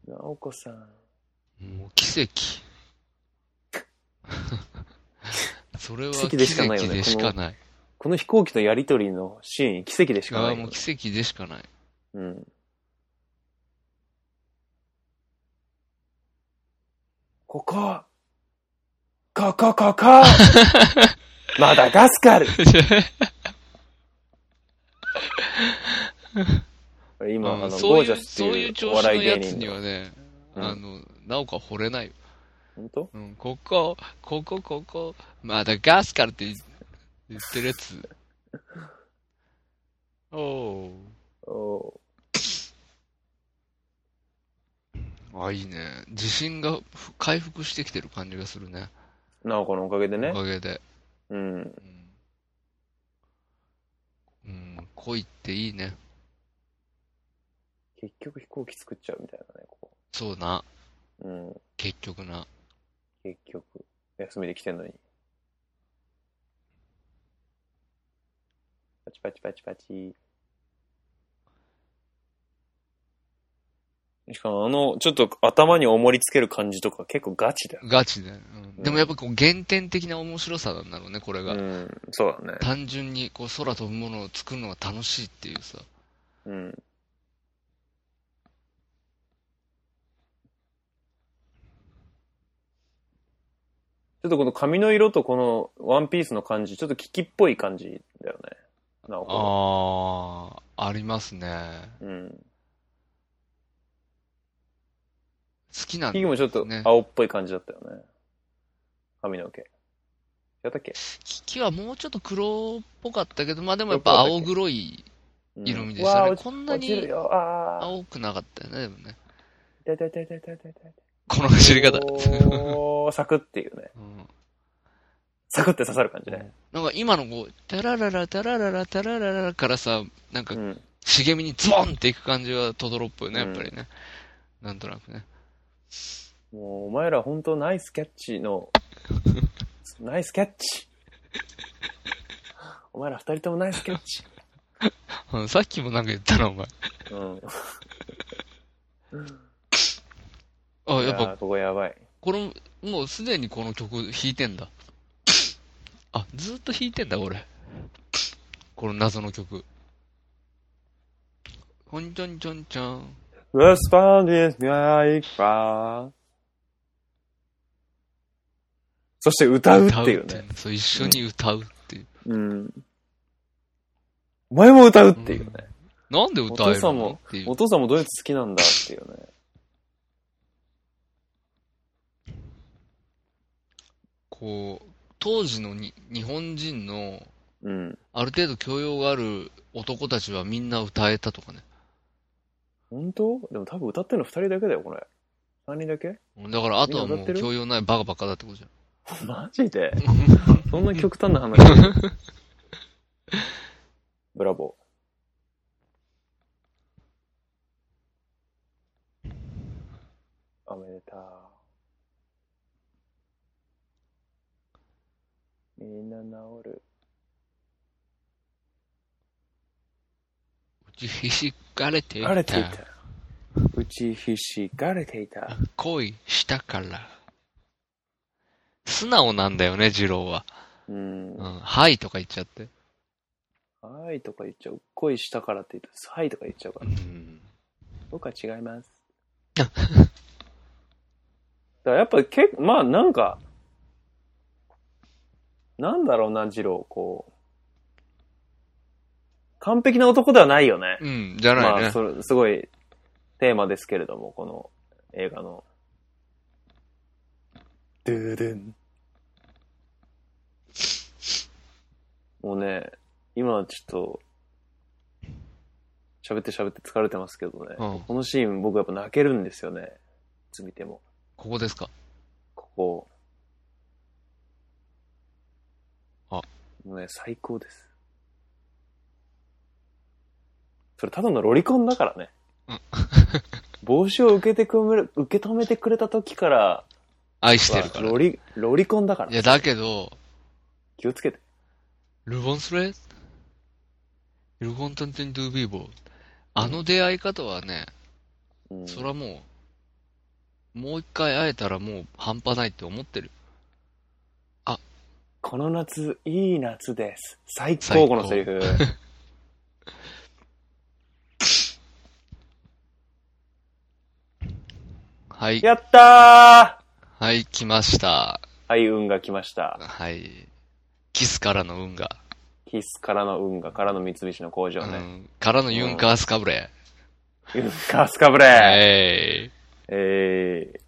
Speaker 2: なおこさん。
Speaker 3: もう奇跡。 それは
Speaker 2: 奇
Speaker 3: 奇
Speaker 2: 跡
Speaker 3: 跡
Speaker 2: で
Speaker 3: で
Speaker 2: し
Speaker 3: し
Speaker 2: か
Speaker 3: か
Speaker 2: な
Speaker 3: ない
Speaker 2: よね
Speaker 3: いない。
Speaker 2: この飛行機のやりとりのシーン、奇跡でしかな
Speaker 3: あ
Speaker 2: いよ
Speaker 3: もう
Speaker 2: ね。
Speaker 3: 奇跡でしかない。
Speaker 2: うん。こここここ こマダガスカル 今、
Speaker 3: う
Speaker 2: あ
Speaker 3: ん
Speaker 2: の、
Speaker 3: そ
Speaker 2: ゴ
Speaker 3: う
Speaker 2: ージ
Speaker 3: い
Speaker 2: ャス
Speaker 3: う、
Speaker 2: って
Speaker 3: そうい
Speaker 2: いううお
Speaker 3: 調子の
Speaker 2: 笑い芸
Speaker 3: やつに
Speaker 2: 人の。
Speaker 3: はね、
Speaker 2: うん
Speaker 3: あの、なおか惚れないよ。
Speaker 2: 本当
Speaker 3: うん、ここ、ここ、ここ、まだガスからって言言ってるやつ。お
Speaker 2: お
Speaker 3: お。あ、いいね。自信がふ回復してきてる感じがするね。
Speaker 2: うなおこのおかげでね
Speaker 3: お。かげで。
Speaker 2: うん。
Speaker 3: うん。うん、恋っていいね。
Speaker 2: 結局飛行機作っちゃうみたいなね、ここ。
Speaker 3: そうな。
Speaker 2: うん。
Speaker 3: 結局な。
Speaker 2: 結局。休みで来てんのに。パチパチパチパチ。しかもあの、ちょっと頭に重りつける感じとか結構ガチだよ。
Speaker 3: ガチで。うん、でもやっぱこう原点的な面白さなんだろうね、これ
Speaker 2: う
Speaker 3: が。
Speaker 2: ん、そうだね。
Speaker 3: 単純にこう空飛ぶものを作るのが楽しいっていうさ。
Speaker 2: うん。ちょっとこの髪の色とこのワンピースの感じ、ちょっとキキっぽい感じだよね。なおこ。
Speaker 3: ああ、ありますね。
Speaker 2: うん。
Speaker 3: 好きなん
Speaker 2: キ
Speaker 3: だ
Speaker 2: キもちょっと
Speaker 3: ね
Speaker 2: 青っぽい感じだったよね。髪の毛。やったっけ
Speaker 3: 機器はもうちょっと黒っぽかったけど、まあでもやっぱ青黒い
Speaker 2: うん
Speaker 3: 色味でした
Speaker 2: う
Speaker 3: ね。
Speaker 2: わー落ち
Speaker 3: こんな
Speaker 2: 落ちる
Speaker 3: に
Speaker 2: よ。ああ。
Speaker 3: 青くなかったよね、でもね。
Speaker 2: 痛い痛い痛い痛い痛い痛い痛い。
Speaker 3: この走 り方。
Speaker 2: おー、サクっていうね。
Speaker 3: うん
Speaker 2: サクって刺さる感じね。
Speaker 3: なんか今のこう、タラララタラララタラララからさ、なんか
Speaker 2: うん。
Speaker 3: 茂みにズボンっていく感じはトドロっぽいね、やっぱりね。なんとなくね。
Speaker 2: もう、お前ら本当ナイスキャッチ の、ナイスキャッチ。お前ら二人ともナイスキャッチ。
Speaker 3: うんさっきもなんか言ったな、お前。
Speaker 2: うん。
Speaker 3: あ、
Speaker 2: い
Speaker 3: やっ
Speaker 2: や
Speaker 3: ぱ
Speaker 2: ー、ここやばい。
Speaker 3: この、もうすでにこの曲弾いてんだ。あ、ずーっと弾いてんだ、俺。この謎の曲。ほんちょんちょんちょん。
Speaker 2: The sound is like fire. そして歌うっていうね。
Speaker 3: そう、一緒に歌うっていう。
Speaker 2: うん。お前も歌うっていうね。
Speaker 3: なんで歌える
Speaker 2: お父さんも
Speaker 3: のっていう
Speaker 2: お。父さんもドイツ好きなんだっていうね。
Speaker 3: こう、当時のに日本人の、
Speaker 2: うん。
Speaker 3: ある程度教養がある男たちはみんな歌えたとかね。
Speaker 2: 本当でも多分歌ってるの二人だけだよ、これ。三人だけ
Speaker 3: だから、あとは
Speaker 2: みんな歌
Speaker 3: も
Speaker 2: っ
Speaker 3: う
Speaker 2: てる
Speaker 3: 教養ないバカバカだってことじ
Speaker 2: マジ で
Speaker 3: ゃん。
Speaker 2: そんな極端な話。 ブラボー。おめでたう。みんな治る。
Speaker 3: うちひしがれてい
Speaker 2: 打れてい
Speaker 3: た
Speaker 2: た。。打ちひしがれていた。
Speaker 3: 恋したから。素直なんだよね、二郎は。
Speaker 2: うん。
Speaker 3: う
Speaker 2: は
Speaker 3: ん。はいとか言っちゃって。
Speaker 2: ーいとか言っちゃう。恋したからって言って、はいとか言っちゃうから。
Speaker 3: ん。
Speaker 2: 僕は違い ます。だからやっぱ結構、まあなんか、なんだろうな、ジロー、こう、完璧な男ではないよね。
Speaker 3: うん、じゃ
Speaker 2: ま
Speaker 3: ない
Speaker 2: あ、
Speaker 3: ね。
Speaker 2: それ、すごいテーマですけれども、この映画の。ドゥドゥン。もうね、今ちょっと、喋って喋って疲れてますけどね。
Speaker 3: うん、
Speaker 2: このシーン僕やっぱ泣けるんですよね。いつ見ても。
Speaker 3: ここですか。
Speaker 2: ここ。
Speaker 3: あ。
Speaker 2: もうね、最高です。それただのロリコンだからね。
Speaker 3: うん
Speaker 2: 帽子を受けてくめる、受け止めてくれた時から、
Speaker 3: 愛してるから
Speaker 2: ロ。リ、ロリコンだから
Speaker 3: い。や、だけど、
Speaker 2: 気をつけて。
Speaker 3: ルボンスレルボンタンテンドゥービーボー。あの出会い方はね、
Speaker 2: うん。
Speaker 3: それはもう、もう一回会えたらもう半端ないって思ってる。
Speaker 2: この夏、いい夏です。最
Speaker 3: 最
Speaker 2: 高
Speaker 3: 高
Speaker 2: このセリ フ。
Speaker 3: はい、
Speaker 2: やったー
Speaker 3: はい、来ました。
Speaker 2: はい、運が来ました。
Speaker 3: はい。キスからの運河。
Speaker 2: キスからの運がからの三菱の工場
Speaker 3: う
Speaker 2: ね。
Speaker 3: ん。からのユンカースカブレ。
Speaker 2: 運がスカブレー
Speaker 3: え
Speaker 2: ええ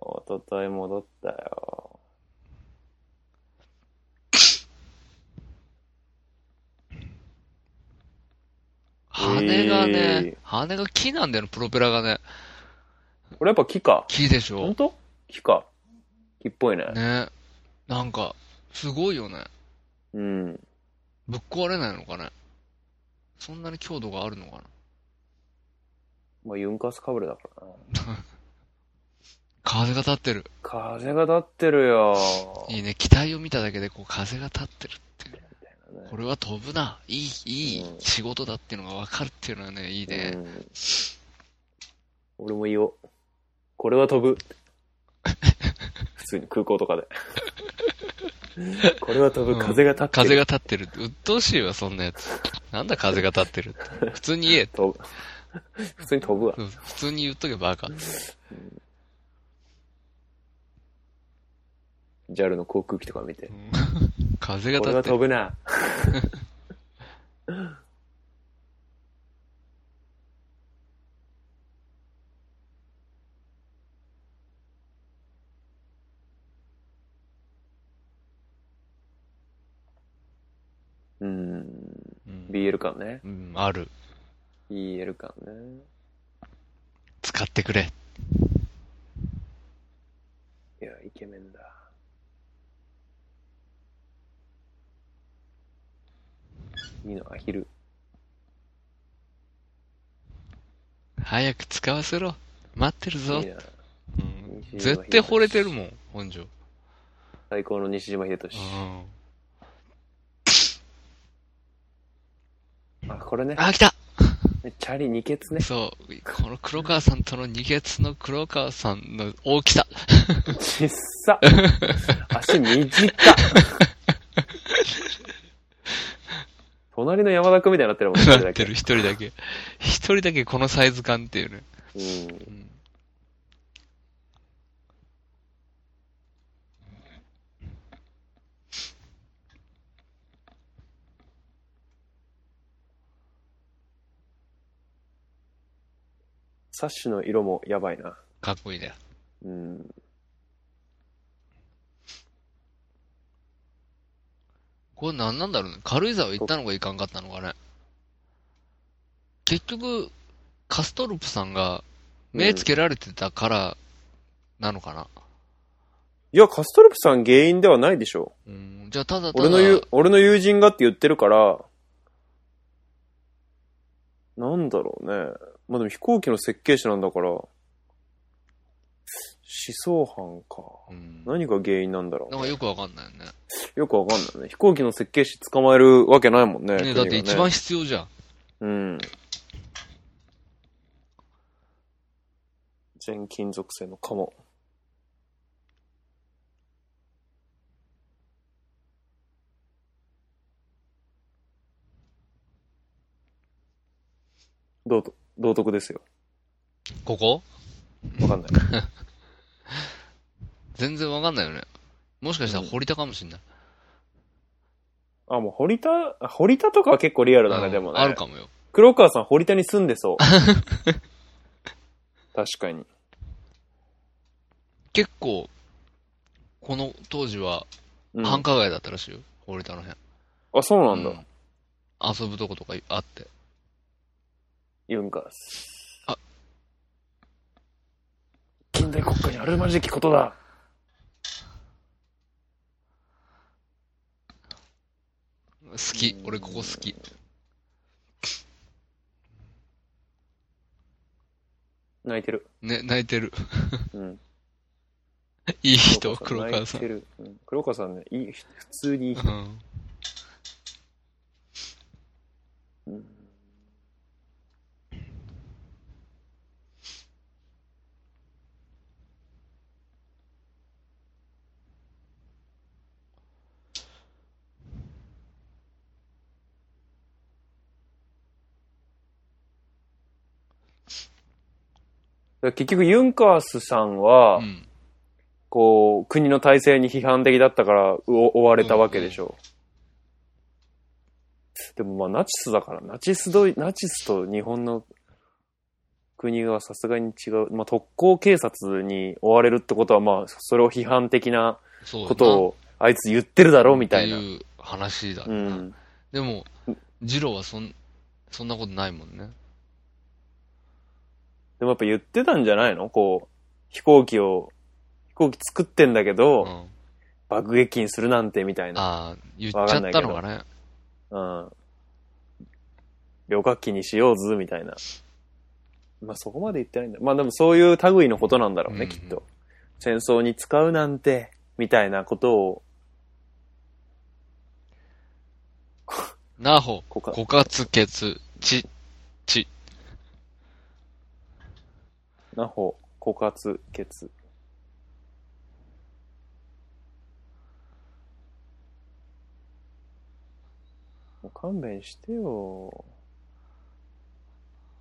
Speaker 2: おととい戻ったよ。
Speaker 3: 羽が
Speaker 2: え
Speaker 3: ね
Speaker 2: ー、
Speaker 3: 羽が木なんだよね、プロペラがね。
Speaker 2: これやっぱ木か。
Speaker 3: 木でしょ
Speaker 2: 本。当木か。木っぽいね。
Speaker 3: ね。なんか、すごいよね。
Speaker 2: うん。
Speaker 3: ぶっ壊れないのかね。そんなに強度があるのかな。
Speaker 2: まあ、ユンカースかぶれだからな。
Speaker 3: 風が立ってる。
Speaker 2: 風が立ってるよ。
Speaker 3: いいね。機体を見ただけで、こう、風が立ってるっていう。
Speaker 2: ね
Speaker 3: これは飛ぶな。いい、いい
Speaker 2: うん
Speaker 3: 仕事だっていうのが分かるっていうのはね、いいね
Speaker 2: う。ん、俺も言おう。これは飛 ぶ。普通に空港とかで。 これは飛ぶ。風が立ってる。
Speaker 3: 風が立ってるって。鬱陶しいわ、そんなやつ。なんだ風が立ってるって。普通に言え。
Speaker 2: 飛ぶ。普通に飛ぶわ。
Speaker 3: そう普通に言っとけばバカ。
Speaker 2: JAL の航空機とか見て。
Speaker 3: 風が
Speaker 2: これ
Speaker 3: 立っ
Speaker 2: は
Speaker 3: てる
Speaker 2: 飛。ぶな。うーん、
Speaker 3: うん
Speaker 2: BL 感ね。
Speaker 3: うん、ある。
Speaker 2: EL 感ね。
Speaker 3: 使ってくれ。
Speaker 2: いや、イケメンだ。いいの、アヒル。
Speaker 3: 早く使わせろ。待ってるぞ
Speaker 2: いい。な。
Speaker 3: うん絶対惚れてるもん、本庄。
Speaker 2: 最高の西島秀俊。
Speaker 3: うん
Speaker 2: あ、これね。
Speaker 3: あ、来た
Speaker 2: チャリ二欠 ね。
Speaker 3: そう、この黒川さんとの二月の黒川さんの大きさ。
Speaker 2: ちっ さ。足短っ。隣の山田君みたいになってる もんね。
Speaker 3: なってる、
Speaker 2: 一
Speaker 3: 一人だけ。一人だけこのサイズ感っていうね。
Speaker 2: 人だけ。
Speaker 3: うん
Speaker 2: サッシュの色もやばいな。
Speaker 3: かっこいいね。
Speaker 2: うん。
Speaker 3: これ何なんだろうね。軽井沢行ったのがいかんかったのかね。結局、カストルプさんが目つけられてたからなのかな。
Speaker 2: いや、カストルプさん原因ではないでしょ。
Speaker 3: うん、じゃあただただ、
Speaker 2: 俺の友、俺の友人がって言ってるから、なんだろうね。まあ、でも飛行機の設計士なんだから、思想犯か。
Speaker 3: うん、
Speaker 2: 何が原因なんだろう
Speaker 3: なんかよくわかんないよね。
Speaker 2: よくわかんないね。飛行機の設計士捕まえるわけないもんね。
Speaker 3: ね
Speaker 2: 国が
Speaker 3: だって一番必要じゃん。
Speaker 2: うん。全金属製のカモ。道徳道徳ですよ。
Speaker 3: ここ
Speaker 2: わかんない。
Speaker 3: 全然わかんないよね。もしかしたら堀田かもしんない。
Speaker 2: あ、もう堀田、あ堀田とかは結構リアルだね、
Speaker 3: うん
Speaker 2: でもね。
Speaker 3: あるかもよ。
Speaker 2: 黒川さん、堀田に住んで そう。確かに。
Speaker 3: 結構、この当時は
Speaker 2: うん、
Speaker 3: 繁華街だったらしいよ。堀田の辺。
Speaker 2: あ、そうなんだ。
Speaker 3: うん遊ぶとことかあって。
Speaker 2: ユンカース。
Speaker 3: あ
Speaker 2: 近代国家にあるまじきことだ。
Speaker 3: 好き。俺ここ好き。
Speaker 2: 泣いてる。
Speaker 3: ね、泣いてる。
Speaker 2: うん。
Speaker 3: いい人、黒川さん
Speaker 2: 泣い。てる。うん黒川さんね、いい、普通にいい人。
Speaker 3: うん。
Speaker 2: うんだから結局ユンカースさんは、
Speaker 3: うん。
Speaker 2: こう国の体制に批判的だったからう追われたわけでしょう、でもまあナチスだからナチスドイナチスと日本の国はさすがに違う、まあ、特攻警察に追われるってことはまあそれを批判的な
Speaker 3: そうだな
Speaker 2: ことをあいつ言ってるだろうみたい
Speaker 3: っ
Speaker 2: な
Speaker 3: ていう話だ
Speaker 2: う
Speaker 3: な。
Speaker 2: ん
Speaker 3: でも、ジローはそん、そんなことないもんね。
Speaker 2: でもやっぱ言ってたんじゃないのこう飛行機を飛行機作ってんだけ
Speaker 3: う
Speaker 2: ど、
Speaker 3: ん。
Speaker 2: 爆撃にするなんてみたいな、
Speaker 3: ああ、言っちゃったのがね。
Speaker 2: うん、旅客機にしようずみたいなまあそこまで言ってないんだまあでもそういう類のことなんだろうね、
Speaker 3: うん
Speaker 2: きっと戦争に使うなんてみたいなことを
Speaker 3: なほ、
Speaker 2: こか
Speaker 3: 枯渇血、ち、ち、
Speaker 2: なほ枯渇血もう勘弁してよ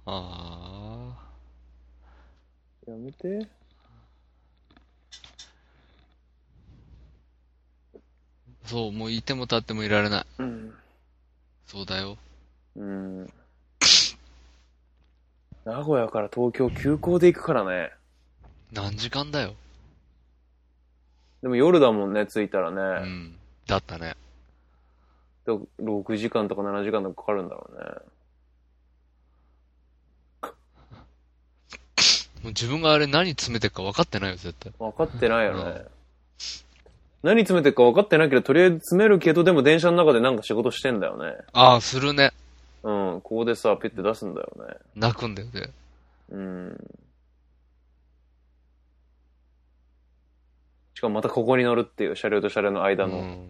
Speaker 3: ああ。
Speaker 2: やめて
Speaker 3: そう、もういても立ってもいられない。
Speaker 2: うん
Speaker 3: そうだよ。
Speaker 2: うん名古屋から東京急行で行くからね
Speaker 3: 何時間だよ。
Speaker 2: でも夜だもんね、着いたら
Speaker 3: う
Speaker 2: ね。
Speaker 3: ん。だったね。
Speaker 2: だ6時間とか7時間とかかかるんだろうね。
Speaker 3: もう自分があれ何詰めてるか分かってないよ、絶対。
Speaker 2: 分かってないよ
Speaker 3: う
Speaker 2: ね。何詰めてるか分かってないけど、とりあえず詰めるけど、でも電車の中でなんか仕事してんだよね。
Speaker 3: ああ、するね。
Speaker 2: うん、ここでさ、ピッて出すんだよね。
Speaker 3: 泣くんだよね。
Speaker 2: うん。しかもまたここに乗るっていう、車両と車両の間
Speaker 3: う
Speaker 2: の。
Speaker 3: ん。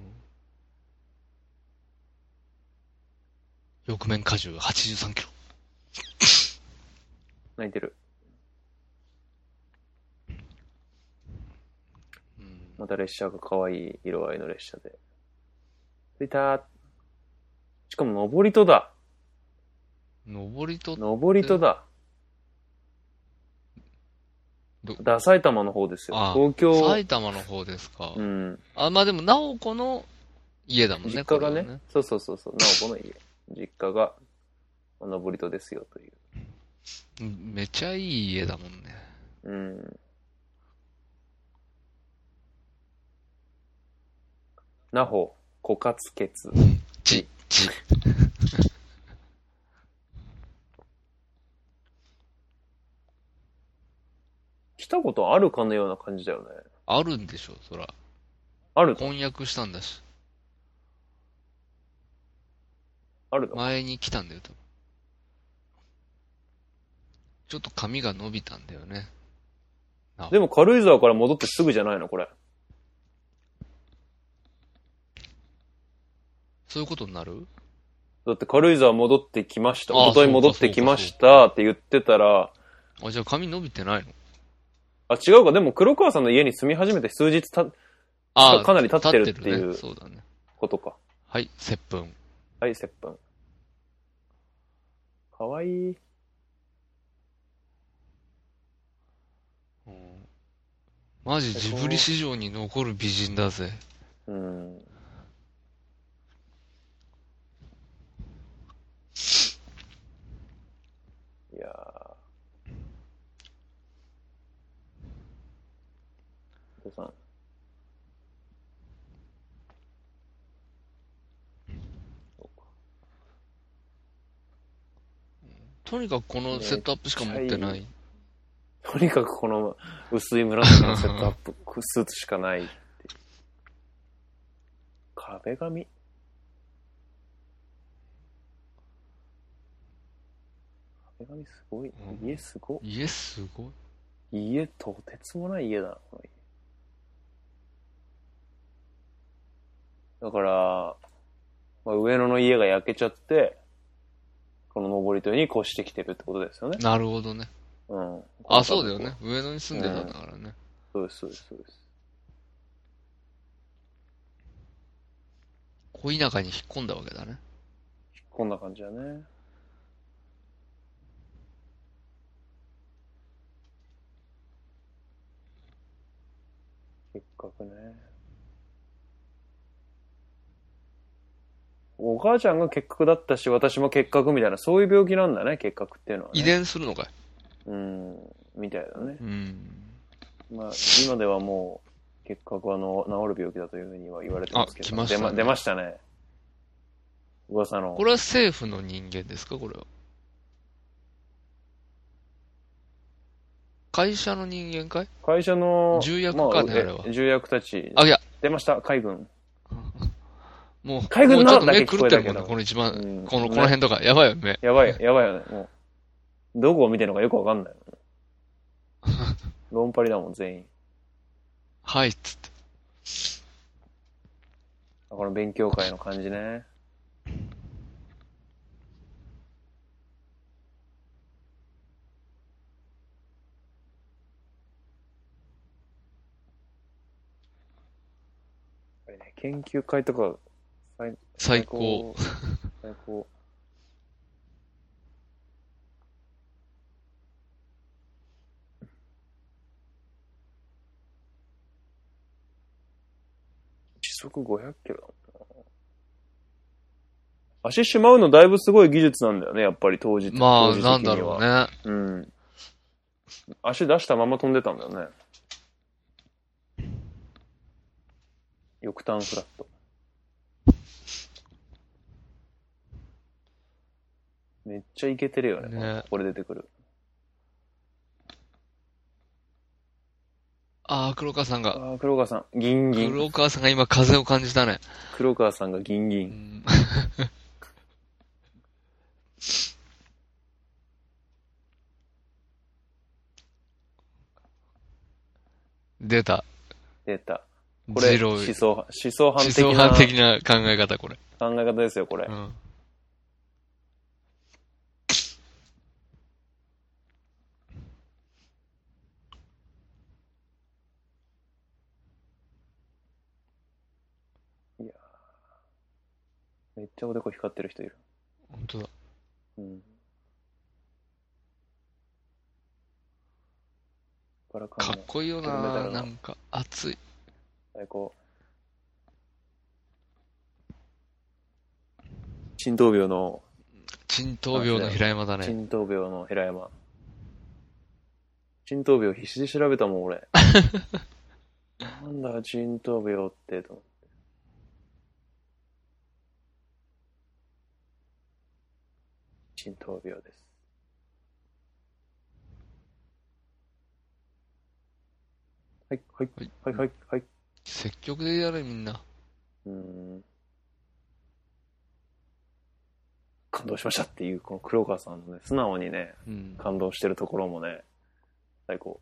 Speaker 3: 翼面荷重83キロ。
Speaker 2: 泣いてる。
Speaker 3: うん
Speaker 2: また列車が可愛い色合いの列車で。着いたー。しかも上り戸だ。
Speaker 3: 登りと、
Speaker 2: 上り戸だ。
Speaker 3: ど
Speaker 2: だ、埼玉の方ですよ。
Speaker 3: あ
Speaker 2: 東京
Speaker 3: 埼、玉の方ですか。
Speaker 2: うん、
Speaker 3: あ、まあでも、なおこの家だもんね、
Speaker 2: 実家が
Speaker 3: これ
Speaker 2: ね
Speaker 3: は
Speaker 2: そうそうそうそう、なおこの家、実家が上り戸ですよという。
Speaker 3: うんめちゃいい家だもんね。
Speaker 2: うん。なほ、枯渇血。
Speaker 3: ち、ち。
Speaker 2: 来たことあるかのような感じだよね。
Speaker 3: あるんでしょ、そら。
Speaker 2: あるの
Speaker 3: 婚約したんだし。
Speaker 2: あるの
Speaker 3: 前に来たんだよ、多分。ちょっと髪が伸びたんだよね。
Speaker 2: でも軽井沢から戻ってすぐじゃないのこれ。
Speaker 3: そういうことになる
Speaker 2: だって軽井沢戻ってきました。
Speaker 3: ああ
Speaker 2: 一昨日戻ってきましたって言ってたら、
Speaker 3: あ、じゃあ髪伸びてないの
Speaker 2: あ、違うか。でも黒川さんの家に住み始めて数日た
Speaker 3: あ
Speaker 2: かなり経ってるっていう
Speaker 3: ね。そうだね。
Speaker 2: ことか。
Speaker 3: はい、接吻。
Speaker 2: はい、接吻。かわいい。
Speaker 3: うんマジジブリ史上に残る美人だぜ。
Speaker 2: うん。さん。
Speaker 3: とにかくこのセットアップしか持ってない。
Speaker 2: とにかくこの薄い紫のセットアップ、スーツしかないっていう。壁紙壁紙すごい。
Speaker 3: うん
Speaker 2: 家すごい。
Speaker 3: 家すごい。
Speaker 2: 家とてつもない家だな、この家。だから、まあ、上野の家が焼けちゃって、この上り戸に越してきてるってことですよね。
Speaker 3: なるほどね。
Speaker 2: うん。
Speaker 3: あ、そうだよね。。上野に住んでたんだからね。
Speaker 2: そうです、そうです、そうです。
Speaker 3: 恋中に引っ込んだわけだね。
Speaker 2: こんな感じだね。結核ね。お母ちゃんが結核だったし、私も結核みたいな、そういう病気なんだね、結核っていうのは、ね。
Speaker 3: 遺伝するのかい。
Speaker 2: うん、みたいだね。
Speaker 3: うん。
Speaker 2: まあ、今ではもう、結核はの治る病気だというふうには言われてますけど。
Speaker 3: あ来ましたね
Speaker 2: 出出ましたね。噂の。
Speaker 3: これは政府の人間ですかこれは。会社の人間かい
Speaker 2: 会社の
Speaker 3: 重役かねあれは
Speaker 2: え重役たち
Speaker 3: あ、いや、
Speaker 2: 出ました海軍
Speaker 3: もう、
Speaker 2: 海
Speaker 3: も
Speaker 2: 軍
Speaker 3: う
Speaker 2: の
Speaker 3: ちょっと目
Speaker 2: だけ聞
Speaker 3: 狂
Speaker 2: こ
Speaker 3: っ
Speaker 2: え
Speaker 3: て
Speaker 2: た
Speaker 3: る
Speaker 2: けど
Speaker 3: もんね。この
Speaker 2: う
Speaker 3: 一
Speaker 2: ん
Speaker 3: 番、この、この辺とか。やばいよ、目。
Speaker 2: やばいやばいよねもうどこを見てるのかよくわか んないロンパリだもん全員
Speaker 3: はい、っつって。
Speaker 2: あこの勉強会の感じねこれね研究会とか最
Speaker 3: 最高。
Speaker 2: 最高。時速500キロだもんな。足しまうのだいぶすごい技術なんだよね、やっぱり当時
Speaker 3: ま
Speaker 2: 当
Speaker 3: あ、
Speaker 2: 時的に
Speaker 3: な
Speaker 2: は
Speaker 3: んだろうね。
Speaker 2: うん。足出したまま飛んでたんだよね。翼端フラット。めっちゃイケてるよね。
Speaker 3: ね
Speaker 2: これ出てくる。
Speaker 3: ああ、黒川さんが、
Speaker 2: ああ、黒川さん、ギンギン。
Speaker 3: 黒川さんが今風を感じたね。
Speaker 2: 黒川さんがギンギ
Speaker 3: う
Speaker 2: ン。
Speaker 3: ん 出た。
Speaker 2: 出た。これ、
Speaker 3: ジ
Speaker 2: 思
Speaker 3: ロー。
Speaker 2: 想派、思想
Speaker 3: 思想
Speaker 2: 派
Speaker 3: 派
Speaker 2: 的
Speaker 3: 的な考え方、これ。
Speaker 2: な考え方ですよ、これ
Speaker 3: う。ん。
Speaker 2: めっちゃおでこ光ってる人いる。
Speaker 3: 本当だ。
Speaker 2: うん。ガラカン
Speaker 3: かっ
Speaker 2: も
Speaker 3: こいいよ
Speaker 2: 金メダル
Speaker 3: な
Speaker 2: の
Speaker 3: なんか、熱い。
Speaker 2: 最高。沈頭病の、
Speaker 3: 沈頭病の平山だね。
Speaker 2: 沈頭病の平山。沈頭病必死で調べたもん、俺。なんだ、沈頭病って、と思って。沈頭病です。はい、はい、はい、はい、はい。
Speaker 3: 積極的だね、みんな。
Speaker 2: うーん感動しましたっていう、この黒川さんのね、素直にね、
Speaker 3: うん。
Speaker 2: 感動してるところもね、最高。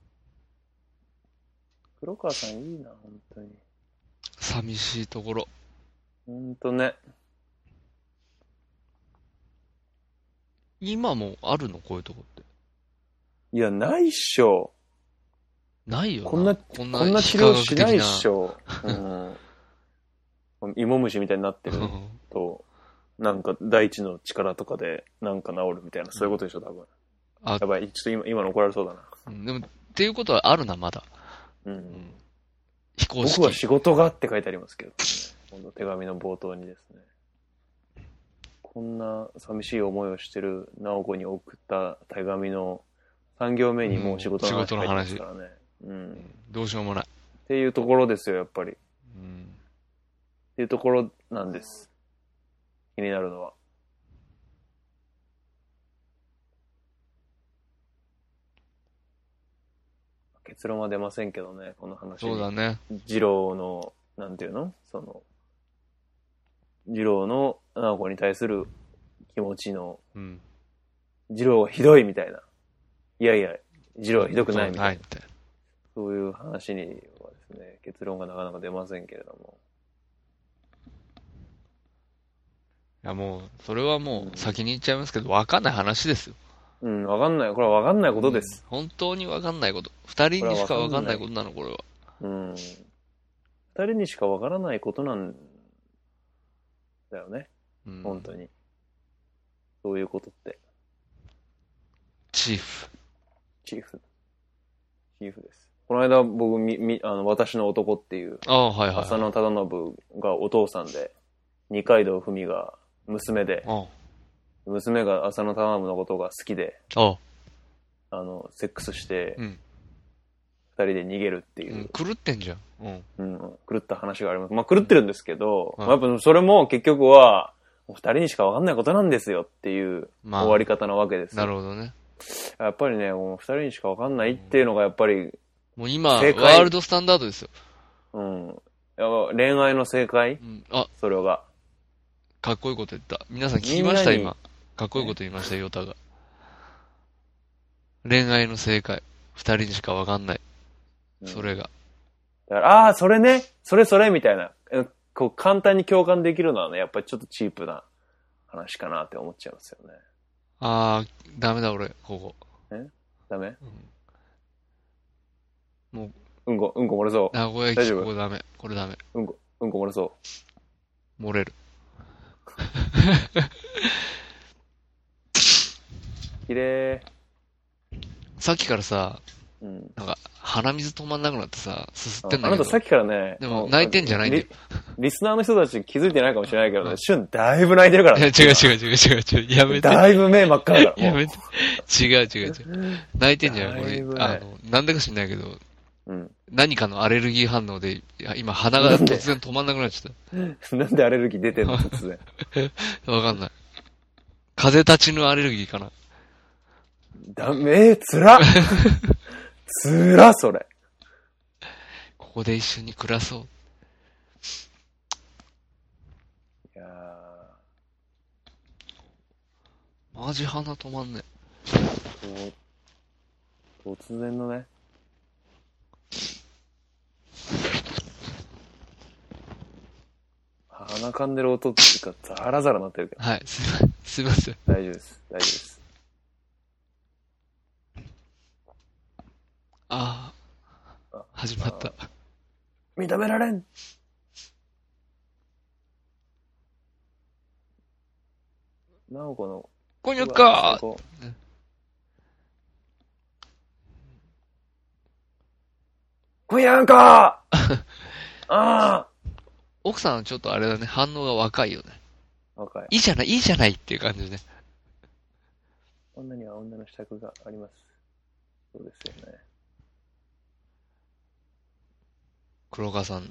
Speaker 2: 黒川さんいいな、本当に。
Speaker 3: 寂しいところ。
Speaker 2: 本当ね。
Speaker 3: 今もあるのこういうとこって。
Speaker 2: いや、ないっしょ。
Speaker 3: ないよな。
Speaker 2: こんな
Speaker 3: こん
Speaker 2: こんな治療しないっ
Speaker 3: 非
Speaker 2: しょ。うん。芋虫みたいになって
Speaker 3: 科
Speaker 2: る
Speaker 3: 学的なうん
Speaker 2: と、なんか大地の力とかで、なんか治るみたいな、そういうことでしょ、多分。
Speaker 3: あ
Speaker 2: やばい、ちょっと今、今の怒られそうだな。
Speaker 3: うんでも、っていうことはあるな、まだ。
Speaker 2: う
Speaker 3: うんん非公式。
Speaker 2: 僕は仕事がって書いてありますけど、ね、この手紙の冒頭にですね。こんな寂しい思いをしてる直子に送った手紙の3行目にもう仕事の話
Speaker 3: うん仕事の話
Speaker 2: 書いてますからね。うん。
Speaker 3: どうしようもない。
Speaker 2: っっていうところですよ、やっぱり。っ
Speaker 3: うん。
Speaker 2: ていうところなんです。気になるのは。結論は出ませんけどね、この話に。
Speaker 3: そうだね。
Speaker 2: 二郎の、なんていうのその、二郎の直子に対する気持ちの、
Speaker 3: うん。
Speaker 2: 二郎はひどいみたいな。いやいや、二郎はひどくないみたいな。
Speaker 3: いみたいな。
Speaker 2: そういう話にはですね、結論がなかなか出ませんけれども。
Speaker 3: いやもう、それはもう先に言っちゃいますけど、わかんない話ですよ。
Speaker 2: うん、わかんない。これはわかんないことです。
Speaker 3: うん。本当にわかんないこと。二人にしかわかんないことなの、これは。
Speaker 2: うん。二人にしかわからないことなんだよね。
Speaker 3: うん。
Speaker 2: 本当に。そういうことって。
Speaker 3: チーフ。
Speaker 2: チーフ。チーフです。この間僕、み、み、あの、私の男っていう、
Speaker 3: ああ、はいはい。
Speaker 2: 浅野忠信がお父さんで、二階堂ふみが娘で、
Speaker 3: あ
Speaker 2: 娘が浅野忠信のことが好きで、
Speaker 3: あ。ああ。
Speaker 2: あの、セックスして
Speaker 3: う、ん。
Speaker 2: 二人で逃げるっていう
Speaker 3: うん、狂ってんじゃん。うん。
Speaker 2: うん、狂った話があります。まあ、狂ってるんですけど、
Speaker 3: うん
Speaker 2: まあやっぱそれも結局は、お二人にしかわかんないことなんですよっていう
Speaker 3: まあ
Speaker 2: 終わり方なわけです。
Speaker 3: なるほどね。
Speaker 2: やっぱりね、もう二人にしかわかんないっていうのがやっぱり、
Speaker 3: もう今、ワ
Speaker 2: 正解
Speaker 3: ールドスタンダードですよ。
Speaker 2: うん、やっぱ恋愛の正解
Speaker 3: うん。あ、
Speaker 2: それが。
Speaker 3: かっこいいこと言った。皆さん聞きました
Speaker 2: みんな
Speaker 3: 今。かっこいいこと言いました、ヨタが。恋愛の正解。二人にしかわかんない。
Speaker 2: うん
Speaker 3: それが。
Speaker 2: だからああー、それね、それそれみたいな、うんこう簡単に共感できるのはね、やっぱりちょっとチープな話かなって思っちゃいますよね。
Speaker 3: ああ、ダメだ俺、ここ。
Speaker 2: ダメ
Speaker 3: うんもう、
Speaker 2: うんこ、うんこ漏れそ
Speaker 3: 名古屋
Speaker 2: 大
Speaker 3: 駅、
Speaker 2: 丈夫
Speaker 3: ここダメ。これダメ。
Speaker 2: う。うんこ、うんこ漏れそ
Speaker 3: 漏れる。
Speaker 2: う。綺麗。
Speaker 3: さっきからさ、
Speaker 2: うん。
Speaker 3: なんか、鼻水止まんなくなってさ、すすってんだ
Speaker 2: あな
Speaker 3: けど。
Speaker 2: たさっきからね、
Speaker 3: でも泣いてんじゃないんだよ
Speaker 2: リ。リスナーの人たち気づいてないかもしれないけどね、シュンだいぶ泣いてるから
Speaker 3: いや、
Speaker 2: ね。
Speaker 3: 違う違う違う違う違う。やめて。
Speaker 2: だいぶ目真っ赤だから。
Speaker 3: や
Speaker 2: もう
Speaker 3: めて。違う違う違う。泣いてんじゃん、こ
Speaker 2: だい
Speaker 3: れ
Speaker 2: ぶ。ね
Speaker 3: あの、なんだか知んないけど、
Speaker 2: うん。
Speaker 3: 何かのアレルギー反応で、いや今鼻が突然止まんなくなっちゃっ
Speaker 2: なんでアレルギー出てんの突然。
Speaker 3: た。わかんない。風立ちぬアレルギーかな。
Speaker 2: ダメ、えー、つ らつら、それ。
Speaker 3: ここで一緒に暮らそう。
Speaker 2: いやー
Speaker 3: マジ鼻止まんね
Speaker 2: と突然のね。鼻かんでる音っていうか、ザラザラなってるけど、
Speaker 3: え。はい、すいません。すいません。
Speaker 2: 大丈夫です。大丈夫です。
Speaker 3: ああ
Speaker 2: あ。
Speaker 3: 始まった。
Speaker 2: 認められんなおこの、
Speaker 3: こんにゃっ
Speaker 2: うわ
Speaker 3: か
Speaker 2: そこ今夜ん かあ
Speaker 3: 奥さんはちょっとあれだね、反応が若いよね。
Speaker 2: あ若い。
Speaker 3: いいじゃない、いいじゃないっていう感じね。
Speaker 2: 女には女の支度があります。そうですよね。
Speaker 3: 黒川さん、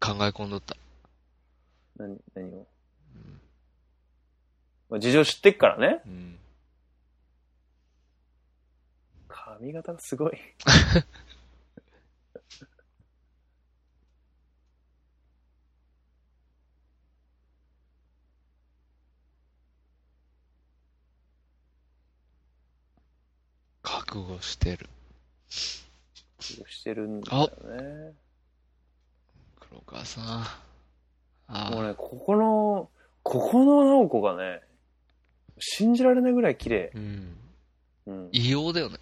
Speaker 3: 考え込んどった。
Speaker 2: 何、何を。まあ、事情知ってっからね。
Speaker 3: うん。
Speaker 2: 髪型がすごい。
Speaker 3: 覚悟してる。
Speaker 2: してるんだよね。
Speaker 3: 黒川さん。ああ。
Speaker 2: もうね、ここの、ここの直子がね、信じられないぐらい綺麗。
Speaker 3: うん。
Speaker 2: うん。
Speaker 3: 異様だよね。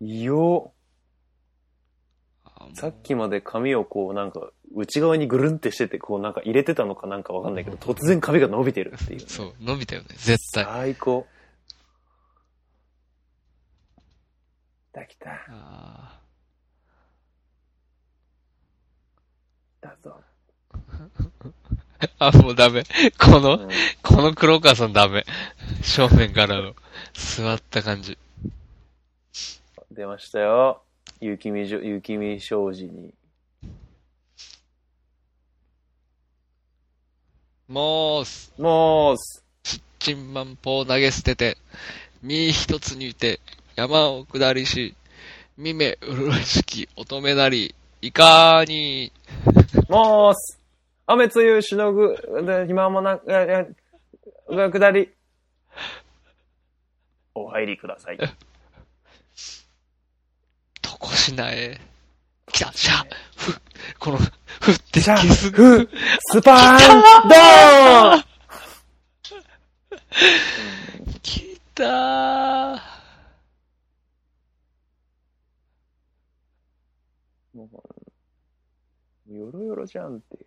Speaker 2: 異様。
Speaker 3: あもう
Speaker 2: さっきまで髪をこうなんか内側にぐるんってしてて、こうなんか入れてたのかなんかわかんないけど、突然髪が伸びてる っていうね、
Speaker 3: そう、伸びたよね、絶対。
Speaker 2: 最高。だきた、
Speaker 3: あ
Speaker 2: だぞ。
Speaker 3: ーあ、もうダメ。こ
Speaker 2: う
Speaker 3: の、
Speaker 2: ん
Speaker 3: この黒川さんダメ。正面からの、座った感じ。
Speaker 2: 出ましたよ。雪見じょ、雪見障子に。
Speaker 3: もう、す
Speaker 2: もう、
Speaker 3: すっちんまんぽを投げ捨てて、身一つにて、山を下りし、みめうるしき乙女なり、いかに、
Speaker 2: もうす、雨つゆしのぐ、で暇もなく、ええ下り。お入りください。
Speaker 3: とこしなえ。来た、シャー、ふ、この、ふって
Speaker 2: シャー
Speaker 3: 消す。
Speaker 2: ふ、スパーン、ドーン
Speaker 3: 来たー。
Speaker 2: もうよろよろじゃんっていう。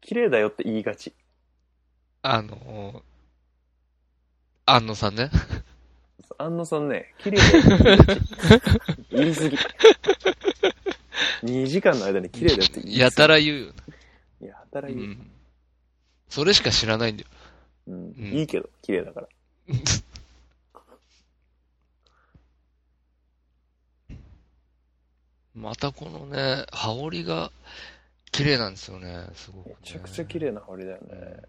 Speaker 2: 綺麗だよって言いがち。
Speaker 3: あの、安野さんね。
Speaker 2: 安野さんね、綺麗だよって言いがち。言い過ぎ。2時間の間に綺麗だよって言い過ぎ
Speaker 3: やた。ら言うよね。
Speaker 2: いや、やたら
Speaker 3: う
Speaker 2: 言う。
Speaker 3: ん。それしか知らないんだよ。
Speaker 2: うん
Speaker 3: うん
Speaker 2: いいけど、綺麗だから。
Speaker 3: またこのね、羽織が綺麗なんですよね、すごく、
Speaker 2: め
Speaker 3: ね。
Speaker 2: ちゃくちゃ綺麗な羽織だよね。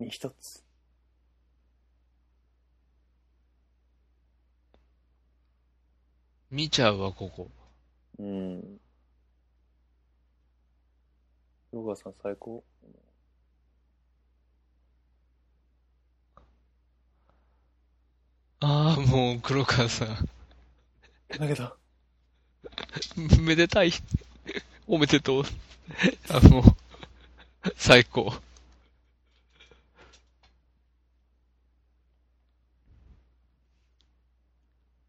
Speaker 2: に一つ。
Speaker 3: 見ちゃうわ、ここ。
Speaker 2: うん。ヨガさん最高。
Speaker 3: ああ、もう黒川さん。
Speaker 2: だけど、
Speaker 3: めでたい。おめでとう。あ、もう、最高。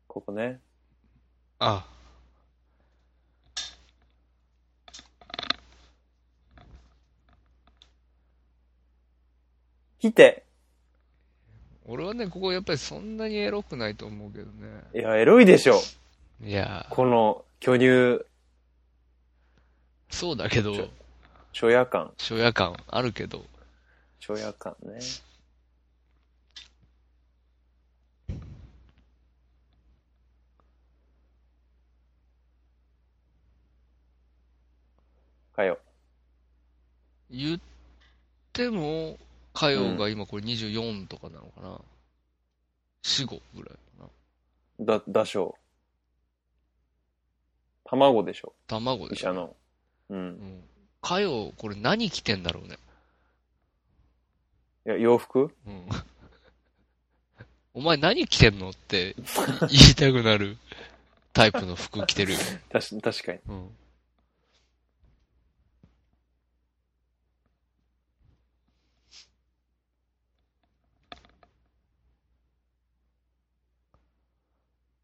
Speaker 2: ここね。
Speaker 3: あ
Speaker 2: 来て。
Speaker 3: 俺はね、ここやっぱりそんなにエロくないと思うけどね。
Speaker 2: いや、エロいでしょ。
Speaker 3: いや
Speaker 2: この巨乳、
Speaker 3: ー、そうだけ
Speaker 2: ちょ
Speaker 3: ど、
Speaker 2: 初夜感。
Speaker 3: 初夜感あるけど、
Speaker 2: 初夜感ね。かよ。
Speaker 3: 言っても、火曜が今これ24とかなのかな。4、5ぐらいかな。
Speaker 2: だ、だしょう。卵でしょ。
Speaker 3: 卵で
Speaker 2: 医
Speaker 3: しょ
Speaker 2: 者。の。う。
Speaker 3: うんん。火曜、これ何着てんだろうね。
Speaker 2: いや、洋服
Speaker 3: うん。 お前何着てんのって言いたくなるタイプの服着てるよ。
Speaker 2: たし、確かに。
Speaker 3: うん。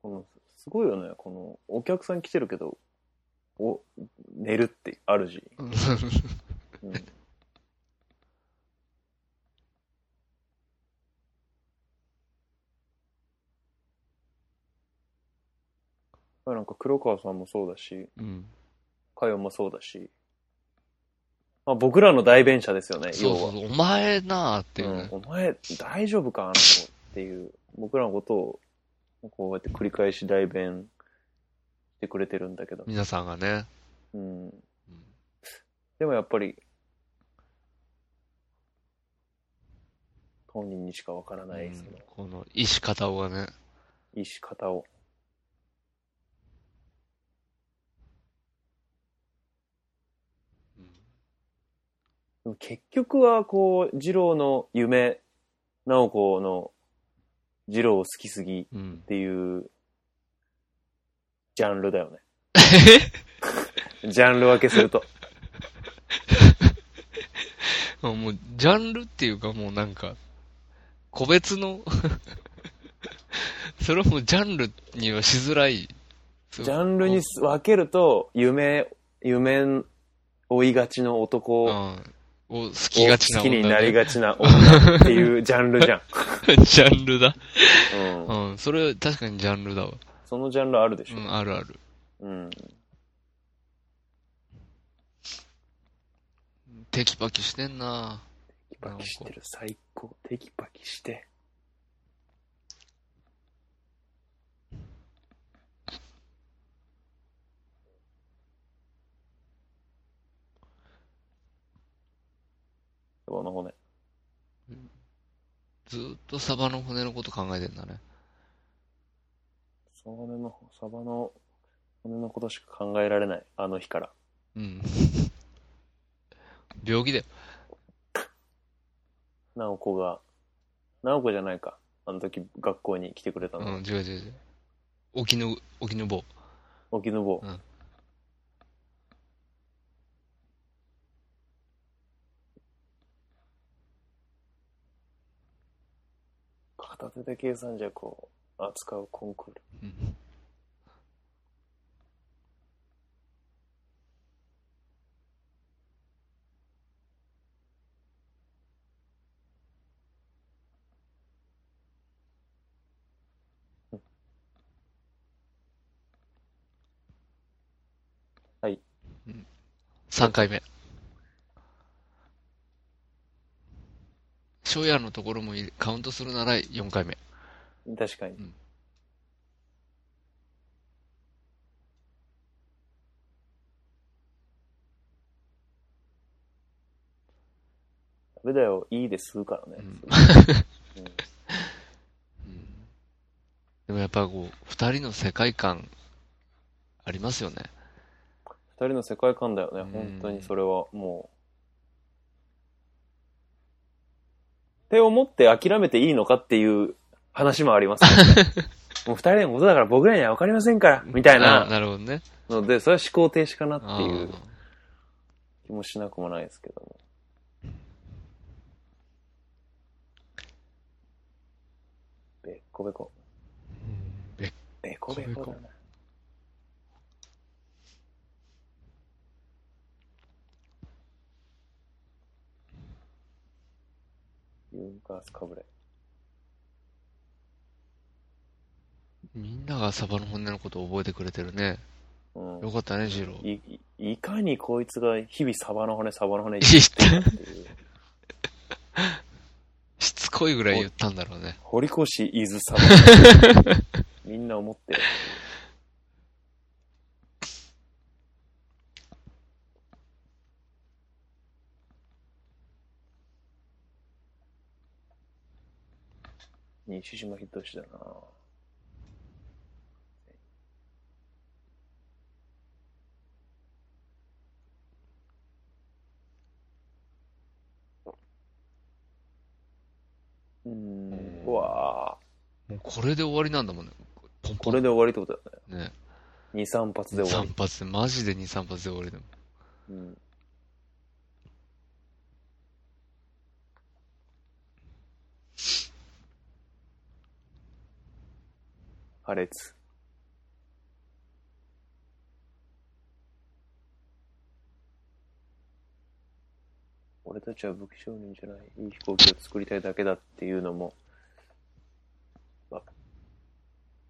Speaker 2: この、すごいよね。この、お客さん来てるけど、お、寝るって、主。うん。まあなんか黒川さんもそうだし、
Speaker 3: うん。
Speaker 2: かよもそうだし、まあ僕らの代弁者ですよね、要
Speaker 3: そう
Speaker 2: は。
Speaker 3: そうそう、お前なーっていうね。
Speaker 2: うん、お前大丈夫かあの子っていう僕らのことをこうやって繰り返し代弁してくれてるんだけど、
Speaker 3: 皆さんがね。
Speaker 2: うん、
Speaker 3: うん
Speaker 2: でもやっぱり当人にしかわからないその
Speaker 3: うんこの、石片尾がね。
Speaker 2: 意し方をでも結局はこう二郎の夢直子の二郎好きすぎっ
Speaker 3: うん。
Speaker 2: ていうジャンルだよねジャンル分けすると。
Speaker 3: もう、ジャンルっていうかもうなんか、個別の、 それはもうジャンルにはしづらい。ジ
Speaker 2: ジャンルに分けると、夢、夢追いがちの男
Speaker 3: う
Speaker 2: を
Speaker 3: ん。を好き
Speaker 2: 好
Speaker 3: がちな
Speaker 2: きにな
Speaker 3: 女
Speaker 2: り
Speaker 3: ね
Speaker 2: がちな女っていうジャンルじゃん。
Speaker 3: ジャンルだ。
Speaker 2: うん
Speaker 3: うん。それは確かにジャンルだわ。
Speaker 2: そのジャンルあるでし
Speaker 3: う
Speaker 2: ょ。
Speaker 3: ん、あるある。
Speaker 2: うん。
Speaker 3: テキパキしてんな
Speaker 2: テキパキしてる、最高。テキパキして。この骨。
Speaker 3: ずーっとサバの骨のこと考えてんだね。
Speaker 2: サバの、サバの骨のことしか考えられない。あの日から。
Speaker 3: うん。 病気だよ。
Speaker 2: 直子が、直子じゃないか。あの時学校に来てくれた
Speaker 3: う
Speaker 2: の。
Speaker 3: ん、違う違う違う。沖の、沖の棒。
Speaker 2: 沖の棒。
Speaker 3: うん
Speaker 2: 片手で計算弱を扱うコンクール。
Speaker 3: うん。
Speaker 2: はい。
Speaker 3: 3回目。ショヤのところもいカウントするなら4回目。
Speaker 2: 確かに。
Speaker 3: うん
Speaker 2: ダメだよ、いいですからね。
Speaker 3: うん
Speaker 2: うん
Speaker 3: うんでもやっぱこう、二人の世界観、ありますよね。
Speaker 2: 二人の世界観だよね、
Speaker 3: うん
Speaker 2: 本当にそれはもう。って思って諦めていいのかっていう話もありますよね、もう二人のことだから僕らには分かりませんから、みたい
Speaker 3: あ
Speaker 2: な
Speaker 3: なるほどね。
Speaker 2: ので、それは思考停止かなっていう
Speaker 3: あ
Speaker 2: 気もしなくもないですけども。べっこべこ。
Speaker 3: ーべ
Speaker 2: べっこべこだな。ユンカースかぶれ。
Speaker 3: みんながサバの本音のことを覚えてくれてるね。
Speaker 2: う
Speaker 3: よかったね、ジロ
Speaker 2: ん。
Speaker 3: ー。
Speaker 2: い、いいかにこいつが日々サバの骨、サバの骨
Speaker 3: 言
Speaker 2: 言
Speaker 3: っ
Speaker 2: ってて
Speaker 3: る
Speaker 2: る
Speaker 3: か
Speaker 2: か
Speaker 3: っ
Speaker 2: っていう。
Speaker 3: しつこいぐらい言ったんだろうね。
Speaker 2: 堀越伊豆 サバ。みんな思ってる。西島秀俊だなうん。うわあ。
Speaker 3: もうこれで終わりなんだもんね。ポンポ
Speaker 2: こ
Speaker 3: ン。
Speaker 2: れで終わりってことだね。
Speaker 3: ね。
Speaker 2: 2、3発で終わ
Speaker 3: 3発で、マジで2、3発で終わりだもん。
Speaker 2: り。うん。破裂。俺たちは武器商人じゃない。いい飛行機を作りたいだけだっていうのも、ま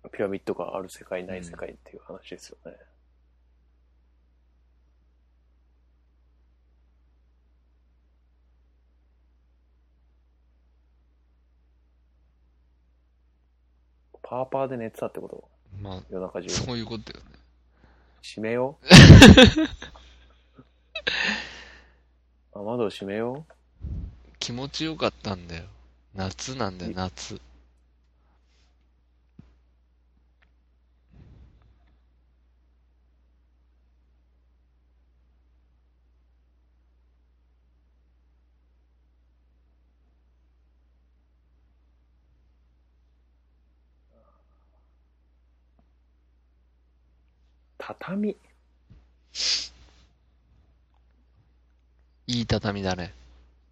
Speaker 2: あ、ピラミッドがある世界ない世界っていう話ですよね。パーパーで寝てたってこと
Speaker 3: まあ、
Speaker 2: 夜中中。
Speaker 3: そういうことだよね。
Speaker 2: 閉めよう。あ窓を閉めよう。
Speaker 3: 気持ちよかったんだよ。夏なんだよ、夏。
Speaker 2: 畳。
Speaker 3: いい畳だね。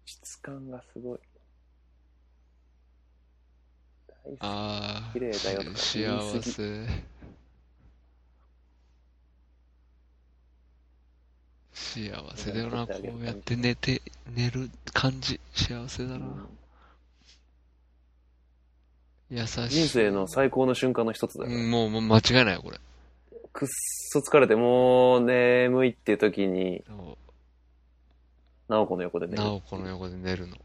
Speaker 2: 質感がすごい。大好
Speaker 3: ああ、
Speaker 2: 綺麗だよとか
Speaker 3: し
Speaker 2: 言い過
Speaker 3: 幸
Speaker 2: ぎ
Speaker 3: せ。幸せだよな、こうやって寝て、寝る感じ、幸せだ
Speaker 2: き
Speaker 3: な。優しい。
Speaker 2: 人生の最高の瞬間の一つだよ、
Speaker 3: うんもう、もう間違いないよ、これ。
Speaker 2: くっそ疲れて、もう眠いって時に、
Speaker 3: も
Speaker 2: なおこの横でね。
Speaker 3: なおこの横で寝るの。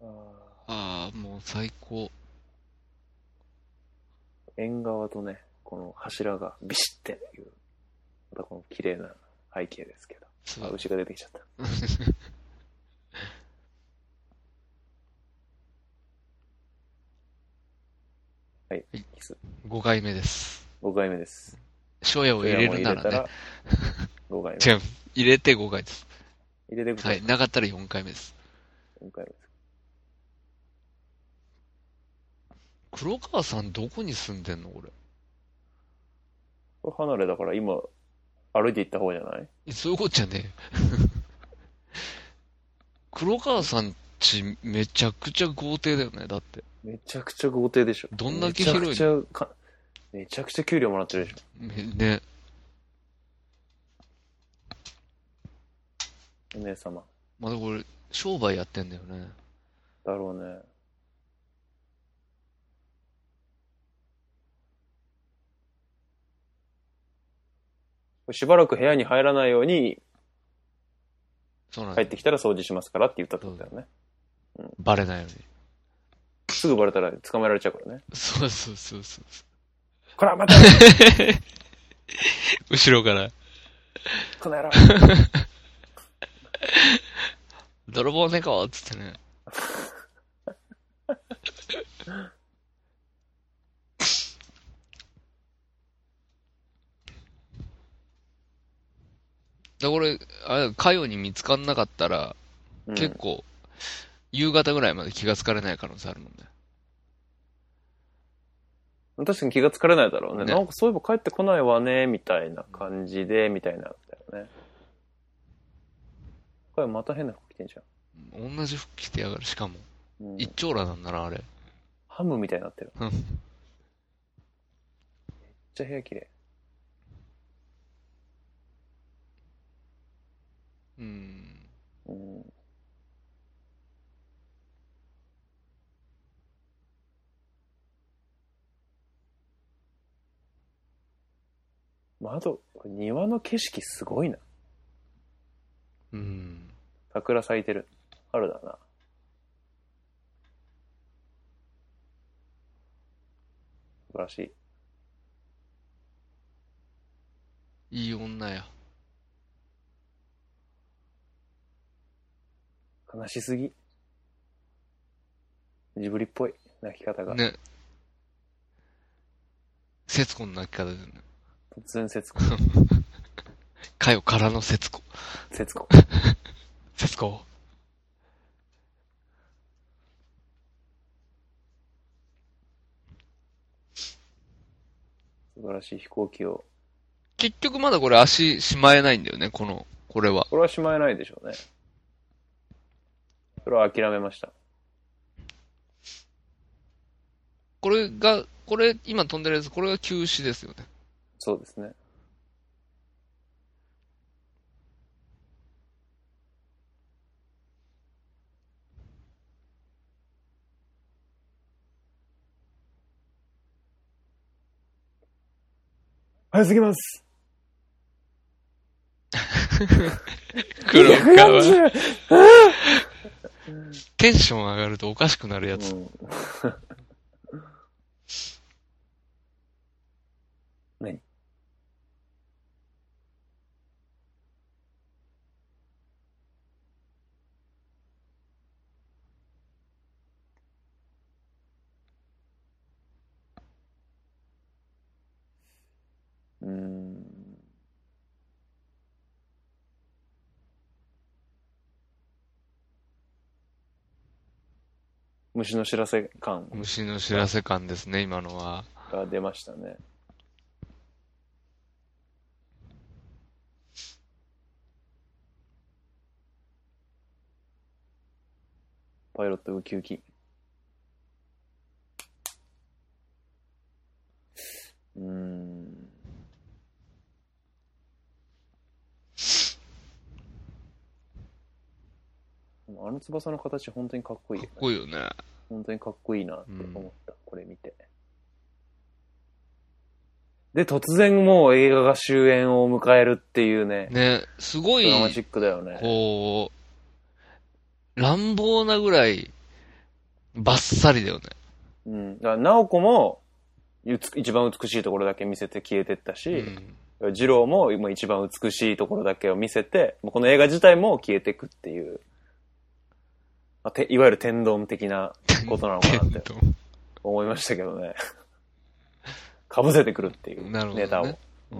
Speaker 2: あ
Speaker 3: ああ、もう最高。
Speaker 2: ー縁側とね、この柱がビシッていう、またこの綺麗な背景ですけど。
Speaker 3: そ
Speaker 2: あ、
Speaker 3: う。
Speaker 2: 牛が出てきちゃった。はい、
Speaker 3: はい
Speaker 2: キス。
Speaker 3: 5回目です。
Speaker 2: 5回目です。
Speaker 3: 初夜を入れるならね。
Speaker 2: 5回目。
Speaker 3: 違う。入れて5回です。
Speaker 2: 入れてく
Speaker 3: は
Speaker 2: だ
Speaker 3: い。なかったら4回目です。
Speaker 2: 4回目です。
Speaker 3: 黒川さんどこに住んでんの俺。
Speaker 2: これ離れだから今、歩いて行った方じゃない
Speaker 3: そういうことじゃね えよ黒川さんちめちゃくちゃ豪邸だよね。だって。
Speaker 2: めちゃくちゃ豪邸でしょ。
Speaker 3: どんだけ広いの
Speaker 2: めちゃくちゃか、めちゃくちゃ給料もらってるでしょ。
Speaker 3: めね。
Speaker 2: お姉様。
Speaker 3: まだこれ、商売やってんだよね。
Speaker 2: だろうね。これしばらく部屋に入らないように
Speaker 3: そうなん
Speaker 2: 帰
Speaker 3: だ、
Speaker 2: ってきたら掃除しますからって言ったってことだよね。
Speaker 3: バレないように。
Speaker 2: すぐバレたら捕まえられちゃうからね。
Speaker 3: そうそうそうそう。
Speaker 2: こら、待て
Speaker 3: 後ろから。
Speaker 2: この野郎
Speaker 3: 泥棒猫っつってね。だこれ、あれ、かよに見つかんなかったら、
Speaker 2: うん
Speaker 3: 結構、夕方ぐらいまで気がつかれない可能性あるもんね。
Speaker 2: 確かに気がつかれないだろうね。
Speaker 3: ね
Speaker 2: なんかそういえば帰ってこないわね、みたいな感じで、みたいな、だよね。これまた変な服着てんじゃ
Speaker 3: 同じ服着てやがる。しかも、
Speaker 2: ん。うん
Speaker 3: 一丁羅なんだな、あれ。
Speaker 2: ハムみたいになってる。
Speaker 3: う
Speaker 2: め
Speaker 3: ん
Speaker 2: っちゃ部屋綺麗。
Speaker 3: うん。
Speaker 2: うん。窓、これ庭の景色すごいな。
Speaker 3: うん。
Speaker 2: 桜咲いてる。春だな。素晴らしい。
Speaker 3: いい女や。
Speaker 2: 悲しすぎ。ジブリっぽい泣き方が。
Speaker 3: ね。節子の泣き方だよね。
Speaker 2: 突然節子。
Speaker 3: かよからの節子。
Speaker 2: 節子。
Speaker 3: 節子。
Speaker 2: 素晴らしい飛行機を。
Speaker 3: 結局まだこれ足しまえないんだよね、この、これは。
Speaker 2: これはしまえないでしょうね。それは諦めました。
Speaker 3: これが、これ、今飛んでるやつ、これが休止ですよね。
Speaker 2: そうですね。早すぎます。
Speaker 3: 黒川。
Speaker 2: 140
Speaker 3: テンション上がるとおかしくなるやつ。
Speaker 2: うん何うーん虫の知らせ感
Speaker 3: 虫の知らせ感ですね、今のは。
Speaker 2: が出ましたね。パイロットウキウキ。うーん。でもあの翼の形本当にかっこいい
Speaker 3: か
Speaker 2: よ
Speaker 3: っ
Speaker 2: ね。
Speaker 3: こいいよね。
Speaker 2: 本当にかっこいいなって思った、これ見て。で、突然もう映画が終焉を迎えるっていうね、
Speaker 3: ね、すごい
Speaker 2: ド、ラマチックだよね。
Speaker 3: こう、乱暴なぐらい、バッサリだよね。
Speaker 2: うん。だから、直子も、うつ一番美しいところだけ見せて消えてった
Speaker 3: う
Speaker 2: し、
Speaker 3: ん。
Speaker 2: 二郎ももう一番美しいところだけを見せて、もうこの映画自体も消えてくっていう、まあていわゆる天丼的なことなのかなって
Speaker 3: と。
Speaker 2: 思いましたけど ね。かぶせてくるっていう
Speaker 3: なるほどね
Speaker 2: ネタを。う
Speaker 3: う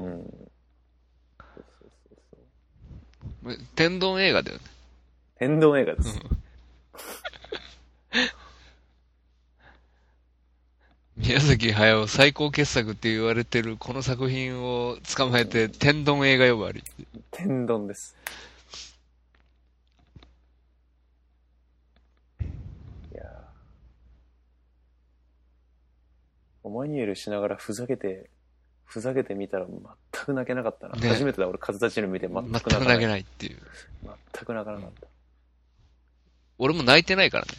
Speaker 3: ん
Speaker 2: ん。
Speaker 3: 天丼映画だよね。
Speaker 2: 天丼映画です。
Speaker 3: 宮崎駿最高傑作って言われてるこの作品を捕まえて天丼映画呼ばわり。
Speaker 2: 天丼です。いやーオマニュエルしながらふざけて、ふざけてみたら全く泣けなかったな。
Speaker 3: ね
Speaker 2: 初めてだ、俺、カズタチル見て全く
Speaker 3: 全
Speaker 2: 泣
Speaker 3: く
Speaker 2: かな
Speaker 3: 投
Speaker 2: い。
Speaker 3: げ
Speaker 2: 全
Speaker 3: ないっていう。
Speaker 2: く泣かなかった。
Speaker 3: 俺も泣いてないからね。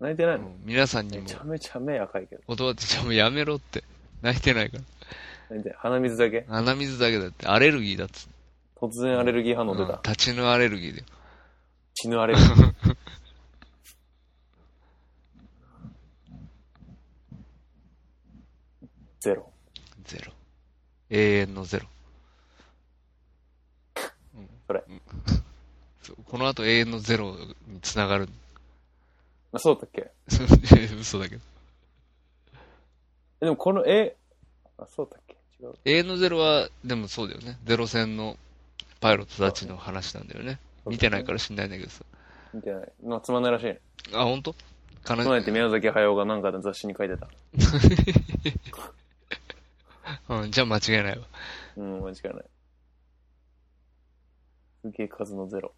Speaker 2: 泣いてないの、
Speaker 3: うん皆さんに
Speaker 2: め
Speaker 3: も
Speaker 2: ちゃめちゃ目赤いけど。
Speaker 3: 断ってちゃもうやめろって。泣いてないから。
Speaker 2: 泣いてない鼻水だけ
Speaker 3: 鼻水だけだってアレルギーだっつって。
Speaker 2: 突然アレルギー反応出
Speaker 3: うん
Speaker 2: た。
Speaker 3: 立ちのアレルギーで。
Speaker 2: 血のアレルギ ー。ゼロ。
Speaker 3: ゼロ。永遠のゼロ。うん
Speaker 2: それ。
Speaker 3: うんそうこの後永遠のゼロにつながる。
Speaker 2: あ、そうだったっけ
Speaker 3: 嘘だけど。
Speaker 2: えでもこの絵、あ、そうだっけ違う。。
Speaker 3: 永遠のゼロは、でもそうだよね。ゼロ戦のパイロットたちの話なんだよね。見てないからら知んないんだけどさ。
Speaker 2: 見てない。まあ、つまんないらしいね。
Speaker 3: あ、ほんと
Speaker 2: つ
Speaker 3: 悲
Speaker 2: まんないっ
Speaker 3: して
Speaker 2: 宮崎駿がなんかの雑誌に書いてた。
Speaker 3: うん、じゃあ間違いないわ。
Speaker 2: うん、間違いない。すげえ数のゼロ。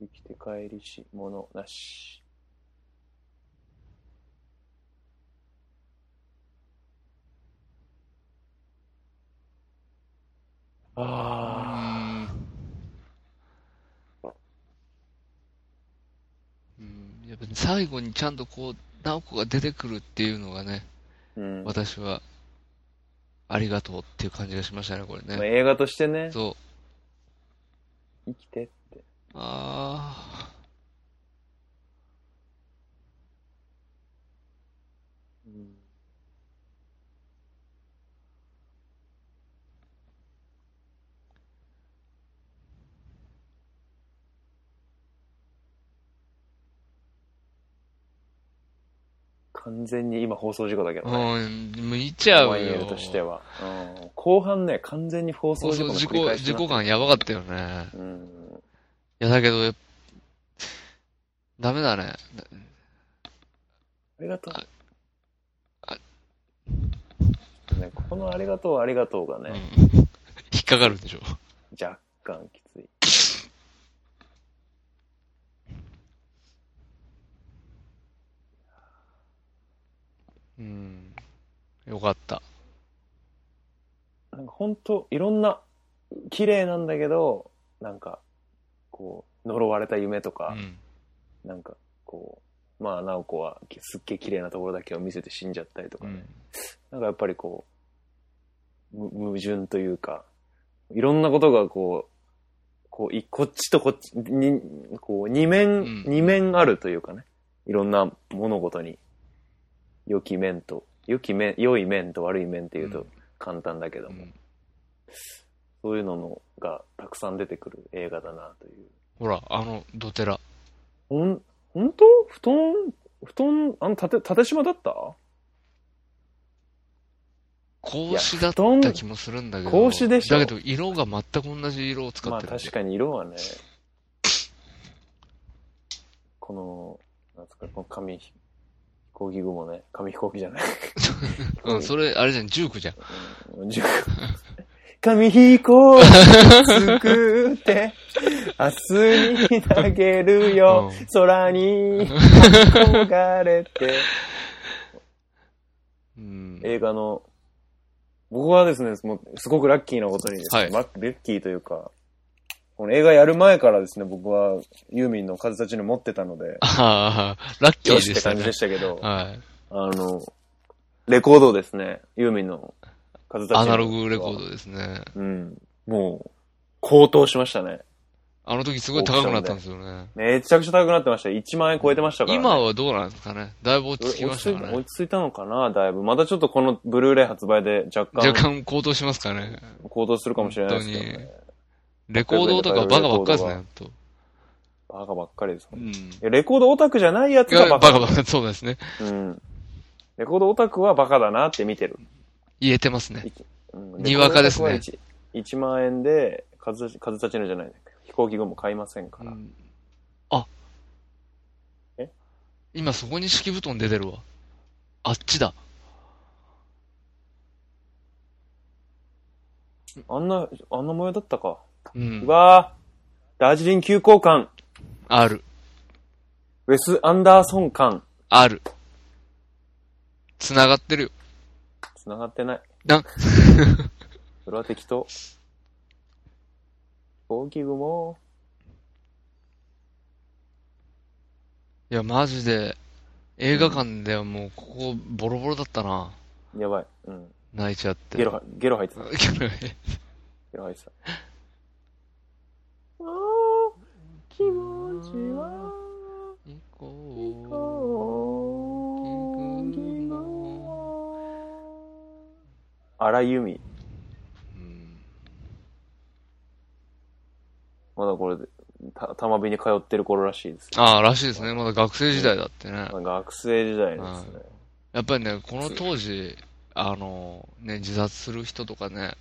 Speaker 2: 生きて帰りし者なし。ああ。
Speaker 3: うん、やっぱ最後にちゃんとこう、直子が出てくるっていうのがね、
Speaker 2: うん。
Speaker 3: 私は、ありがとうっていう感じがしましたね、これ
Speaker 2: まあ、
Speaker 3: ね。
Speaker 2: 映画としてね、
Speaker 3: そう。
Speaker 2: 生きてって。
Speaker 3: ああ、
Speaker 2: 完全に今放送事故だけどね。
Speaker 3: うん、見ちゃ
Speaker 2: オマ
Speaker 3: う
Speaker 2: ニエ
Speaker 3: よ
Speaker 2: ル。としては、うん。後半ね、完全に放
Speaker 3: そ
Speaker 2: 送
Speaker 3: う
Speaker 2: 事
Speaker 3: そ
Speaker 2: 故
Speaker 3: う、
Speaker 2: の繰り返、
Speaker 3: 自己
Speaker 2: し
Speaker 3: 自
Speaker 2: にな
Speaker 3: 己
Speaker 2: った。
Speaker 3: 感やばかったよね。
Speaker 2: うん。
Speaker 3: いや、だけど、やっダメだね。
Speaker 2: ありがとう
Speaker 3: ああ。
Speaker 2: ちょっとね、ここのありがとう、ありがとうが
Speaker 3: う
Speaker 2: ね、
Speaker 3: ん。 引っかかるんでしょ。
Speaker 2: 若干きつい。
Speaker 3: うん。よかった。
Speaker 2: なんか本当いろんな、綺麗なんだけど、なんか、こう、呪われた夢と
Speaker 3: う
Speaker 2: か、
Speaker 3: ん。
Speaker 2: なんか、こう、まあ、直子はすっげえ綺麗なところだけを見せて死んじゃったりとか
Speaker 3: う
Speaker 2: ね。
Speaker 3: ん。
Speaker 2: なんかやっぱりこう、む矛盾というか、いろんなことがこう、こういこっちとこっちに、こう、二面、
Speaker 3: うん
Speaker 2: 二面あるというかね。いろんな物事に、良き面と、良き面、良い面と悪い面っていう
Speaker 3: う
Speaker 2: と
Speaker 3: ん
Speaker 2: 簡単だけど
Speaker 3: う
Speaker 2: も、
Speaker 3: ん
Speaker 2: そういうののがたくさん出てくる映画だなという。
Speaker 3: ほら、あの、ドテラ。
Speaker 2: ほん、本当布団、布団、あの、縦、縦島だった
Speaker 3: 格子だっ
Speaker 2: 布
Speaker 3: た
Speaker 2: 団
Speaker 3: 気もするんだけど。
Speaker 2: 格子でしょ
Speaker 3: だけど、色が全く同じ色を使
Speaker 2: ま
Speaker 3: っ
Speaker 2: あ
Speaker 3: てる。
Speaker 2: 確かに色はね、この、なんですか、この紙飛行機雲ね、紙飛行機じゃない。
Speaker 3: うん、それ、あれじゃん、19じゃん。
Speaker 2: うん10紙飛行機作って、明日に投げるよ
Speaker 3: うん、
Speaker 2: 空に憧れて。
Speaker 3: うん。
Speaker 2: 映画の僕はですね、もうすごくラッキーなことにですね、
Speaker 3: はい
Speaker 2: ラッラッキーというか、この映画やる前からですね、僕はユーミンの風立ちぬ持ってたので、
Speaker 3: ああ、ラッキー
Speaker 2: よ
Speaker 3: で
Speaker 2: しって
Speaker 3: した
Speaker 2: 感じ
Speaker 3: ね
Speaker 2: で。したけど、
Speaker 3: はい。
Speaker 2: あの、レコードをですね、ユーミンの風立ちぬ。
Speaker 3: アナログレコードですね。
Speaker 2: うん。もう、高騰しましたね。
Speaker 3: あの時すごい高くなったんですよね。
Speaker 2: めちゃくちゃ高くなってました。1万円超えてましたからね、
Speaker 3: 今はどうなんですかねだいぶ落
Speaker 2: 落
Speaker 3: ち着きました
Speaker 2: ち着い
Speaker 3: か
Speaker 2: た
Speaker 3: ね
Speaker 2: 落。ち着いたのかな、だいぶ。またちょっとこのブルーレイ発売で若
Speaker 3: 若
Speaker 2: 干
Speaker 3: 干高騰しますかね
Speaker 2: 高騰するかもしれないですけど
Speaker 3: 本
Speaker 2: ね。
Speaker 3: レコードとかバカばっかりですね、ほんと。
Speaker 2: バカばっかりです。
Speaker 3: う
Speaker 2: い
Speaker 3: ん。
Speaker 2: やレコードオタクじゃないやつが
Speaker 3: バ
Speaker 2: バ
Speaker 3: カ
Speaker 2: カ。
Speaker 3: ばっかり、そうですね。
Speaker 2: うん。レコードオタクはバカだなって見てる。
Speaker 3: 言えてますね。
Speaker 2: うん
Speaker 3: にわかですね
Speaker 2: レコードオタクは一1万円で、風立ち風立ちぬじゃない、飛行機雲も買いませんから。
Speaker 3: あ。
Speaker 2: え
Speaker 3: 今そこに敷布団出てるわ。あっちだ。
Speaker 2: あんな、あんな模様だったか。
Speaker 3: う。
Speaker 2: うんわぁ、ダージリン急行館、
Speaker 3: ある。
Speaker 2: ウェス・アンダーソン館、
Speaker 3: ある。繋がってるよ。
Speaker 2: 繋がってない。
Speaker 3: な、
Speaker 2: それは適当。飛行機雲。
Speaker 3: いや、マジで、映画館ではもう、ここ、ボロボロだったな。
Speaker 2: やばい。うん。
Speaker 3: 泣 いちゃって。
Speaker 2: ゲロは、ゲロ入ってた。
Speaker 3: ゲロ吐い
Speaker 2: ゲロ入ってた。あー気持ちは、
Speaker 3: 行
Speaker 2: こ
Speaker 3: こ
Speaker 2: う
Speaker 3: 気分
Speaker 2: 荒井由実。
Speaker 3: ううん
Speaker 2: まだこれで、た、たまびに通ってる頃らしいですよ。
Speaker 3: ああ、らしいですね。まだ学生時代だってね。
Speaker 2: 学生時代ですね。
Speaker 3: やっぱりね、この当時、あの、ね、自殺する人とかね、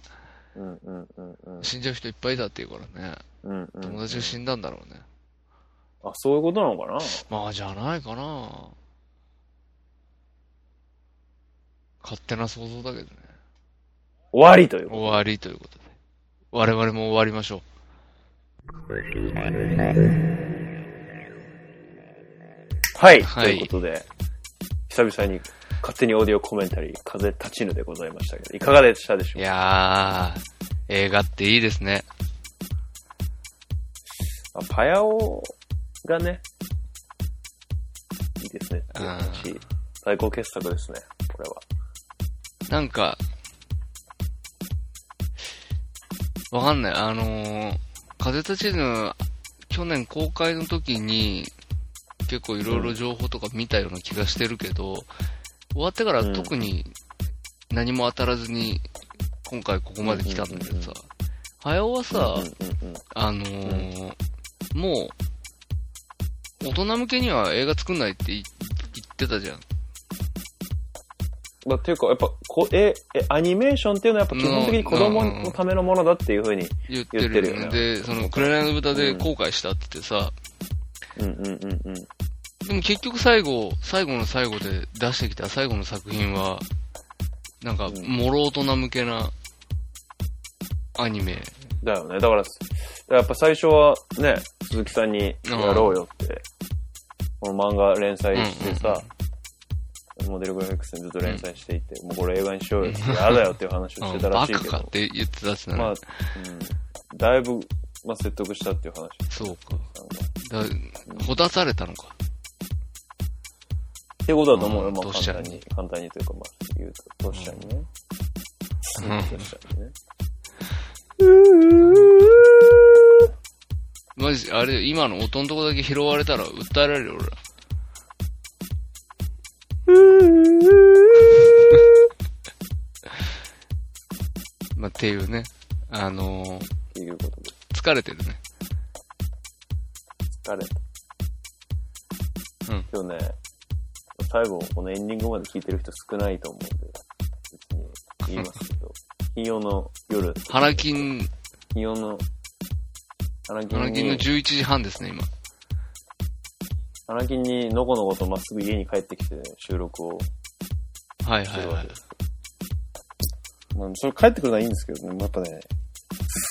Speaker 2: うんうんうんうん。
Speaker 3: 死んじゃう人いっぱいだって言うからね。
Speaker 2: うんうん
Speaker 3: 友達が死んだんだろうね。
Speaker 2: あ、そういうことなのかな
Speaker 3: まあ、じゃないかな。勝手な想像だけどね。
Speaker 2: 終わりというこ
Speaker 3: 終わりということで。我々も終わりましょう。
Speaker 2: と。はい。
Speaker 3: はい
Speaker 2: ということで、久々に勝手にオーディオコメンタリー、風立ちぬでございましたけど、いかがでしたでしょ
Speaker 3: いう
Speaker 2: か
Speaker 3: やー、映画っていいですね。
Speaker 2: あパヤオがね、いいですね。
Speaker 3: うん
Speaker 2: 最高傑作ですね、これは。
Speaker 3: なんか、わかんない。あのー、風立ちぬ、去年公開の時に、結構いろいろ情報とか見たような気がしてるけど、終わってから特に何も当たらずに、今回ここまで来たんだけどさ、早尾はさ、
Speaker 2: うんうんうん
Speaker 3: あのーもう、大人向けには映画作んないって言ってたじゃん。
Speaker 2: まあ、っていうか、やっぱこえ、え、アニメーションっていうのはやっぱ基本的に子供のためのものだっていうふうに。
Speaker 3: 言ってる
Speaker 2: 言
Speaker 3: よね。
Speaker 2: ってるよね
Speaker 3: で、その、紅の豚で後悔したって言ってさ、
Speaker 2: うんうんうんうん。
Speaker 3: でも結局最後、最後の最後で出してきた最後の作品は、なんか、
Speaker 2: ん
Speaker 3: もろ大人向けなアニメ。
Speaker 2: だよね。だから、だからやっぱ最初はね、鈴木さんにやろうよって、この漫画連載してさ、モデルグラフィックスにずっと連載していて、もうこれ映画にしようよって、嫌だよっていう話を
Speaker 3: う
Speaker 2: し
Speaker 3: ん
Speaker 2: てたら
Speaker 3: バ
Speaker 2: しい
Speaker 3: カ
Speaker 2: け
Speaker 3: か
Speaker 2: ど
Speaker 3: っ、て言ってたっすね。
Speaker 2: まあ、うん、だいぶ、まあ、説得したっていう話
Speaker 3: そうか。
Speaker 2: なんか
Speaker 3: だ、ほだされたのか。
Speaker 2: っていうことだと思う
Speaker 3: う
Speaker 2: よ、
Speaker 3: ん
Speaker 2: ま
Speaker 3: ど
Speaker 2: あ
Speaker 3: うしちゃう
Speaker 2: 簡単に、簡単にというか、まあ、言うと、どうしちゃうね。
Speaker 3: うん
Speaker 2: どうしちゃうね。
Speaker 3: マジ、あれ、今の音のとこだけ拾われたら訴えられるよ、俺ら。 まあ、っていうね。あのー
Speaker 2: っていうことで、
Speaker 3: 疲れてるね。
Speaker 2: 疲れた。
Speaker 3: うん
Speaker 2: 今日ね、最後、このエンディングまで聞いてる人少ないと思うんで、別に言いますけど、 金曜の夜、
Speaker 3: 花金、
Speaker 2: 金曜の、花金
Speaker 3: 花金の
Speaker 2: に、
Speaker 3: 11時半ですね、今。
Speaker 2: 花金にのこのことまっすぐ家に帰ってきて、収録を
Speaker 3: はい
Speaker 2: して
Speaker 3: はい
Speaker 2: る
Speaker 3: は
Speaker 2: わ
Speaker 3: い
Speaker 2: け。ですよ。まあ、それ帰ってくるのはいいんですけどね、やっぱね、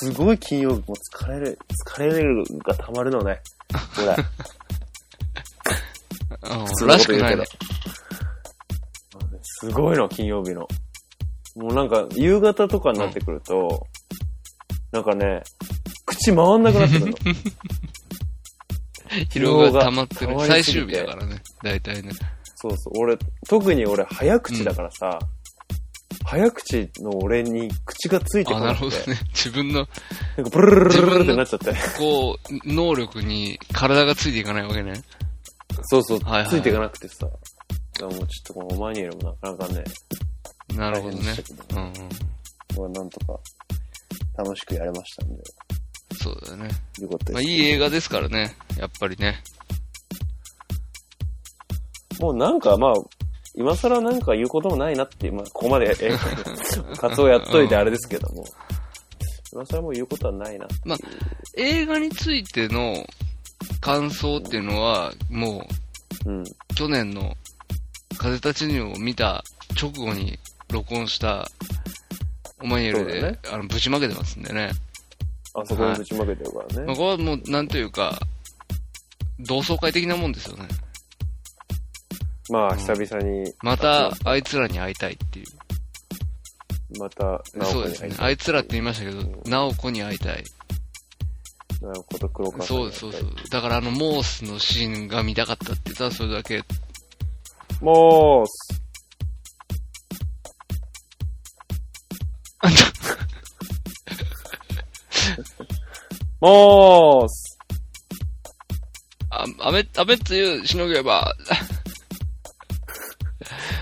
Speaker 2: すごい金曜日、もう疲れる、疲れるが溜まるのね。ほら、
Speaker 3: う
Speaker 2: 普通
Speaker 3: ん、
Speaker 2: の
Speaker 3: ら
Speaker 2: こ
Speaker 3: し
Speaker 2: と
Speaker 3: く
Speaker 2: 言う
Speaker 3: な
Speaker 2: け
Speaker 3: い
Speaker 2: ど
Speaker 3: ね。
Speaker 2: すごいの、金曜日の。もうなんか、夕方とかになってくると、なんかね、口回んなくなってくるの。
Speaker 3: 疲労が溜まって
Speaker 2: 疲
Speaker 3: る。
Speaker 2: 労が
Speaker 3: 最終日だからね。大体ね。
Speaker 2: そうそう。俺、特に俺、早口だからさ、早口の俺に口がついて
Speaker 3: あ、
Speaker 2: こ
Speaker 3: な
Speaker 2: な
Speaker 3: るほ
Speaker 2: く
Speaker 3: ど
Speaker 2: て、
Speaker 3: ね。 自分の、
Speaker 2: なんかブルルルルルルってなっちゃって。
Speaker 3: こう、能力に体がついていかないわけね。
Speaker 2: そうそう、
Speaker 3: はいはい
Speaker 2: ついていかなくてさ。だからもうちょっとこのお前にいるもなかなかね、
Speaker 3: なるほど
Speaker 2: 大変で
Speaker 3: ね
Speaker 2: した。けど
Speaker 3: うんう
Speaker 2: ま
Speaker 3: ん。
Speaker 2: あなんとか、楽しくやれましたんで、
Speaker 3: そうだよね。
Speaker 2: よかったです。
Speaker 3: まあ、いい映画ですからね。やっぱりね。
Speaker 2: もうなんかまあ、今更なんか言うこともないなっていう、まあ、ここまで、え、 活動やっといてあれですけども、今更もう言うことはないな。
Speaker 3: 映画についての感想っていうのは、も
Speaker 2: うん。
Speaker 3: う、去年の風立ちぬを見た直後に録音した、オマニエル
Speaker 2: そう
Speaker 3: で、
Speaker 2: だね
Speaker 3: あの、ぶちまけてますんでね。
Speaker 2: あそこにぶちまけてるから
Speaker 3: ま
Speaker 2: ね。
Speaker 3: あ、これはもう、なんというか、同窓会的なもんですよね。
Speaker 2: まあ、久々に、
Speaker 3: また、あいつらに会いたいっていう。
Speaker 2: また、なお
Speaker 3: そう
Speaker 2: こ
Speaker 3: で
Speaker 2: に
Speaker 3: す
Speaker 2: 会い
Speaker 3: ね。
Speaker 2: た
Speaker 3: あ
Speaker 2: い
Speaker 3: いつらって言いましたけど、なおこに会いたい。
Speaker 2: なおこと黒川さん
Speaker 3: そう
Speaker 2: に
Speaker 3: です、
Speaker 2: 会
Speaker 3: そ
Speaker 2: いうた
Speaker 3: で
Speaker 2: い
Speaker 3: す。だからあの、モースのシーンが見たかったって言ったらそれだけ。
Speaker 2: もう、
Speaker 3: あんた
Speaker 2: もう、
Speaker 3: あ、アメ、アメっていうしのげば、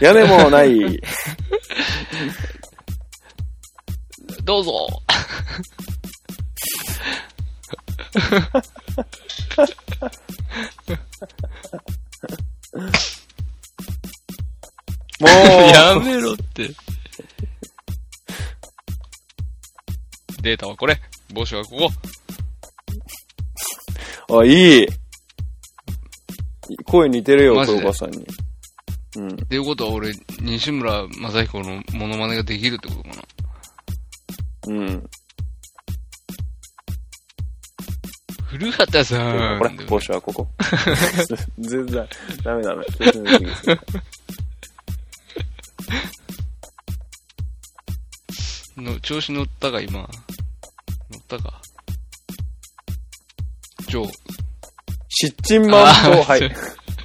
Speaker 2: 屋根も ない。
Speaker 3: どうぞ。
Speaker 2: も
Speaker 3: やめろって。データはこれ。帽子はここ。
Speaker 2: う、あ、いい。声似てるよ、
Speaker 3: マジ
Speaker 2: 黒
Speaker 3: で
Speaker 2: 川さんに。うん。
Speaker 3: っていうことは俺、西村正彦のモノマネができるってことかな。
Speaker 2: うん。
Speaker 3: 古畑さん。
Speaker 2: これ、帽子はこ こ。全然、ダメダメ。全然ですよ
Speaker 3: の調子乗ったか、今。乗ったか。ジョー。
Speaker 2: 失沈マント、はい。い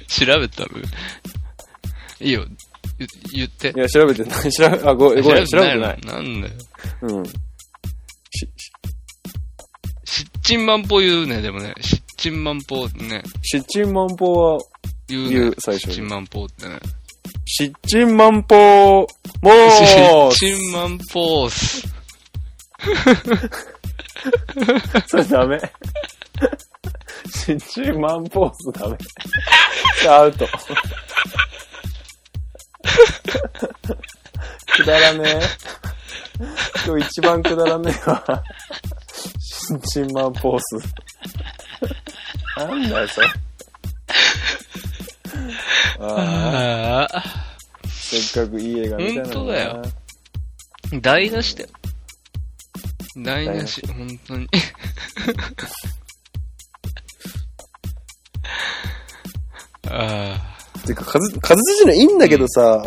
Speaker 3: ちょ調べたのいいよ。ゆ言って。
Speaker 2: や、調べてない。調べ、あ、ごめん、ごめん、調べてない。
Speaker 3: のなんだよ。
Speaker 2: うん。し、し
Speaker 3: シッチンマンポ言うね、でもね。シッチンマンポね。
Speaker 2: 失沈マンポは、
Speaker 3: 言うね。
Speaker 2: 言う最初
Speaker 3: シ
Speaker 2: に
Speaker 3: ッチンマンポってね。
Speaker 2: 失沈マンポ、も
Speaker 3: シッ
Speaker 2: う、
Speaker 3: チンマンポース。
Speaker 2: それダメ。失沈マンポーズダメ。アウト。くだらねえ。今日一番くだらねえわ。失沈マンポーズ。なんだよ、それ。ああ、
Speaker 3: ああ。
Speaker 2: せっかくいい映画見たのにな
Speaker 3: 本当だよ。台無しだよ。台無し、
Speaker 2: 台
Speaker 3: 本当に。あ
Speaker 2: てか、かず、かずじのいいんだけどさ、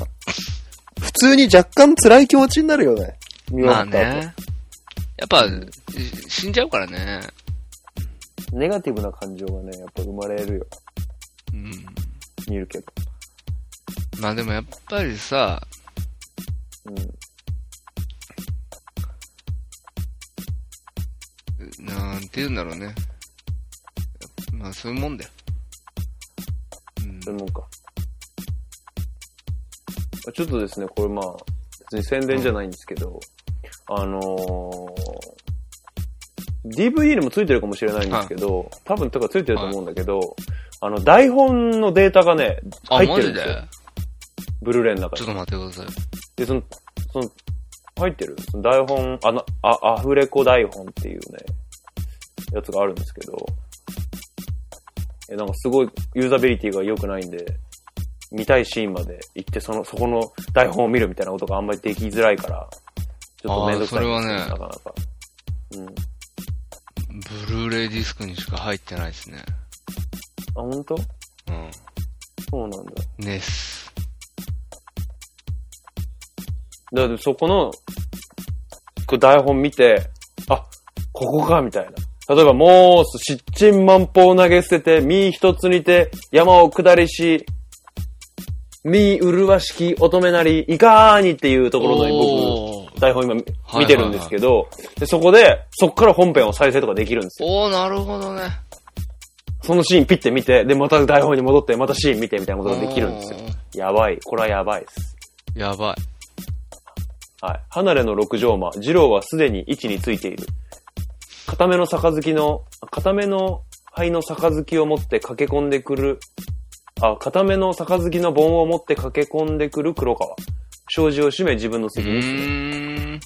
Speaker 2: 普通に若干辛い気持ちになるよね。
Speaker 3: あ。
Speaker 2: 見終
Speaker 3: ま
Speaker 2: わ
Speaker 3: あ
Speaker 2: った後。
Speaker 3: ね。やっぱ、死んじゃうからね。
Speaker 2: ネガティブな感情がね、やっぱ生まれるよ。
Speaker 3: うん。
Speaker 2: 見るけど。
Speaker 3: まあでもやっぱりさ、
Speaker 2: うん。
Speaker 3: なんて言うんだろうね。まあそういうもんだよ。うん
Speaker 2: そういうもんか。ちょっとですね、これまあ、別に宣伝じゃないんですけど、あのー、DVD にもついてるかもしれないんですけど、多分とかついてると思うんだけど、あの、台本のデータがね、
Speaker 3: あ、
Speaker 2: 入っ
Speaker 3: マ
Speaker 2: てる
Speaker 3: ジ
Speaker 2: んで
Speaker 3: です
Speaker 2: よ。ブルーレイの中
Speaker 3: ちょ
Speaker 2: に
Speaker 3: っ。と待ってください。
Speaker 2: で、その、その、入ってるその台本、あの、あ、アフレコ台本っていうね、やつがあるんですけど、え、なんかすごいユーザビリティが良くないんで、見たいシーンまで行って、その、そこの台本を見るみたいなことがあんまりできづらいから、ちょっとめんどくさいんですよ
Speaker 3: あーそれはね
Speaker 2: なかなか。うん。あ、
Speaker 3: ブルーレイディスクにしか入ってないですね。
Speaker 2: 本当
Speaker 3: うん。
Speaker 2: そうなんだ。
Speaker 3: です。
Speaker 2: だからそこの、こう台本見て、あ、ここか、みたいな。例えば、もう、失沈万法投げ捨てて、身一つにて、山を下りし、身麗しき乙女なり、いかーにっていうところの僕、
Speaker 3: おー
Speaker 2: 台本今
Speaker 3: はい
Speaker 2: 見てるんですけど、でそこで、そこから本編を再生とかできるんですよ。
Speaker 3: おーなるほどね。
Speaker 2: そのシーンピッて見て、で、また台本に戻って、またシーン見てみたいなことができるんですよ。やばい。これはやばいです。
Speaker 3: おーやばい。
Speaker 2: はい。離れの六条間、二郎はすでに位置についている。固めの杯の、固めの灰の杯を持って駆け込んでくる、あ、固めの杯の盆を持って駆け込んでくる黒川。障子を閉め自分の
Speaker 3: う
Speaker 2: 席に進む。
Speaker 3: ーん。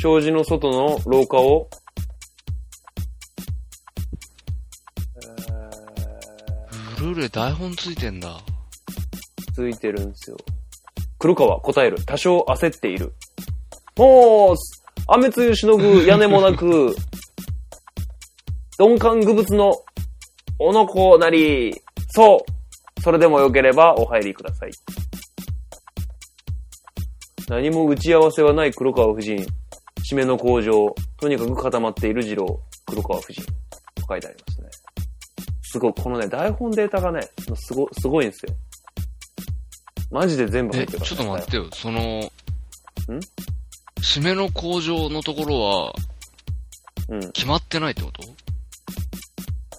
Speaker 2: 障子の外の廊下を、
Speaker 3: ブルーレイ台本ついてんだ。
Speaker 2: ついてるんですよ。黒川、答える。多少焦っている。もう、雨梅雨しの ぐ屋根もなく、鈍感愚物のおのこなり、そう。それでもよければお入りください。何も打ち合わせはない黒川夫人。締めの工場。とにかく固まっている二郎。黒川夫人。と書いてありますね。すごい。このね、台本データがね、すご、すごいんですよ。マジで全部入
Speaker 3: え、
Speaker 2: ってるからね、
Speaker 3: ちょっと待ってよ。その、ん
Speaker 2: ん
Speaker 3: 締めの工場のところは
Speaker 2: うん。
Speaker 3: 決まってないってこと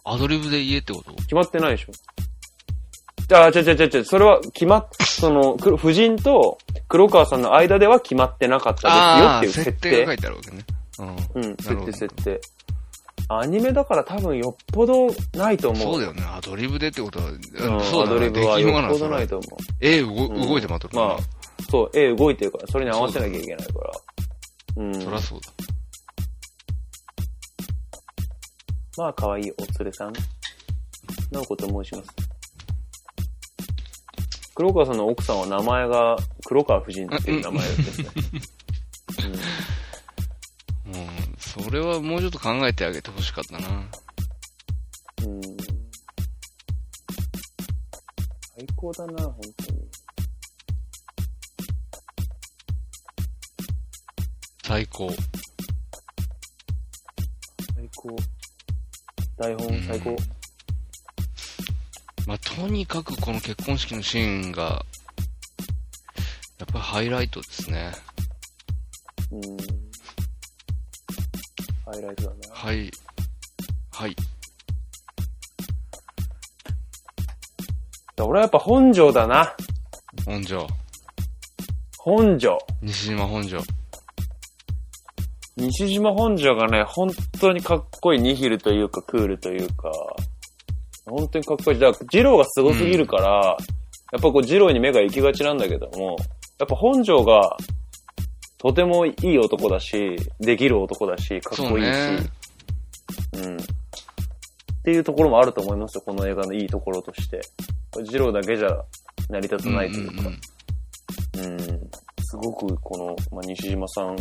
Speaker 3: アドリブで言えってこと
Speaker 2: 決まってないでしょ。ああ、ちゃちゃちゃちゃ、それは決まっ、その、く夫人と黒川さんの間では決まってなかった
Speaker 3: ああー、
Speaker 2: ですよっていう設定。
Speaker 3: 設定が書いてあるわけね。うん。
Speaker 2: うん、
Speaker 3: なるほ
Speaker 2: 設
Speaker 3: ど
Speaker 2: 定設定。アニメだから多分よっぽどないと思う。
Speaker 3: そうだ
Speaker 2: よ。
Speaker 3: よね。アドリブでってことは、
Speaker 2: うん、
Speaker 3: そう
Speaker 2: ア
Speaker 3: だ
Speaker 2: ド
Speaker 3: ね。
Speaker 2: リ
Speaker 3: で
Speaker 2: ブ
Speaker 3: き
Speaker 2: は
Speaker 3: よう
Speaker 2: よ
Speaker 3: が
Speaker 2: っ
Speaker 3: ない
Speaker 2: ぽ
Speaker 3: そ
Speaker 2: どな
Speaker 3: れ
Speaker 2: い。と思う。
Speaker 3: 絵動
Speaker 2: うん
Speaker 3: 動いてまとるから
Speaker 2: まあ
Speaker 3: ね。、
Speaker 2: そう、絵動いてるから、それに合わせなきゃいけないから。うん。
Speaker 3: そりゃそうだ。
Speaker 2: まあ、可愛いお連れさん。なおこと申します。黒川さんの奥さんは名前が、黒川夫人っていう名前ですね。うん
Speaker 3: うん。それはもうちょっと考えてあげてほしかったな。
Speaker 2: うん最高だな、本当に。
Speaker 3: 最高。
Speaker 2: 最高。台本最高。
Speaker 3: まあ、とにかくこの結婚式のシーンが、やっぱりハイライトですね。
Speaker 2: うん。ハイライトだな。
Speaker 3: はい。はい。
Speaker 2: 俺はやっぱ本庄だな。
Speaker 3: 本庄。
Speaker 2: 本庄。
Speaker 3: 西島本庄。
Speaker 2: 西島本庄がね、本当にかっこいいニヒルというか、クールというか、本当にかっこいい。だから、ジローがすごすぎるから、やっぱこう、ジローに目が行きがちなんだけども、やっぱ本庄が、とてもいい男だし、できる男だし、かっこいいし、
Speaker 3: そうね
Speaker 2: うん。っていうところもあると思いますよ、この映画のいいところとして。ジローだけじゃ成り立たないというか。
Speaker 3: うんうんうん
Speaker 2: うん、すごくこの、まあ、西島さん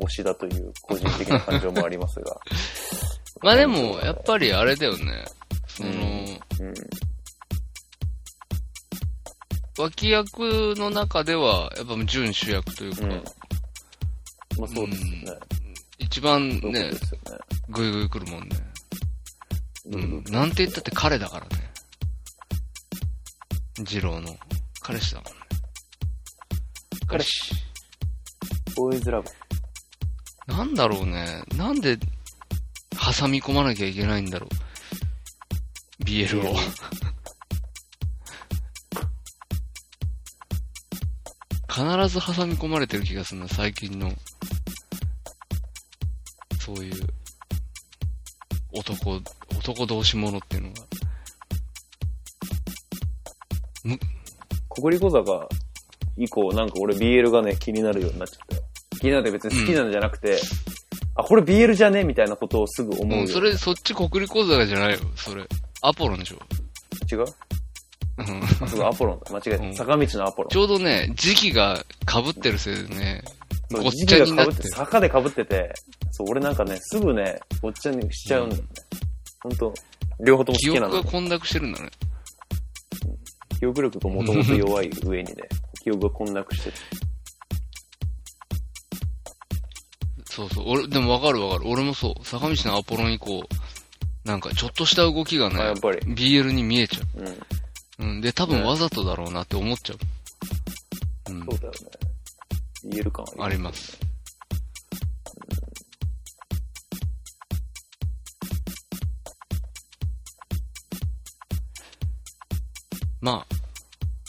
Speaker 2: 推しだという個人的な感情もありますが。
Speaker 3: まあでも、やっぱりあれだよね。その、
Speaker 2: うんうん、
Speaker 3: 脇役の中では、やっぱ準主役というか、
Speaker 2: うんまあそうですよね。
Speaker 3: 一番
Speaker 2: そういう
Speaker 3: ね
Speaker 2: こと、ですよね。
Speaker 3: ぐいぐい来るもんね。
Speaker 2: どういうこと
Speaker 3: なんて言ったって彼だからね。二郎の彼氏だもんね。
Speaker 2: 彼氏。ボーイズラブ。
Speaker 3: なんだろうね。なんで、挟み込まなきゃいけないんだろう。BL を。必ず挟み込まれてる気がするな、最近の。そういう、男、男同士ものっていうのが。
Speaker 2: 小栗小坂以降、なんか俺 BL がね、気になるようになっちゃったよ。気になって別に好きなのじゃなくて、あ、これ BL じゃねみたいなことをすぐ思うよ。
Speaker 3: うん、それ、そっち国立講座じゃないよ、それ。アポロンでしょ。
Speaker 2: 違う
Speaker 3: うん。
Speaker 2: あ、そうだ、アポロンだ。間違えた。
Speaker 3: うん
Speaker 2: 坂道のアポロン
Speaker 3: ち。ょうどね、時期が被ってるせいでね、
Speaker 2: そう
Speaker 3: ごっちゃになって
Speaker 2: 時期が被って坂で被ってて、そう、俺なんかね、すぐね、ごっちゃにしちゃうんだよね。ほんと、両方とも
Speaker 3: 記
Speaker 2: 好きな
Speaker 3: 憶
Speaker 2: の
Speaker 3: が。混濁してるんだね。
Speaker 2: 記憶力がもともと弱い上にね、記憶が混濁してる。
Speaker 3: そうそう。俺、でもわかるわかる。俺もそう。坂道のアポロン以降、なんかちょっとした動きが
Speaker 2: あや
Speaker 3: ね
Speaker 2: っ、ぱり。
Speaker 3: BL に見えちゃ
Speaker 2: うん。そう
Speaker 3: う。うん。で、多分わざとだろうなって思っちゃう。うん。
Speaker 2: だよね。言える感
Speaker 3: あ
Speaker 2: ある。
Speaker 3: ります。まあ、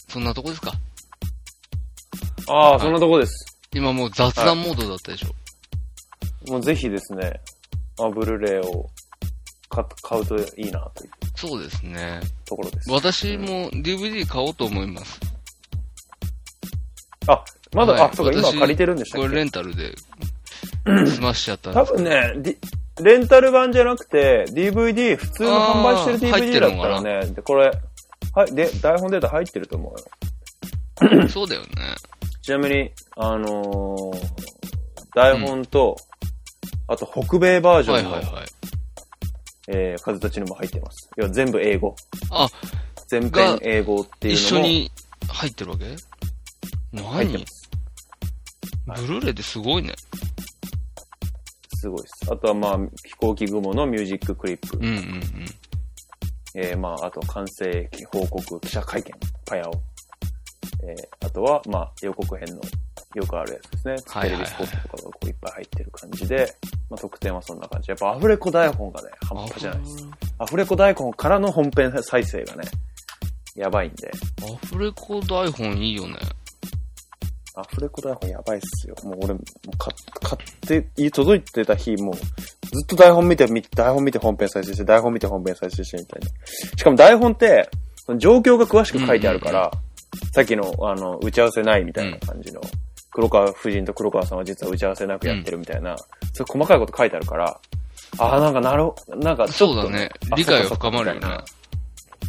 Speaker 3: そんなとこですか。
Speaker 2: ああ、そんなとこです。
Speaker 3: 今もう雑談モードだったでしょ。
Speaker 2: もうぜひですね、まあ、ブルーレイを買っ買うといいなという
Speaker 3: そうですね。
Speaker 2: ところです。
Speaker 3: 私も DVD 買おうと思います。
Speaker 2: あ、まだ、
Speaker 3: はい
Speaker 2: あ、そうか、今
Speaker 3: 私
Speaker 2: 借りてるんでした
Speaker 3: こ
Speaker 2: っ
Speaker 3: れ
Speaker 2: け
Speaker 3: レンタルで済ましちゃったん
Speaker 2: 多
Speaker 3: です
Speaker 2: 分
Speaker 3: けど。
Speaker 2: ね、D- レンタル版じゃなくて、DVD、普通の販売してる
Speaker 3: あー入ってる
Speaker 2: DVD だ
Speaker 3: の
Speaker 2: った
Speaker 3: かな
Speaker 2: らね、でこれ、はい、で、台本データ入ってると思うよ。
Speaker 3: そうだよね。
Speaker 2: ちなみに、あのー台本と、あと北米バージョ
Speaker 3: は
Speaker 2: ン
Speaker 3: い
Speaker 2: の、
Speaker 3: はいはい。
Speaker 2: えー、風立ちぬも入ってます。要は全部英語。
Speaker 3: あ、
Speaker 2: 全
Speaker 3: が
Speaker 2: 編英語っていう
Speaker 3: 一緒
Speaker 2: のも
Speaker 3: に入ってるわけ
Speaker 2: 入って
Speaker 3: 何
Speaker 2: ます。
Speaker 3: ブルーレイってすごいね。
Speaker 2: すごいです。あとはまあ、飛行機雲のミュージッククリップ。
Speaker 3: うんうんうん。
Speaker 2: えーまあ、あと完成報告記者会見、パヤオ。えーあとは、まあ、予告編のよくあるやつですね。
Speaker 3: はいはいはい
Speaker 2: テレビスポットとかがこういっぱい入ってる感じで、まあ、特典はそんな感じ。やっぱアフレコ台本がね、半端じゃないです。アフレコ台本からの本編再生がね、やばいんで。
Speaker 3: アフレコ台本いいよね。
Speaker 2: アフレコ台本やばいっすよ。もう俺、もう買買って、家届いてた日、もう、ずっと台本見て、見台本見て本編再生して、台本見て本編再生してみたいな。しかも台本って、その状況が詳しく書いてあるから、さっきの、あの、打ち合わせないみたいな感じの、黒川夫人と黒川さんは実は打ち合わせなくやってるみたいな、そういう細かいこと書いてあるから、ああ、なんかなるほなんかちょ
Speaker 3: そ
Speaker 2: っ
Speaker 3: う
Speaker 2: と
Speaker 3: だね
Speaker 2: ね、。
Speaker 3: 理解が深まるよ
Speaker 2: みたい
Speaker 3: ね
Speaker 2: な。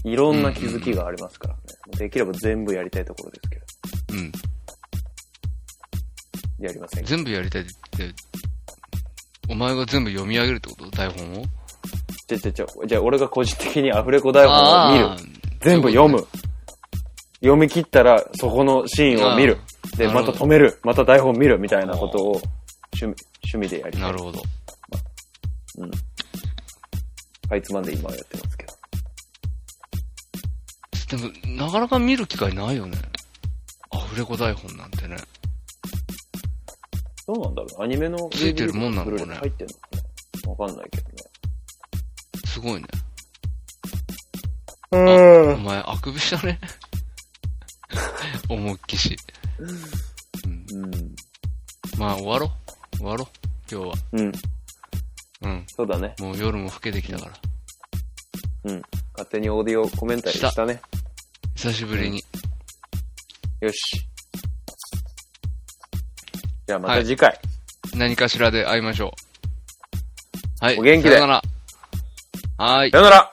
Speaker 2: いろんな気づきがありますからね。できれば全部やりたいところですけど、
Speaker 3: うん。
Speaker 2: やりませんけど
Speaker 3: 全部やりたいって、お前が全部読み上げるってこと台本を
Speaker 2: じゃ、じゃ、じゃ、じゃあ俺が個人的にアフレコ台本を見る。全部読む。読み切ったら、そこのシーンを見る。で、
Speaker 3: なるほ
Speaker 2: ま
Speaker 3: ど
Speaker 2: た止める。また台本見る。みたいなことを趣味、趣味でやり
Speaker 3: あ
Speaker 2: た
Speaker 3: ー。ないる。ほど。
Speaker 2: かいつまんで今やってますけど。
Speaker 3: でも、なかなか見る機会ないよね。アフレコ台本なんてね。
Speaker 2: どうなんだろうアニメの。
Speaker 3: ついてるもんなのかね
Speaker 2: 入ってんのかなわかんないけどね。
Speaker 3: すごいね。
Speaker 2: う
Speaker 3: お。前、あくびしたね。思いっきし。うん。
Speaker 2: う
Speaker 3: まあ、終わろう。終わろう。今日は。
Speaker 2: ん。うん。
Speaker 3: うん。
Speaker 2: そうだね。
Speaker 3: もう夜も更けてきたから。
Speaker 2: うん。勝手にオーディオコメンタリーしたね。
Speaker 3: 久しぶりに。
Speaker 2: よし。じゃあまた次回。
Speaker 3: 何かしらで会いましょう。はい。
Speaker 2: お元気で
Speaker 3: さよなら。はーい
Speaker 2: さ。よなら